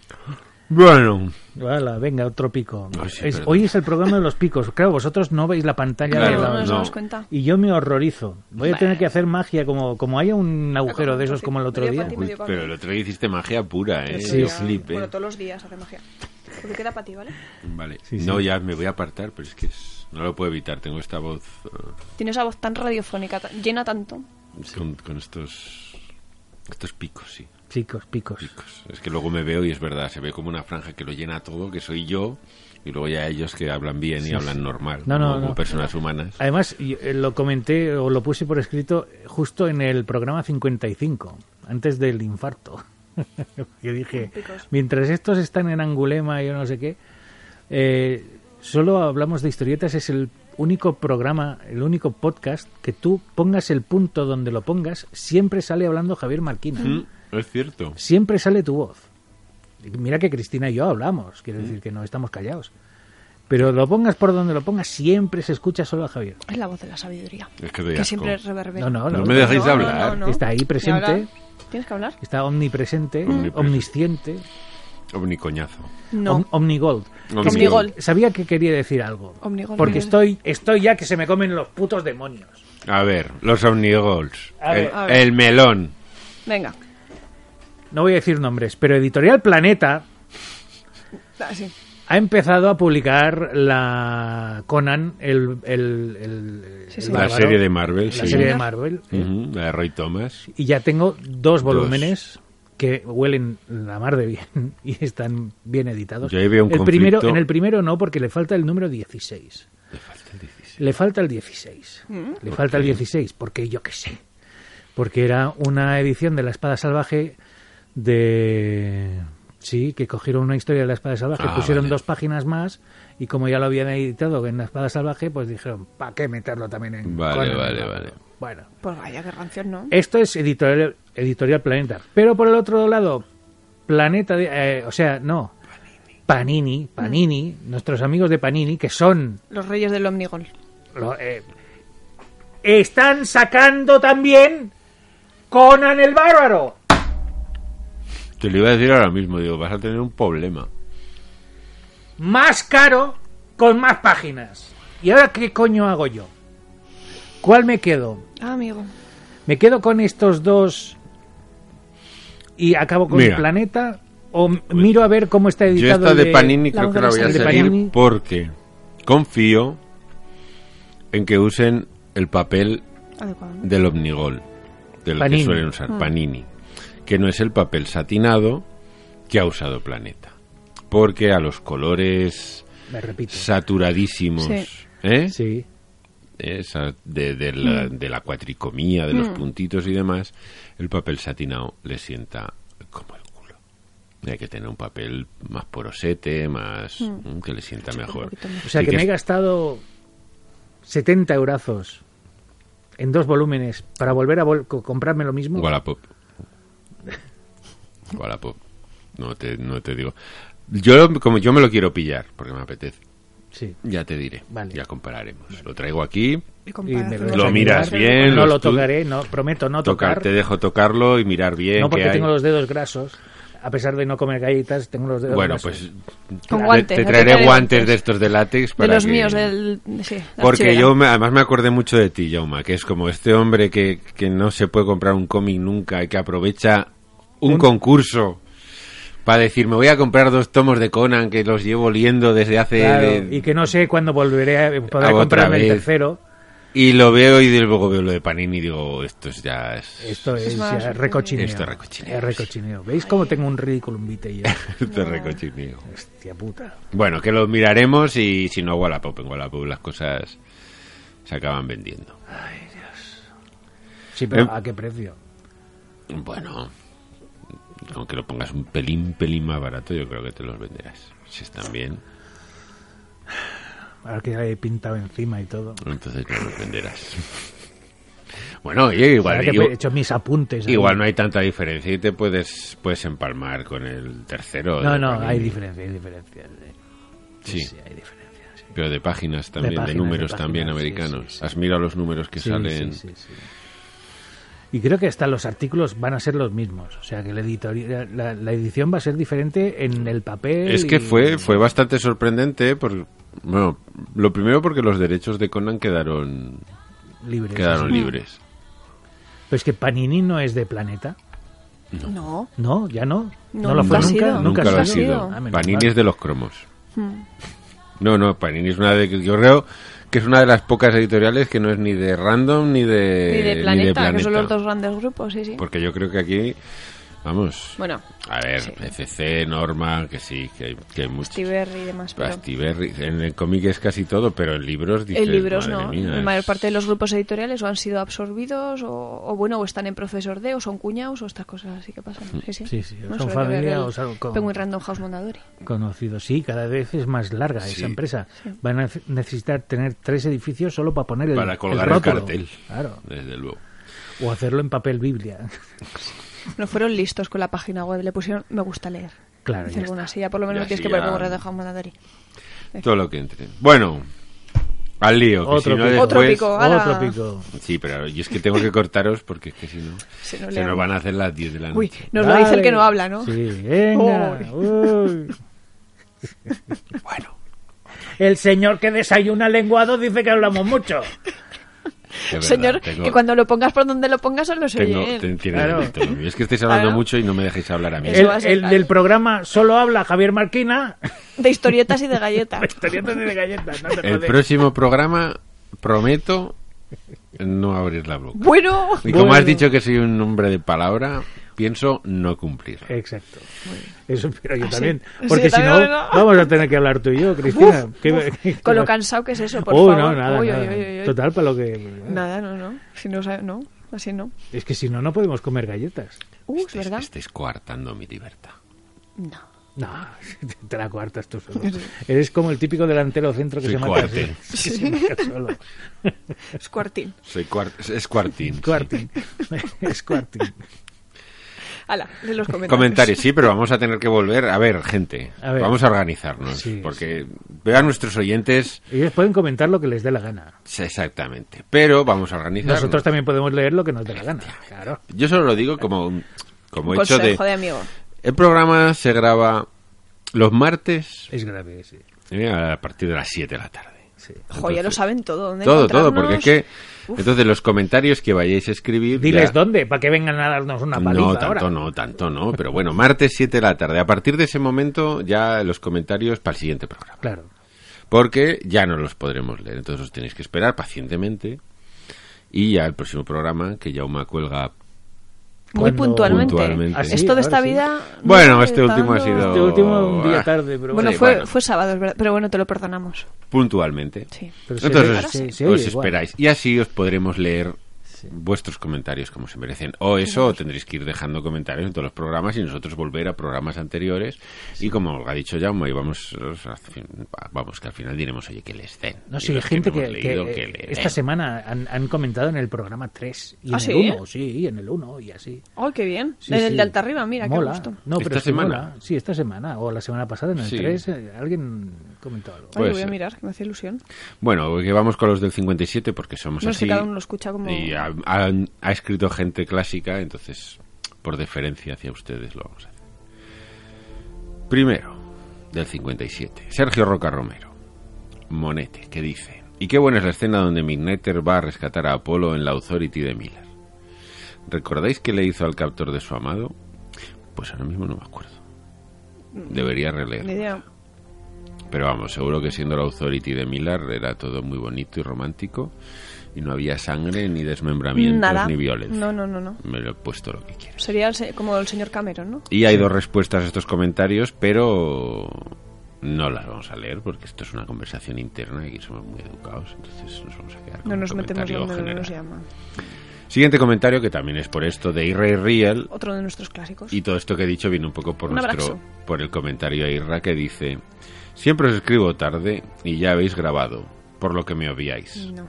S4: Bueno,
S6: Hala, venga, otro pico.
S4: Ay, sí,
S6: Es-
S4: perdón.
S6: hoy es el programa de los picos. Claro, vosotros no veis la pantalla
S4: Claro,
S6: de
S1: no,
S6: la-
S1: nos
S4: no.
S1: damos cuenta.
S6: Y yo me horrorizo. Voy a tener que hacer magia como, como haya un agujero de esos como el otro
S1: Medio
S6: día.
S1: patito.
S4: uy, pero el otro día hiciste magia pura, ¿eh?
S6: Sí,
S4: Yo
S6: sí.
S4: flipé.
S1: Bueno, todos los días hace magia. Porque queda para ti, ¿vale?
S4: Vale.
S6: Sí, sí.
S4: No, ya me voy a apartar, pero es que es- no lo puedo evitar. Tengo esta voz eh,
S1: Tienes esa voz tan radiofónica, tan- llena tanto.
S4: con, con estos estos picos, sí.
S6: Chicos, picos.
S4: Picos. Es que luego me veo y es verdad, se ve como una franja que lo llena todo, que soy yo, y luego ya ellos que hablan bien y hablan normal,
S6: No, no,
S4: como, como
S6: no.
S4: personas humanas.
S6: Además, y- eh, lo comenté o lo puse por escrito justo en el programa 55, antes del infarto. yo dije, mientras estos están en Angulema y yo no sé qué, eh, solo hablamos de historietas, es el único programa, el único podcast que tú pongas el punto donde lo pongas, siempre sale hablando Javier Marquina.
S4: Mm, es cierto.
S6: siempre sale tu voz. Y Mira que Cristina y yo hablamos, quiero decir que no estamos callados. Pero lo pongas por donde lo pongas, siempre se escucha solo a Javier.
S1: Es la voz de la sabiduría.
S4: Es que doy
S1: que
S4: asco.
S1: siempre reverbera.
S6: No, no,
S4: No
S6: lo-
S4: me dejáis
S1: No,
S4: hablar.
S1: no, no, no.
S6: Está ahí
S1: Y ahora
S6: presente,
S1: ¿Tienes que hablar?
S6: está omnipresente,
S4: Omnipresente.
S6: omnisciente.
S4: Omnicoñazo.
S1: No.
S6: Om- Omnigold.
S1: Omnigol.
S6: Sabía que quería decir algo.
S9: Omnigol,
S6: porque
S9: Miguel.
S6: estoy, estoy ya que se me comen los putos demonios.
S4: A ver, los Omnigols.
S6: A ver,
S4: el,
S1: a ver.
S4: el melón.
S1: Venga.
S6: No voy a decir nombres, pero Editorial Planeta
S1: Así.
S6: ha empezado a publicar la Conan, el, el, el-
S9: Sí,
S6: el
S9: sí.
S4: La
S6: bárbaro,
S4: serie de Marvel,
S6: la
S4: sí.
S6: serie de Marvel.
S4: Ujú, la de Roy Thomas.
S6: Y ya tengo dos volúmenes que huelen la mar de bien y están bien editados.
S4: Yo ahí veo un
S6: el primero,
S4: conflicto.
S6: en el primero no, porque le falta el número 16. Le falta el 16. Le falta el 16, porque yo qué sé. Porque era una edición de La Espada Salvaje de... Sí, que cogieron una historia de La Espada Salvaje,
S4: Ah,
S6: pusieron
S4: vale.
S6: dos páginas más y como ya lo habían editado en La Espada Salvaje, pues dijeron, ¿para qué meterlo también en...
S4: Vale,
S6: Conan?".
S4: vale, vale.
S6: Bueno,
S1: Pues vaya, qué rancios, ¿no?
S6: esto es editorial, editorial Planeta. Pero por el otro lado, Planeta, de- eh, o sea, no. Panini, Panini, nuestros amigos de Panini, que son...
S1: Los reyes del Omnigol.
S6: lo- eh, están sacando también Conan el Bárbaro.
S4: Te lo iba a decir ahora mismo, digo, vas a tener un problema.
S6: Más caro, con más páginas. ¿Y ahora qué coño hago yo? ¿Cuál me quedo?
S1: Ah, amigo.
S6: ¿Me quedo con estos dos y acabo con
S4: Mira.
S6: Planeta? ¿O m- miro a ver cómo está
S4: Yo
S6: editado?
S4: esta de
S6: el
S4: Panini
S9: la
S4: creo que la voy a
S6: el de Panini.
S4: seguir porque confío en que usen el papel
S1: Adecuado. ¿no?
S4: del omnigol, del
S6: Panini. Ah.
S4: que suelen usar Panini, que no es el papel satinado que ha usado Planeta. Porque a los colores
S6: Me repito.
S4: saturadísimos,
S1: Sí.
S4: ¿eh?
S6: Sí.
S4: esa de, de la, de la cuatricomía, de los puntitos y demás, el papel satinado le sienta como el culo. Hay que tener un papel más porosete, más mm, que le sienta mejor.
S6: O sea
S4: Sí
S6: que,
S4: que
S6: me he
S4: es-
S6: gastado 70 eurazos en dos volúmenes para volver a vol- co- comprarme lo mismo.
S4: Wallapop. Wallapop. No te, no te digo. Yo, lo- como yo me lo quiero pillar, porque me apetece.
S6: Sí.
S4: Ya te diré.
S6: Vale.
S4: Ya compararemos. Lo traigo aquí.
S9: Y
S6: Y me
S9: comparación.
S4: Lo
S6: dejo
S4: miras
S6: mirar.
S4: bien,
S6: No
S4: lo
S6: lo
S4: estu-
S6: tocaré, no, prometo no
S4: Tocar,
S6: tocar.
S4: te dejo tocarlo y mirar bien.
S6: no porque
S4: qué hay.
S6: tengo los dedos grasos. A pesar de no comer galletas, tengo los dedos
S4: Bueno,
S6: grasos.
S4: pues
S1: Con
S4: te-
S1: guantes,
S4: te
S1: no te
S4: traeré
S1: traigo
S4: guantes
S1: guantes.
S4: de estos de látex
S1: De
S4: para
S1: los
S4: que-
S1: míos, del. Sí, la
S4: Porque
S1: archivera.
S4: yo me- además me acordé mucho de ti, Jauma, que es como este hombre que, que no se puede comprar un cómic nunca y que aprovecha un concurso para decir, me voy a comprar dos tomos de Conan que los llevo oliendo desde hace...
S6: Claro,
S4: de-
S6: y que no sé cuándo volveré a podré
S4: Ah, eh, otra
S6: comprarme el
S4: vez.
S6: tercero.
S4: y lo veo y luego veo lo de Panini y digo, esto es ya... es-
S6: Esto es,
S1: es
S6: ya
S1: maravilloso.
S6: recochineo.
S4: Esto es recochineo.
S6: Es recochineo. ¿Veis cómo tengo un ridiculum vitae yo?
S4: esto es recochineo.
S6: Hostia puta.
S4: Bueno, que lo miraremos y si no, Wallapop. En Wallapop las cosas se acaban vendiendo.
S6: Sí, pero
S4: Eh.
S6: ¿a qué precio?
S4: Bueno, aunque lo pongas un pelín, pelín más barato, yo creo que te los venderás. Si están bien,
S6: Ahora que ya le he pintado encima y todo.
S4: entonces te los venderás. Bueno, oye,
S6: Ahora
S4: igual,
S6: que
S4: igual,
S6: he hecho mis apuntes. ahí.
S4: igual no hay tanta diferencia y te puedes, puedes empalmar con el tercero.
S6: No,
S4: de
S6: no,
S4: Panini.
S6: hay diferencias, hay diferencias.
S4: Sí,
S6: hay diferencias. sí.
S4: pero de páginas también, de,
S6: páginas, de
S4: números
S6: páginas,
S4: también
S6: sí,
S4: americanos.
S6: sí, sí.
S4: Has mirado los números que
S6: Sí,
S4: salen.
S6: sí, sí, sí. Y creo que hasta los artículos van a ser los mismos. O sea, que la, editoria- la, la edición va a ser diferente en el papel.
S4: Es que
S6: y-
S4: fue, fue bastante sorprendente. Por, bueno, lo primero porque los derechos de Conan quedaron,
S6: libres.
S4: quedaron
S6: Sí.
S4: libres.
S6: Mm. Pero es que Panini no es de Planeta.
S1: No.
S6: No, ya no. No,
S1: No,
S6: lo
S1: nunca
S6: fue
S1: ha
S6: nunca.
S1: sido.
S6: Nunca,
S4: Nunca lo ha
S1: has
S4: sido.
S1: sido.
S6: Ah, menos
S4: Panini
S6: mal.
S4: es de los cromos.
S1: Hmm.
S4: No, no, Panini es una de que yo creo que es una de las pocas editoriales que no es ni de Random ni de
S1: Y de
S4: eh, ni
S1: Planeta, que son
S4: Planeta.
S1: los dos grandes grupos, sí, sí.
S4: Porque yo creo que aquí vamos.
S1: Bueno,
S4: a ver,
S1: sí.
S4: FC, Norma, que sí, que hay, que hay mucho.
S1: Stiberry y demás. Pero...
S4: Astiberri. En el cómic es casi todo, pero en libros dices,
S1: En libros
S4: madre
S1: no.
S4: mía,
S1: la
S4: es-
S1: mayor parte de los grupos editoriales o han sido absorbidos o, o bueno, o están en Profesor D o son cuñados o estas cosas así que pasan. Sí, sí.
S6: Sí, sí, o
S1: Bueno,
S6: son
S1: solo hay que ver
S6: familia
S1: el
S6: o son con-
S1: Penguin Random House Mondadori.
S6: Conocido, sí, cada vez es más larga
S4: Sí.
S6: esa empresa. Van a necesitar tener tres edificios solo para poner el,
S4: para colgar el,
S6: el, rótulo.
S4: cartel.
S6: Claro.
S4: Desde luego.
S6: O hacerlo en papel Biblia.
S1: No fueron listos con la página web, le pusieron me gusta leer.
S6: Claro,
S1: Dice
S6: ya
S1: alguna así, ya por lo menos
S4: Ya
S1: no tienes
S4: sí,
S1: que poner
S4: ya.
S1: Penguin Random House Mondadori.
S4: Todo lo que entre. Bueno, Al lío, que
S6: Otro
S4: si no
S6: pico.
S1: Otro
S4: después-
S1: pico. Ala.
S6: Otro pico.
S4: Sí, pero yo es que tengo que cortaros porque es que si no,
S1: Se
S4: se
S1: nos
S4: nos,
S1: le han-
S4: van a hacer las 10 de la
S1: Uy,
S4: noche.
S1: nos lo dice el
S6: Dale.
S1: que no habla, ¿no?
S6: Sí, venga. uy.
S3: El señor que desayuna lenguado dice que hablamos mucho.
S4: Es verdad,
S1: Señor,
S4: tengo-
S1: que cuando lo pongas por donde lo pongas solo se
S4: tengo-
S1: oye. ¿eh?
S4: ten-
S1: él.
S4: tiene
S6: Claro.
S4: delito, ¿no? Es que estáis hablando
S1: Claro.
S4: mucho y no me dejéis hablar a mí.
S1: Eso
S6: El,
S1: va a ser
S6: el
S1: tal.
S6: del programa solo habla Javier Marquina.
S1: De historietas y de galletas.
S6: Historietas de galletas, no te
S4: El
S6: jodes.
S4: próximo programa prometo no abrir la boca.
S1: bueno,
S4: Y como
S6: Bueno.
S4: has dicho que soy un hombre de palabra, pienso no cumplir.
S1: Eh,
S6: Exacto. Eso espero yo
S1: Ah, sí.
S6: también.
S1: Sí,
S6: Porque si
S1: también,
S6: no,
S1: ¿verdad?
S6: vamos a tener que hablar tú y yo, Cristina. ¿Qué- qué-
S1: con lo
S6: qué-
S1: cansado que es eso, por
S6: Uy,
S1: favor.
S6: no, nada,
S1: Uy, uy,
S6: nada.
S1: uy, uy, uy.
S6: Total, para lo que...
S1: Nada, no, no. Si no, sabe- no, así no.
S6: Es que si no, no podemos comer galletas.
S1: Uh, es
S4: Estáis-
S1: verdad.
S4: Estáis coartando mi libertad.
S6: No, te la coartas tú solo. Eres como el típico delantero centro que
S4: Soy
S6: se mata
S4: coarte.
S6: solo. Que se mata solo.
S1: Es cuartín.
S4: Soy cuar- es cuartín. sí.
S6: Cuartín. Es cuartín.
S1: Hala, de los comentarios.
S4: Comentarios, sí, pero vamos a tener que volver. A ver, gente,
S6: A ver.
S4: vamos a organizarnos.
S6: Sí,
S4: porque veo a nuestros oyentes
S6: Ellos pueden comentar lo que les dé la gana.
S4: Sí, Exactamente. Pero vamos a organizarnos.
S6: Nosotros también podemos leer lo que nos dé la gana. Claro.
S4: Yo solo lo digo como, un- como hecho de...
S1: Consejo de amigo.
S4: El programa se graba los martes
S6: Es grave, sí.
S4: eh, a partir de las 7 de la tarde.
S1: Jo, ya lo saben todo. ¿dónde
S4: Todo, todo, porque es
S1: encontrarnos?
S4: que... Entonces los comentarios que vayáis a escribir...
S6: Diles
S4: ya-
S6: dónde, para que vengan a darnos una paliza
S4: No, tanto
S6: ahora.
S4: no, tanto no. Pero bueno, martes 7 de la tarde. A partir de ese momento ya los comentarios para el siguiente programa.
S6: Claro.
S4: Porque ya no los podremos leer. Entonces os tenéis que esperar pacientemente. Y ya el próximo programa, que Yauma cuelga
S1: Muy
S6: Cuando-
S1: puntualmente.
S4: Puntualmente.
S6: Así,
S1: Esto de esta
S6: ahora sí.
S1: vida.
S4: Bueno,
S1: no sé,
S4: este último ha
S1: tanto-
S4: sido-
S6: Este último un día
S4: Ah.
S6: tarde, pero
S1: Bueno,
S4: Sí,
S1: fue,
S4: bueno.
S1: fue sábado, es verdad. Pero bueno, te lo perdonamos.
S4: puntualmente.
S1: Sí.
S6: Pero se
S4: Entonces
S6: ve-
S4: os-
S6: se-
S4: os,
S6: se oye igual.
S4: esperáis y así os podremos leer vuestros comentarios como se merecen. O eso, o tendréis que ir dejando comentarios en todos los programas y nosotros volver a programas anteriores. Y como os ha dicho Jaume, y vamos, os- al fin- va- vamos que al final diremos, oye, que les den.
S6: No
S4: Y
S6: sé, hay
S4: los
S6: gente
S4: no
S6: que,
S4: hemos
S6: que,
S4: leído,
S6: eh,
S4: le
S6: esta
S4: den.
S6: semana han, han comentado en el programa 3 y en
S1: ¿Ah,
S6: el
S1: sí?
S6: 1, sí, y en el 1 y así.
S1: ¡Ay, qué bien!
S6: Sí,
S1: en
S6: sí.
S1: el de alta arriba, mira,
S6: Mola.
S1: qué gusto.
S6: No, pero
S4: ¿Esta
S6: es que
S4: semana?
S6: mola. Sí, esta semana o la semana pasada en el
S4: Sí.
S6: 3 eh, alguien comentó algo.
S1: Ay, lo
S4: Puede
S1: voy a
S4: ser.
S1: mirar, que me hace ilusión.
S4: Bueno, que vamos con los del 57 porque somos
S1: No, es
S4: Pues así.
S1: que cada uno lo escucha como-
S4: Y ha, han- ha escrito gente clásica, entonces, por deferencia hacia ustedes, lo vamos a hacer. Primero, del 57, Sergio Roca Romero, Monete, que dice: Y qué buena es la escena donde Midnighter va a rescatar a Apolo en la Authority de Miller. ¿Recordáis qué le hizo al captor de su amado? Pues ahora mismo no me acuerdo. Debería releer.
S1: Mm. Ni idea.
S4: Pero vamos, seguro que siendo la Authority de Millar era todo muy bonito y romántico y no había sangre, ni desmembramientos,
S1: Nada.
S4: ni violencia.
S1: No, no, no, no.
S4: Me lo he puesto lo que quieras.
S1: Sería el se- como el señor Cameron, ¿no?
S4: Y hay dos respuestas a estos comentarios, pero no las vamos a leer porque esto es una conversación interna y aquí somos muy educados, entonces nos vamos a quedar con
S1: No
S4: un
S1: nos metemos
S4: comentario
S1: donde no nos
S4: general.
S1: llama.
S4: Siguiente comentario que también es por esto de Irre Real
S1: Otro de nuestros clásicos.
S4: Y todo esto que he dicho viene un poco por
S1: Un
S4: nuestro
S1: abrazo.
S4: por el comentario a Irra que dice Siempre os escribo tarde y ya habéis grabado, por lo que me obviáis.
S1: No.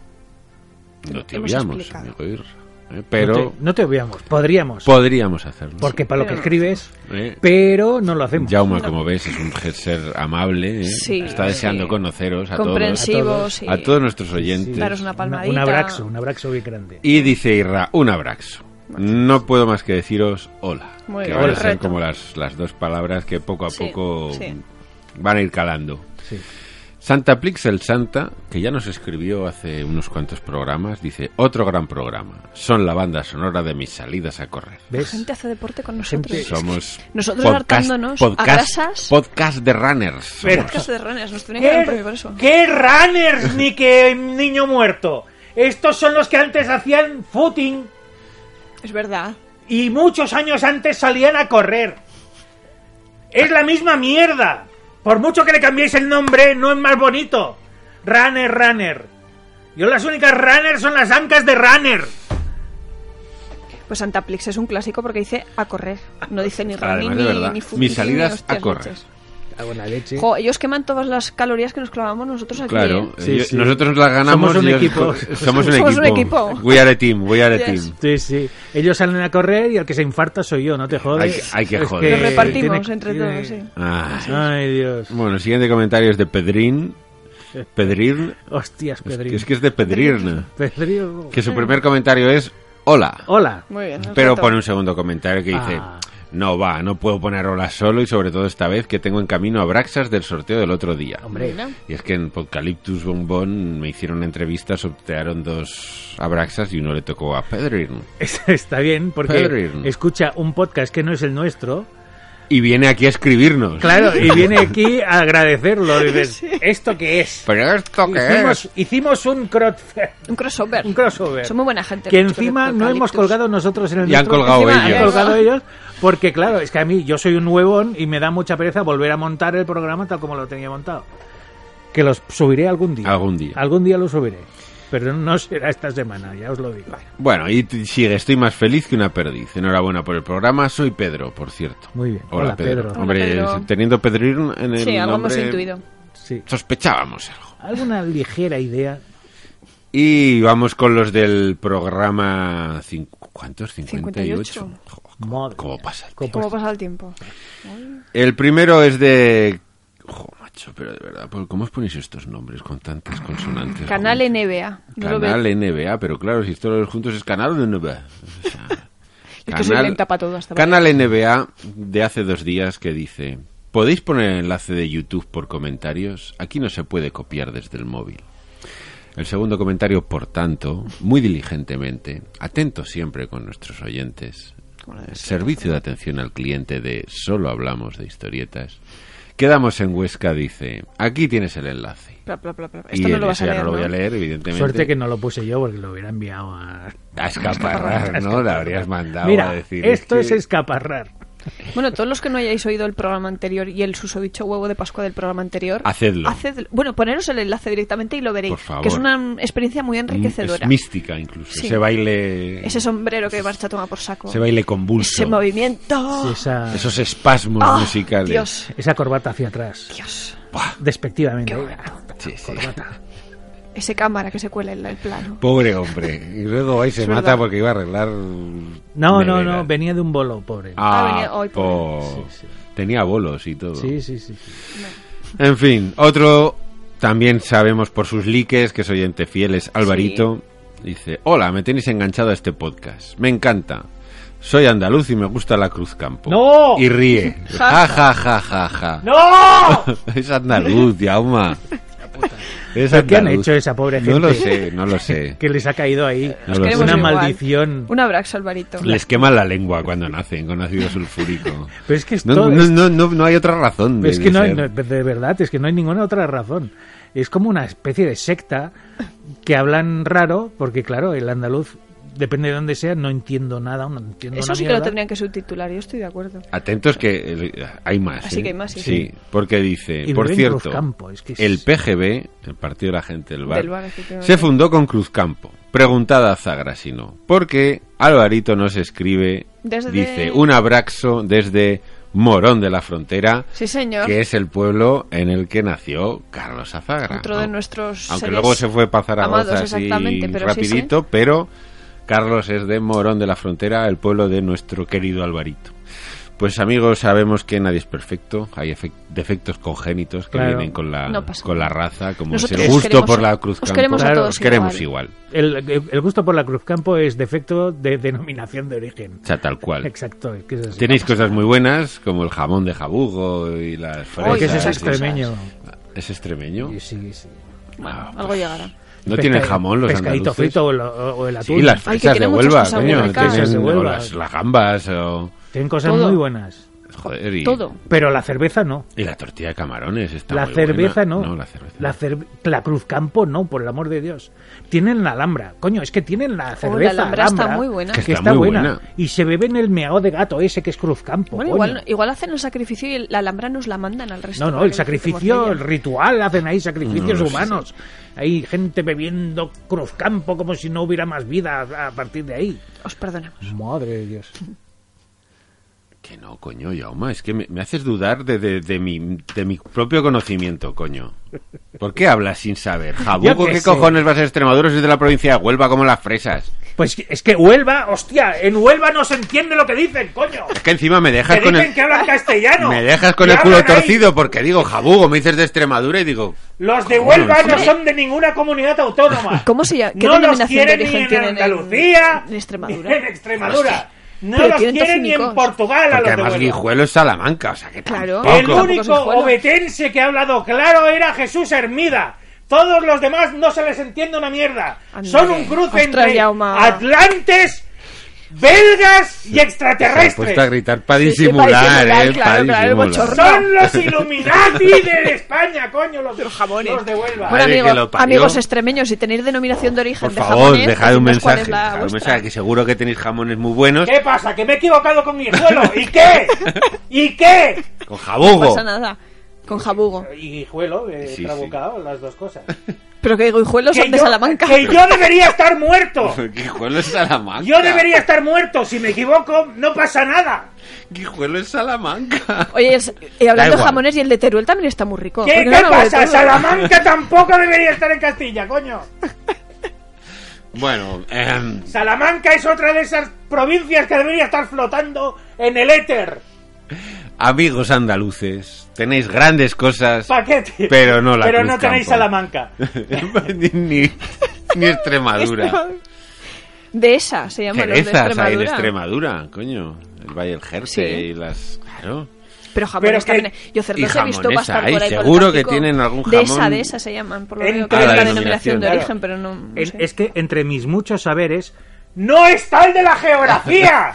S4: No te
S1: Mm, hemos
S4: obviamos,
S1: explicado.
S4: amigo Irra. ¿eh?
S6: No
S4: Pero
S6: te, no te obviamos, podríamos.
S4: podríamos hacerlo.
S6: porque para lo que
S1: Pero no.
S6: escribes,
S4: ¿eh?
S6: pero no lo hacemos.
S4: Jauma, como ves, es un ser amable. ¿eh?
S1: Sí,
S4: Está deseando
S1: sí.
S4: conoceros a todos,
S1: Comprensivo,
S6: todos.
S1: sí.
S4: a todos nuestros oyentes.
S1: Daros una
S6: Una-
S1: palmadita.
S6: un abrazo, un abrazo bien grande.
S4: Y dice Irra, un abrazo. No puedo más que deciros hola.
S1: Muy
S4: que
S1: bien.
S4: van a
S1: Hola.
S4: ser
S1: Reto.
S4: como las, las dos palabras que poco a
S1: Sí,
S4: poco
S1: sí.
S4: van a ir calando.
S6: Sí.
S4: Santa Plix el Santa, que ya nos escribió hace unos cuantos programas, dice otro gran programa. Son la banda sonora de mis salidas a correr.
S1: La
S6: ¿Ves?
S1: gente hace deporte con
S6: gente-
S1: nosotros.
S4: Somos
S1: Nosotros hartándonos a grasas.
S4: podcast, podcast de runners. somos.
S1: Podcast de runners, nos tenía que dar un premio por
S3: ¿Qué,
S1: eso.
S3: qué runners ni qué niño muerto? Estos son los que antes hacían footing
S1: Es verdad.
S3: y muchos años antes salían a correr. Es la misma mierda. Por mucho que le cambiéis el nombre, no em- es más bonito. Runner, runner. Yo las únicas runners son las ancas de runner.
S1: Pues Antaplix es un clásico porque dice a correr. No dice ni running,
S4: Además de
S1: ni,
S4: verdad,
S1: ni footing,
S4: mis salidas
S1: ni hostias
S4: a correr.
S1: leches.
S6: Hago la leche.
S1: Jo, ellos queman todas las calorías que nos clavamos nosotros aquí.
S4: Claro,
S1: ¿eh?
S6: Sí,
S4: ellos-
S6: sí.
S4: nosotros las ganamos.
S6: Somos un
S4: y ellos-
S6: equipo.
S4: Somos un
S1: Somos
S4: equipo.
S1: un equipo.
S4: We are a team. We are a
S1: Yes.
S4: team.
S6: Sí, sí. Ellos salen a correr y el que se infarta soy yo, no te jodes.
S4: Hay que- hay que
S6: Es
S4: joder.
S1: Nos
S4: Eh,
S1: repartimos
S6: tiene-
S1: entre
S6: tiene-
S1: todos, sí.
S4: Ah.
S6: Ay, Dios.
S4: Bueno, el siguiente comentario es de Pedrín, Pedrirn.
S6: Hostias,
S4: Es
S6: Pedrín.
S4: que, es que es de Pedrirn.
S6: Pedrín.
S4: Que su primer comentario es hola.
S6: Hola.
S1: Muy bien.
S4: Pero
S1: perfecto.
S4: pone un segundo comentario que dice,
S6: Ah.
S4: no va, no puedo poner hola solo y sobre todo esta vez que tengo en camino a Braxas del sorteo del otro día.
S6: Hombre.
S4: Y es que en Podcaliptus Bombón me hicieron una entrevista, sortearon dos Abraxas y uno le tocó a Pedrin.
S6: Es- Está bien, porque
S4: Pedrín.
S6: escucha un podcast que no es el nuestro.
S4: Y viene aquí a escribirnos.
S6: Claro, y viene aquí a agradecerlo. Dices, ¿esto qué es?
S4: Pero esto que
S6: Hicimos,
S4: es.
S6: hicimos un, crot-
S1: Un crossover.
S6: un crossover.
S1: Son muy buena gente.
S6: que
S1: los chicos de
S6: encima no hemos
S1: Apocaliptus.
S6: colgado nosotros en el
S4: Y han
S6: nuestro,
S4: colgado
S6: encima han
S4: ellos.
S6: colgado ellos, porque claro es que a mí yo soy un nuevón y me da mucha pereza volver a montar el programa tal como lo tenía montado que los subiré algún día
S4: Algún día.
S6: algún día lo subiré pero no será esta semana ya os lo digo
S4: Bueno, y t- sigue, estoy más feliz que una perdiz. Enhorabuena por el programa, soy Pedro, por cierto.
S6: Muy bien.
S4: Hola,
S6: Hola, Pedro.
S4: Pedro.
S6: Hola,
S4: Hombre,
S1: Pedro.
S4: teniendo Pedrin en el
S1: Sí, algo hemos
S4: nombre,
S1: intuido.
S6: sí
S4: Sospechábamos algo.
S6: alguna ligera idea
S4: Y vamos con los del programa... cin- ¿Cuántos? 58.
S1: 58.
S6: Madre
S4: ¿Cómo
S6: mía.
S4: pasa? el
S6: ¿Cómo
S1: ¿Cómo
S6: pasa?
S1: pasa el tiempo?
S4: El primero es de... Ojo, macho, pero de verdad, ¿por- ¿cómo os ponéis estos nombres con tantas consonantes?
S1: Canal
S4: juntas?
S1: NBA. No lo
S4: Canal
S1: veo.
S4: NBA, pero claro, si todos los juntos es Canal NBA. O sea,
S1: que soy lenta pa' todo hasta
S4: Canal NBA de hace dos días que dice, ¿podéis poner el enlace de YouTube por comentarios? Aquí no se puede copiar desde el móvil. El segundo comentario, por tanto, muy diligentemente, atento siempre con nuestros oyentes, servicio de atención al cliente de Solo hablamos de historietas. Quedamos en Huesca, dice, aquí tienes el enlace.
S1: Bla, bla, bla, bla.
S4: y
S1: Esto no
S4: el
S1: lo vas a
S4: ese ya
S1: leer.
S4: no lo
S1: ¿no?
S4: voy a leer, evidentemente.
S6: suerte que no lo puse yo porque lo hubiera enviado a
S4: A escaparrar, ¿no? La habrías mandado
S6: mira
S4: a decir.
S6: esto
S4: que-
S6: es escaparrar
S1: Bueno, todos los que no hayáis oído el programa anterior y el susodicho huevo de Pascua del programa anterior,
S4: Hacedlo.
S1: haced- bueno, poneros el enlace directamente y lo veréis.
S4: Por favor.
S1: Que es una mm, experiencia muy enriquecedora.
S4: Es mística, incluso.
S1: Sí.
S4: Ese baile.
S1: Ese sombrero que marcha toma por saco.
S4: Ese baile convulso.
S1: Ese movimiento.
S6: Y esa
S4: Esos espasmos
S1: Ah,
S4: musicales.
S1: Dios,
S6: esa corbata hacia atrás
S1: Dios.
S6: despectivamente
S4: Sí, sí.
S1: Ese cámara que se cuela en la- el plano.
S4: Pobre hombre. Y luego ahí se
S1: Es
S4: mata
S1: verdad.
S4: porque iba a arreglar.
S6: no no
S4: neveras.
S6: no venía de un bolo pobre
S4: Ah,
S1: Ah, venía- hoy,
S4: po.
S6: Sí, sí.
S4: Tenía bolos y todo.
S6: sí sí sí, sí.
S4: En fin, otro también sabemos por sus likes, que es oyente fiel, es Alvarito. Dice, hola, me tenéis enganchado a este podcast. Me encanta. Soy andaluz y me gusta la Cruz Campo.
S6: ¡No!
S4: Y ríe. ja, ja, ja, ja, ja.
S6: ¡No!
S4: es andaluz, Yauma. Es
S6: ¿Pero qué han
S4: andaluz.
S6: hecho esa pobre
S4: No lo
S6: gente?
S4: sé, no lo sé.
S6: Que les ha caído ahí
S4: No lo
S6: una
S4: sé. Queremos
S1: igual.
S6: maldición.
S1: Un abrazo, Alvarito.
S4: Les quema la lengua cuando nacen con ácido sulfúrico.
S6: Pero es que es
S4: No,
S6: todo-
S4: no, no, no, no hay otra razón. de-
S6: es que
S4: de
S6: no, hay-
S4: ser.
S6: no- de verdad, es que no hay ninguna otra razón. Es como una especie de secta que hablan raro, porque claro, el andaluz, depende de dónde sea, no entiendo nada, no entiendo
S1: Eso
S6: una
S1: sí que lo
S6: mierda.
S1: tendrían que subtitular, yo estoy de acuerdo.
S4: Atentos que eh, hay más.
S1: Así
S4: ¿eh?
S1: que hay más, Ah, sí, sí.
S4: porque dice,
S6: Y
S4: por
S6: viven
S4: cierto,
S6: Cruzcampo, es que es-
S4: el PGB, el Partido de la Gente del Bar,
S1: Del Bar, efectivamente.
S4: se fundó con Cruzcampo. Preguntada a Zagra si no. Porque Alvarito nos escribe,
S1: Desde-
S4: dice, un abrazo desde Morón de la Frontera,
S1: Sí, señor.
S4: que es el pueblo en el que nació Carlos Azagra.
S1: Otro
S4: ¿no?
S1: de nuestros
S4: Aunque
S1: seres
S4: luego se fue para Zaragoza
S1: amados,
S4: así
S1: exactamente, pero sí,
S4: rapidito, pero Carlos es de Morón de la Frontera, el pueblo de nuestro querido Alvarito. Pues amigos, sabemos que nadie es perfecto, hay efec- defectos congénitos que
S6: Claro.
S4: vienen con la,
S1: No pasa
S4: con la
S1: nada.
S4: raza, como
S1: Nosotros
S4: es el
S1: os
S4: gusto
S1: queremos
S4: por
S1: a-
S4: la cruz
S1: os queremos
S6: a
S4: Claro,
S1: todos
S4: os queremos igual.
S6: El, el gusto por la cruzcampo es defecto de denominación de origen.
S4: O sea, tal cual.
S6: Exacto, es que es así.
S4: Tenéis cosas muy buenas, como el jamón de jabugo y las fresas.
S6: Porque ese es
S4: y-
S6: extremeño.
S4: ¿Es extremeño?
S6: Y sí, sí.
S4: Ah,
S1: Algo llegará.
S4: ¿No tienen
S6: Pesca-
S4: jamón los
S6: Pescadito
S4: andaluces?
S6: frito o, lo- o el
S4: Sí,
S6: atún.
S1: Ay,
S4: las
S1: que
S4: fresas de
S1: tiene
S4: Huelva,
S1: muchas cosas
S4: coño.
S1: buenas.
S4: Tienen,
S6: Fresas de
S4: o
S6: Huelva.
S4: las, las gambas o...
S6: Tienen cosas
S1: Todo.
S6: muy buenas.
S4: Joder, y,
S1: Todo.
S6: Pero la cerveza no.
S4: y la tortilla de camarones está
S6: la
S4: muy
S6: cerveza
S4: buena.
S6: no.
S4: la cerveza
S6: La,
S4: no.
S6: cer- la cruzcampo no, por el amor de Dios. Tienen la alhambra. Coño, es que tienen la cerveza.
S1: Alhambra está muy buena.
S4: Que
S6: Que
S4: está
S6: está,
S4: muy
S6: buena.
S4: buena.
S6: Y se beben el meao de gato ese que es cruzcampo.
S1: Bueno,
S6: coño.
S1: igual, igual hacen el sacrificio y la alhambra nos la mandan al resto.
S6: No, no,
S1: para
S6: el
S1: que
S6: sacrificio, el
S1: hacemos
S6: ritual, hacen ahí sacrificios
S4: No lo sé.
S6: humanos. Hay gente bebiendo cruzcampo como si no hubiera más vida a, a partir de ahí.
S1: ella. Os perdonamos.
S6: Madre de Dios.
S4: Que no, coño, Yauma, es que me, me haces dudar de, de- de mi, de mi propio conocimiento, coño. ¿Por qué hablas sin saber? Jabugo,
S3: qué
S4: ¿qué,
S3: sé.
S4: cojones vas a Extremadura si es de la provincia de Huelva como las fresas?
S3: Pues que- es que Huelva, hostia, en Huelva no se entiende lo que dicen, coño.
S4: Es que encima me dejas
S3: Que
S4: con
S3: dicen
S4: el...
S3: que hablan castellano.
S4: Me dejas con
S3: Que
S4: el culo
S3: hablan ahí.
S4: torcido porque digo, Jabugo, me dices de Extremadura y digo,
S3: Los de
S4: Bueno,
S3: Huelva no
S4: hombre.
S3: son de ninguna comunidad autónoma.
S1: ¿Cómo se llama? ¿Qué
S3: no los
S1: denominación de
S3: quieren
S1: origen
S3: ni en
S1: tienen en-
S3: Andalucía,
S1: en Extremadura?
S3: ni en Extremadura.
S4: Hostia.
S3: No
S1: Pero
S3: los
S1: tienen
S3: quieren ni en
S1: tocinicos.
S3: Portugal a
S4: porque
S3: los de
S4: además
S3: Huelva.
S4: Guijuelo es Salamanca, o sea que
S1: Ah, Claro.
S3: El
S4: tampoco.
S1: Tampoco
S3: único
S1: es Guijuelo.
S3: obetense que ha hablado claro era Jesús Hermida. Todos los demás no se les entiende una mierda.
S1: Anda,
S3: Son un
S1: eh.
S3: cruce
S1: Ostras,
S3: entre
S1: Jaume.
S3: atlantes, belgas y
S4: Se ha
S1: Pues
S4: puesto a
S3: extraterrestres.
S4: gritar para
S1: Sí, sí, pa'
S4: disimular,
S1: disimular,
S4: eh,
S1: claro,
S4: pa'
S1: claro, pues
S4: disimular.
S1: bochorno.
S3: Son los Illuminati de España, coño, los, los
S1: jamones.
S3: Los de Huelva.
S1: Bueno,
S4: Madre que
S1: amigos,
S4: lo parió.
S1: amigos extremeños, si tenéis denominación de origen
S4: Por
S1: de
S4: favor,
S1: jamones,
S4: dejad un
S1: decidnos cuál es
S4: mensaje.
S1: la
S4: dejad un
S1: vuestra.
S4: mensaje que seguro que tenéis jamones muy buenos.
S3: ¿Qué pasa? ¿Que me he equivocado con Guijuelo? ¿Y qué? ¿Y qué?
S4: Con
S1: No
S4: jabugo.
S1: pasa nada. Con jabugo.
S3: Y Guijuelo, eh,
S4: Sí, sí.
S3: trabucado, las dos cosas.
S1: Pero que guijuelos son de Salamanca.
S3: que yo debería estar muerto.
S4: Guijuelo es Salamanca.
S3: Yo debería estar muerto. Si me equivoco, no pasa nada.
S4: Guijuelo es Salamanca.
S1: Oye, es- y
S4: Da
S1: hablando de
S4: igual.
S1: jamones y el de Teruel también está muy rico.
S3: ¿Qué,
S1: ¿Por
S3: qué
S1: no hablamos de
S3: pasa?
S1: todo?
S3: Salamanca tampoco debería estar en Castilla, coño.
S4: Bueno, em,
S3: Salamanca es otra de esas provincias que debería estar flotando en el éter.
S4: amigos andaluces, tenéis grandes cosas,
S3: Paquete.
S4: pero no la
S3: Pero
S4: Cruz
S3: no tenéis
S4: Campo.
S3: Salamanca.
S4: ni, ni- ni Extremadura.
S1: De esa se llama los Este de
S4: Cerezas hay en
S1: Extremadura.
S4: Extremadura, coño. El Valle del Jerce
S1: Sí.
S4: y las... Claro.
S1: Pero jamones
S3: Pero que-
S1: también. Yo
S4: y
S1: cerdos he visto
S4: jamonesa
S1: bastante
S4: hay,
S1: por ahí. por el
S4: seguro que
S1: Pacífico.
S4: tienen algún
S1: De esa,
S4: jamón.
S1: de esa se llaman. Por lo
S3: Entre
S1: menos que es
S4: la
S1: la denominación de
S4: denominación,
S1: origen, pero no. no
S3: Es,
S1: sé.
S3: es que entre mis muchos saberes no está el de la geografía.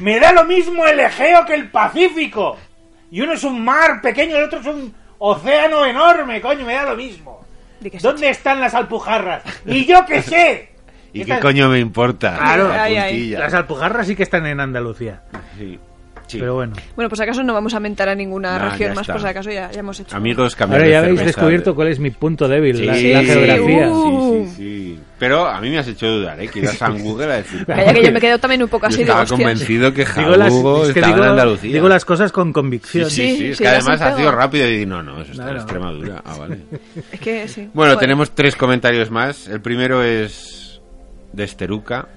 S3: Me da lo mismo el Egeo que el Pacífico. Y uno es un mar pequeño, el otro es un océano enorme, coño, me da lo mismo.
S1: ¿De qué se
S3: ¿Dónde están las alpujarras? Y yo qué sé.
S4: ¿Y qué
S3: Estas-
S4: coño me importa?
S3: Claro.
S4: La
S1: Ay, ay.
S4: puntilla.
S3: Las alpujarras sí que están en Andalucía.
S4: Sí. Sí.
S3: Pero bueno.
S1: Bueno, pues acaso no vamos a mentar a ninguna
S4: No,
S1: región
S4: ya
S1: más,
S4: está.
S1: por si acaso ya, ya hemos hecho.
S4: Amigos, cambiar
S3: Ahora
S4: de
S3: ya habéis
S4: cerveza.
S3: descubierto cuál es mi punto débil, la,
S4: Sí,
S3: la
S4: sí,
S3: geografía.
S4: Sí,
S1: Uh.
S4: sí, sí. Pero a mí me has hecho dudar, ¿eh? Que ibas a San Google a decir...
S1: Vaya que yo me quedo también un poco así.
S4: Yo estaba
S1: digo, hostias.
S4: convencido que
S3: Digo las,
S4: Jabugo
S3: es que
S4: estaba
S3: digo-
S4: en Andalucía.
S3: digo las cosas con
S4: Sí,
S3: convicción.
S4: sí,
S1: Sí,
S4: sí, es
S1: sí,
S4: que
S1: las
S4: además
S1: han
S4: ha sido
S1: pegado.
S4: rápido y no, no, eso está
S3: Claro.
S4: en Extremadura. Ah, vale.
S1: Es que sí.
S4: Bueno,
S1: Joder.
S4: tenemos tres comentarios más. El primero es de Esteruca,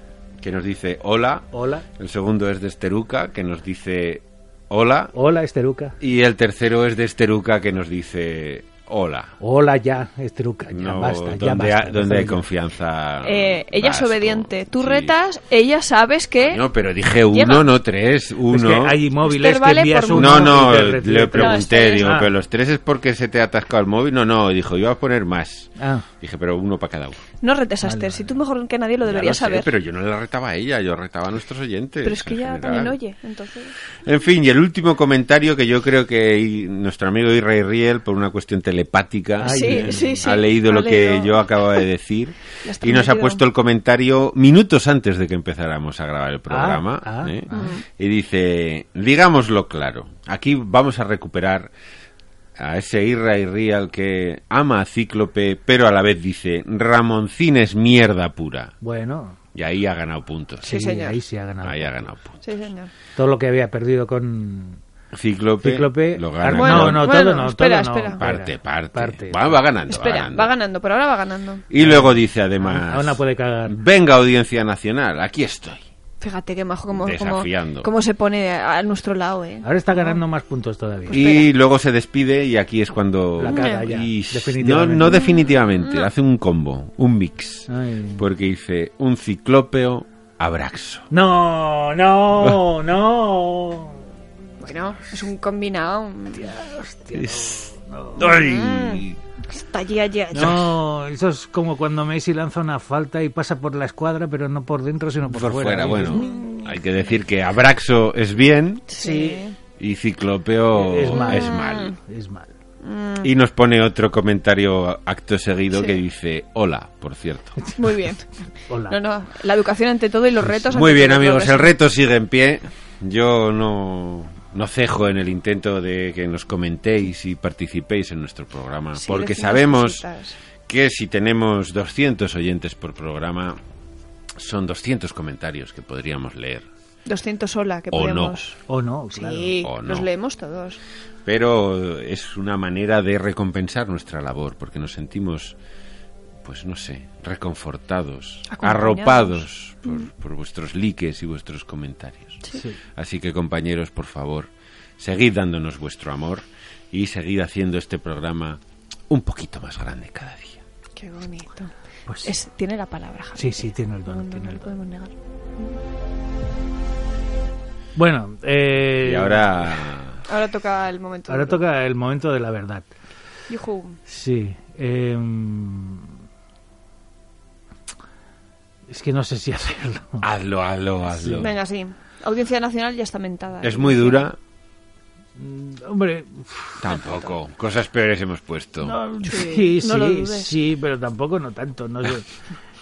S4: que nos dice hola.
S3: Hola,
S4: El segundo es de Esteruca, que nos dice hola.
S3: hola Esteruca.
S4: Y el tercero es de Esteruca, que nos dice hola.
S3: Hola ya, Esteruca, ya
S4: No,
S3: basta,
S4: donde,
S3: ya basta.
S4: ha- donde hay
S3: Déjame.
S4: confianza.
S1: Eh, ella es
S4: vasco.
S1: obediente. Tú
S4: Sí.
S1: retas, ella sabes que.
S4: No, pero dije uno,
S1: Lleva.
S4: no tres, uno.
S3: Es que hay móviles
S1: Esther vale
S3: que envías
S1: por
S3: uno.
S4: No, no,
S3: y te
S4: le
S3: recibe
S1: Los
S4: pregunté,
S1: tres.
S4: digo,
S3: Ah.
S4: pero los tres es porque se te ha atascado el móvil. No, no, dijo, iba a poner más.
S3: Ah.
S4: Dije, pero uno para cada uno.
S1: No retes a Esther, si tú mejor que nadie lo
S4: Ya
S1: deberías
S4: lo sé,
S1: saber.
S4: pero yo no la retaba a ella, yo retaba a nuestros oyentes.
S1: Pero es que
S4: en
S1: ella
S4: general.
S1: también oye, entonces.
S4: En fin, y el último comentario que yo creo que i- nuestro amigo Irre Riel, por una cuestión telepática, eh,
S3: Ay,
S1: Ah, Sí,
S3: bien.
S1: sí, sí.
S4: ha leído
S1: ha
S4: lo
S1: leído.
S4: que yo acababa de decir
S1: Ya está
S4: y nos ha
S1: metido.
S4: puesto el comentario minutos antes de que empezáramos a grabar el programa.
S3: Ah, ah,
S4: ¿eh?
S3: ah.
S4: Y dice, digámoslo claro, aquí vamos a recuperar a ese Irra y Rial que ama a Cíclope, pero a la vez dice, Ramoncín es mierda pura.
S3: Bueno,
S4: Y ahí ha ganado puntos.
S3: sí,
S1: Sí, señor.
S3: ahí sí ha ganado.
S4: Ahí ha ganado puntos.
S1: Sí, señor.
S3: Todo lo que había perdido con
S4: Cíclope,
S3: Cíclope.
S4: lo gana.
S3: Ar-
S4: con-
S3: no, no,
S1: Bueno,
S3: todo no,
S1: espera,
S3: todo no.
S1: espera.
S4: Parte, parte.
S3: Ah, parte.
S4: Va, va ganando.
S1: Espera,
S4: va ganando.
S1: va ganando, por ahora va ganando.
S4: Y luego dice además.
S3: Aún la Ah, puede cagar.
S4: Venga, Audiencia Nacional, aquí estoy.
S1: Fíjate qué majo como, como,
S4: Desafiando.
S1: como se pone a a nuestro lado, ¿eh?
S3: Ahora está ganando más puntos todavía.
S4: y luego se despide y aquí es cuando.
S3: Pues La caga ya,
S4: Y- No,
S3: definitivamente. Ah.
S4: no definitivamente, hace un combo, un mix.
S3: Ay.
S4: Porque dice un ciclópeo abraxo.
S3: No, no, no.
S1: Bueno, es un combinado. un-
S4: Es- ¡Ay!
S3: Ah.
S1: Está allí, allí, allí.
S3: No, eso es como cuando Messi lanza una falta y pasa por la escuadra, pero no por dentro, sino por, ¿eh?
S4: Por fuera,
S3: Dices,
S4: bueno. Hay que decir que abraxo es bien
S1: Sí.
S4: y ciclópeo
S3: Es mal.
S4: Es mal.
S3: Es mal.
S4: Y nos pone otro comentario acto seguido que dice hola, por cierto.
S1: Muy bien.
S3: Hola.
S1: No, no, la educación ante todo y los retos.
S4: Muy
S1: ante
S4: bien
S1: todo,
S4: amigos,
S1: los
S4: el reto sigue en pie. Yo no, no cejo en el intento de que nos comentéis y participéis en nuestro programa,
S1: Sí,
S4: porque
S1: decimos
S4: sabemos
S1: cositas.
S4: que si tenemos 200 oyentes por programa, son 200 comentarios que podríamos leer.
S1: 200 sola que
S4: O no.
S1: podemos.
S6: O no, claro.
S1: Sí,
S4: O no.
S1: los leemos todos.
S4: Pero es una manera de recompensar nuestra labor, porque nos sentimos, pues no sé, reconfortados,
S1: Acompañados. Mm.
S4: arropados por, por vuestros likes y vuestros comentarios.
S6: Sí.
S4: Así que compañeros, por favor, seguid dándonos vuestro amor y seguid haciendo este programa un poquito más grande cada día.
S1: Qué bonito.
S6: Pues sí.
S1: Es, tiene la palabra, Javi.
S6: Sí, sí, tiene el
S1: No,
S6: don.
S1: no,
S6: tiene
S1: no
S6: el
S1: lo
S6: don.
S1: podemos negar.
S6: Bueno, eh,
S4: Y ahora...
S1: Ahora toca el momento.
S6: ahora
S1: duro.
S6: toca el momento de la verdad.
S1: Yujú.
S6: Sí. em, es que no sé si hacerlo.
S4: Hazlo, hazlo, hazlo.
S1: Venga, sí. Audiencia Nacional ya está mentada. ¿eh?
S4: Es muy dura.
S6: Hombre,
S4: Tampoco. Cosas peores hemos puesto.
S6: no, sí,
S1: Sí, no lo
S6: sí,
S1: dudes.
S6: sí, pero tampoco no tanto. No sé.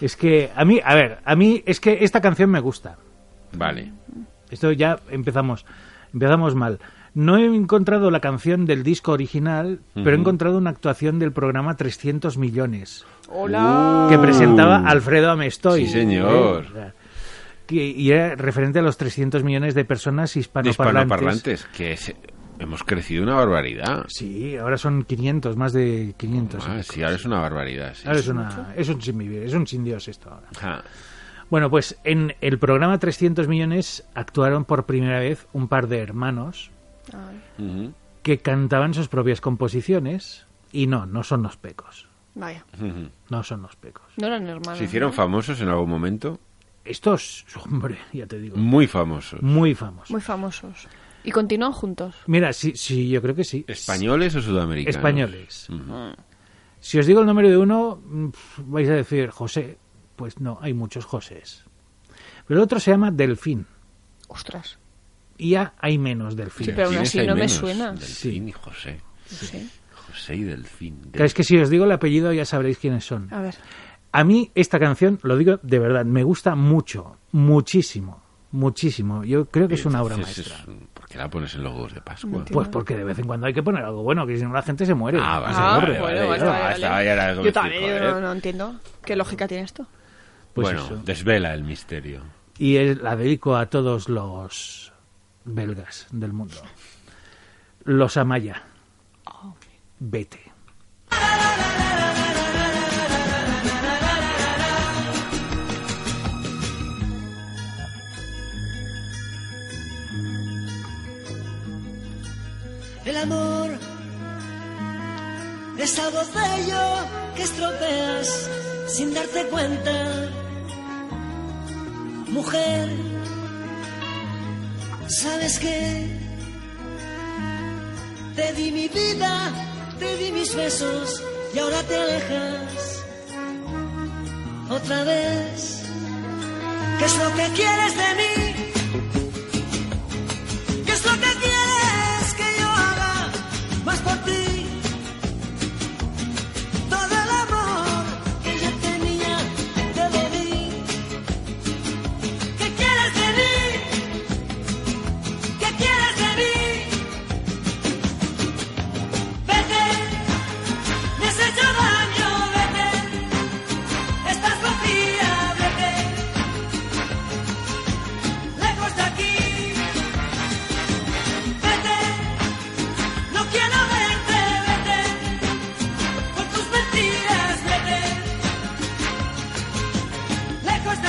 S6: Es que a mí, a ver, a mí es que esta canción me gusta.
S4: Vale.
S6: Esto ya empezamos, empezamos mal. No he encontrado la canción del disco original, pero he
S4: Ujú.
S6: encontrado una actuación del programa 300 millones
S1: Hola.
S6: que presentaba
S4: Uh.
S6: Alfredo Amestoy.
S4: Sí, señor.
S6: Eh, que- y era referente a los 300 millones de personas hispanoparlantes.
S4: Hispanoparlantes, que es- hemos crecido una barbaridad.
S6: Sí, ahora son 500, más de 500.
S4: Ah, sí, ahora es una barbaridad. sí.
S6: Ahora es, una, es un sin vivir, es un sin Dios esto ahora.
S4: Ajá.
S6: Bueno, pues en el programa 300 millones actuaron por primera vez un par de hermanos
S1: Ay,
S4: Ujú,
S6: que cantaban sus propias composiciones y no, no son los pecos.
S1: vaya.
S4: ujú.
S6: No son los pecos.
S1: No eran hermanos.
S4: ¿Se hicieron
S1: ¿no?
S4: famosos en algún momento?
S6: Estos, hombre, ya te digo,
S4: Muy famosos.
S6: muy famosos.
S1: Muy famosos. Y continúan juntos.
S6: Mira, sí, sí, yo creo que sí.
S4: ¿Españoles o sudamericanos?
S6: Españoles.
S4: Ujú.
S6: Si os digo el nombre de uno, mm, pf, vais a decir José. Pues no, hay muchos Josés. Pero el otro se llama Delfín.
S1: Ostras.
S6: Y ya hay menos Delfín.
S1: Sí, pero aún
S4: Delfines
S1: así
S4: hay
S1: no me
S4: menos.
S1: suena.
S4: Delfín
S6: Sí.
S4: y José.
S1: No sé.
S4: José y Delfín.
S6: Claro, es que si os digo el apellido ya sabréis quiénes son.
S1: A ver.
S6: A mí esta canción, lo digo de verdad, me gusta mucho, muchísimo, muchísimo. Yo creo que es una obra
S4: Entonces,
S6: maestra.
S4: es un- ¿Por qué la pones en los juegos de Pascua?
S6: Pues porque de vez en cuando hay que poner algo bueno, que si no la gente se muere.
S4: Ah, vale,
S6: Se
S4: vale,
S6: aburre.
S4: vale, ya, estaba, ya era algo
S1: Yo
S4: que
S1: también
S4: explico,
S1: yo no,
S4: ¿eh?
S1: no entiendo. ¿Qué lógica tiene esto?
S6: Pues
S4: bueno,
S6: eso.
S4: desvela el misterio.
S6: Y es- la dedico a todos los belgas del mundo. Los Amaya. Vete.
S8: El amor es algo bello que estropeas sin darte cuenta. Mujer, ¿sabes qué? Te di mi vida, te di mis besos y ahora te alejas. Otra vez, ¿qué es lo que quieres de mí? ¿Qué es lo que quieres que yo haga más por ti? Todo el amor que yo tenía te lo di. ¿Qué quieres de mí? ¿Qué quieres de mí? Vete, me has hecho daño, vete. Estás vacía, vete. Lejos de aquí. Vete, no quiero verte, vete, con tus mentiras, vete, lejos de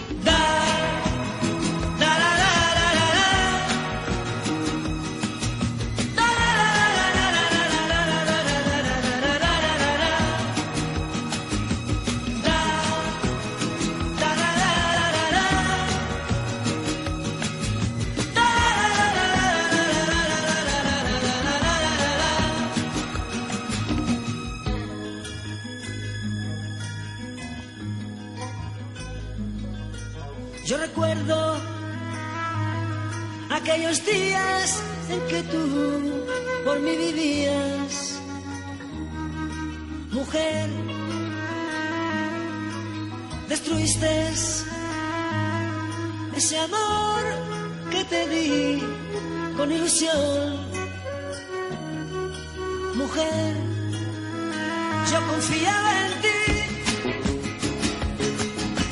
S8: Da, da, la, la, la, la, la. Da, la, la, la, la, la, la, la, la, la, la, la, la, la, la, la, la, la, la. Da, da, la, la, la, la, la. Da, la, la, la, la, la, la, la, la, la, la, la, la, la, la, la, la. Yo recuerdo aquellos días en que tú por mí vivías. Mujer, destruiste ese amor que te di con ilusión. Mujer, yo confiaba en ti.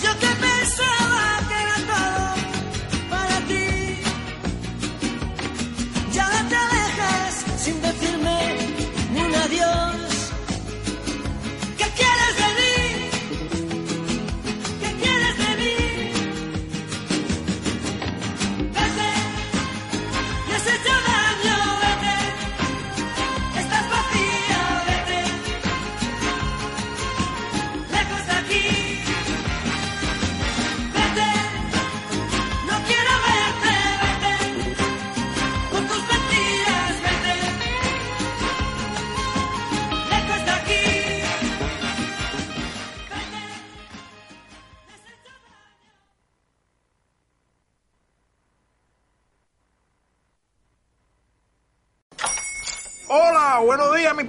S8: Yo que pensaba que era todo para ti. Ya te alejas sin decirme ni un adiós. ¿Qué quieres de mí? ¿Qué quieres de mí? Vete, me has hecho daño, vete. Estás vacía, vete. Lejos de aquí. Vete, no quiero verte, vete, con tus mentiras, vete, lejos de aquí.
S3: Hola, buenos días, mi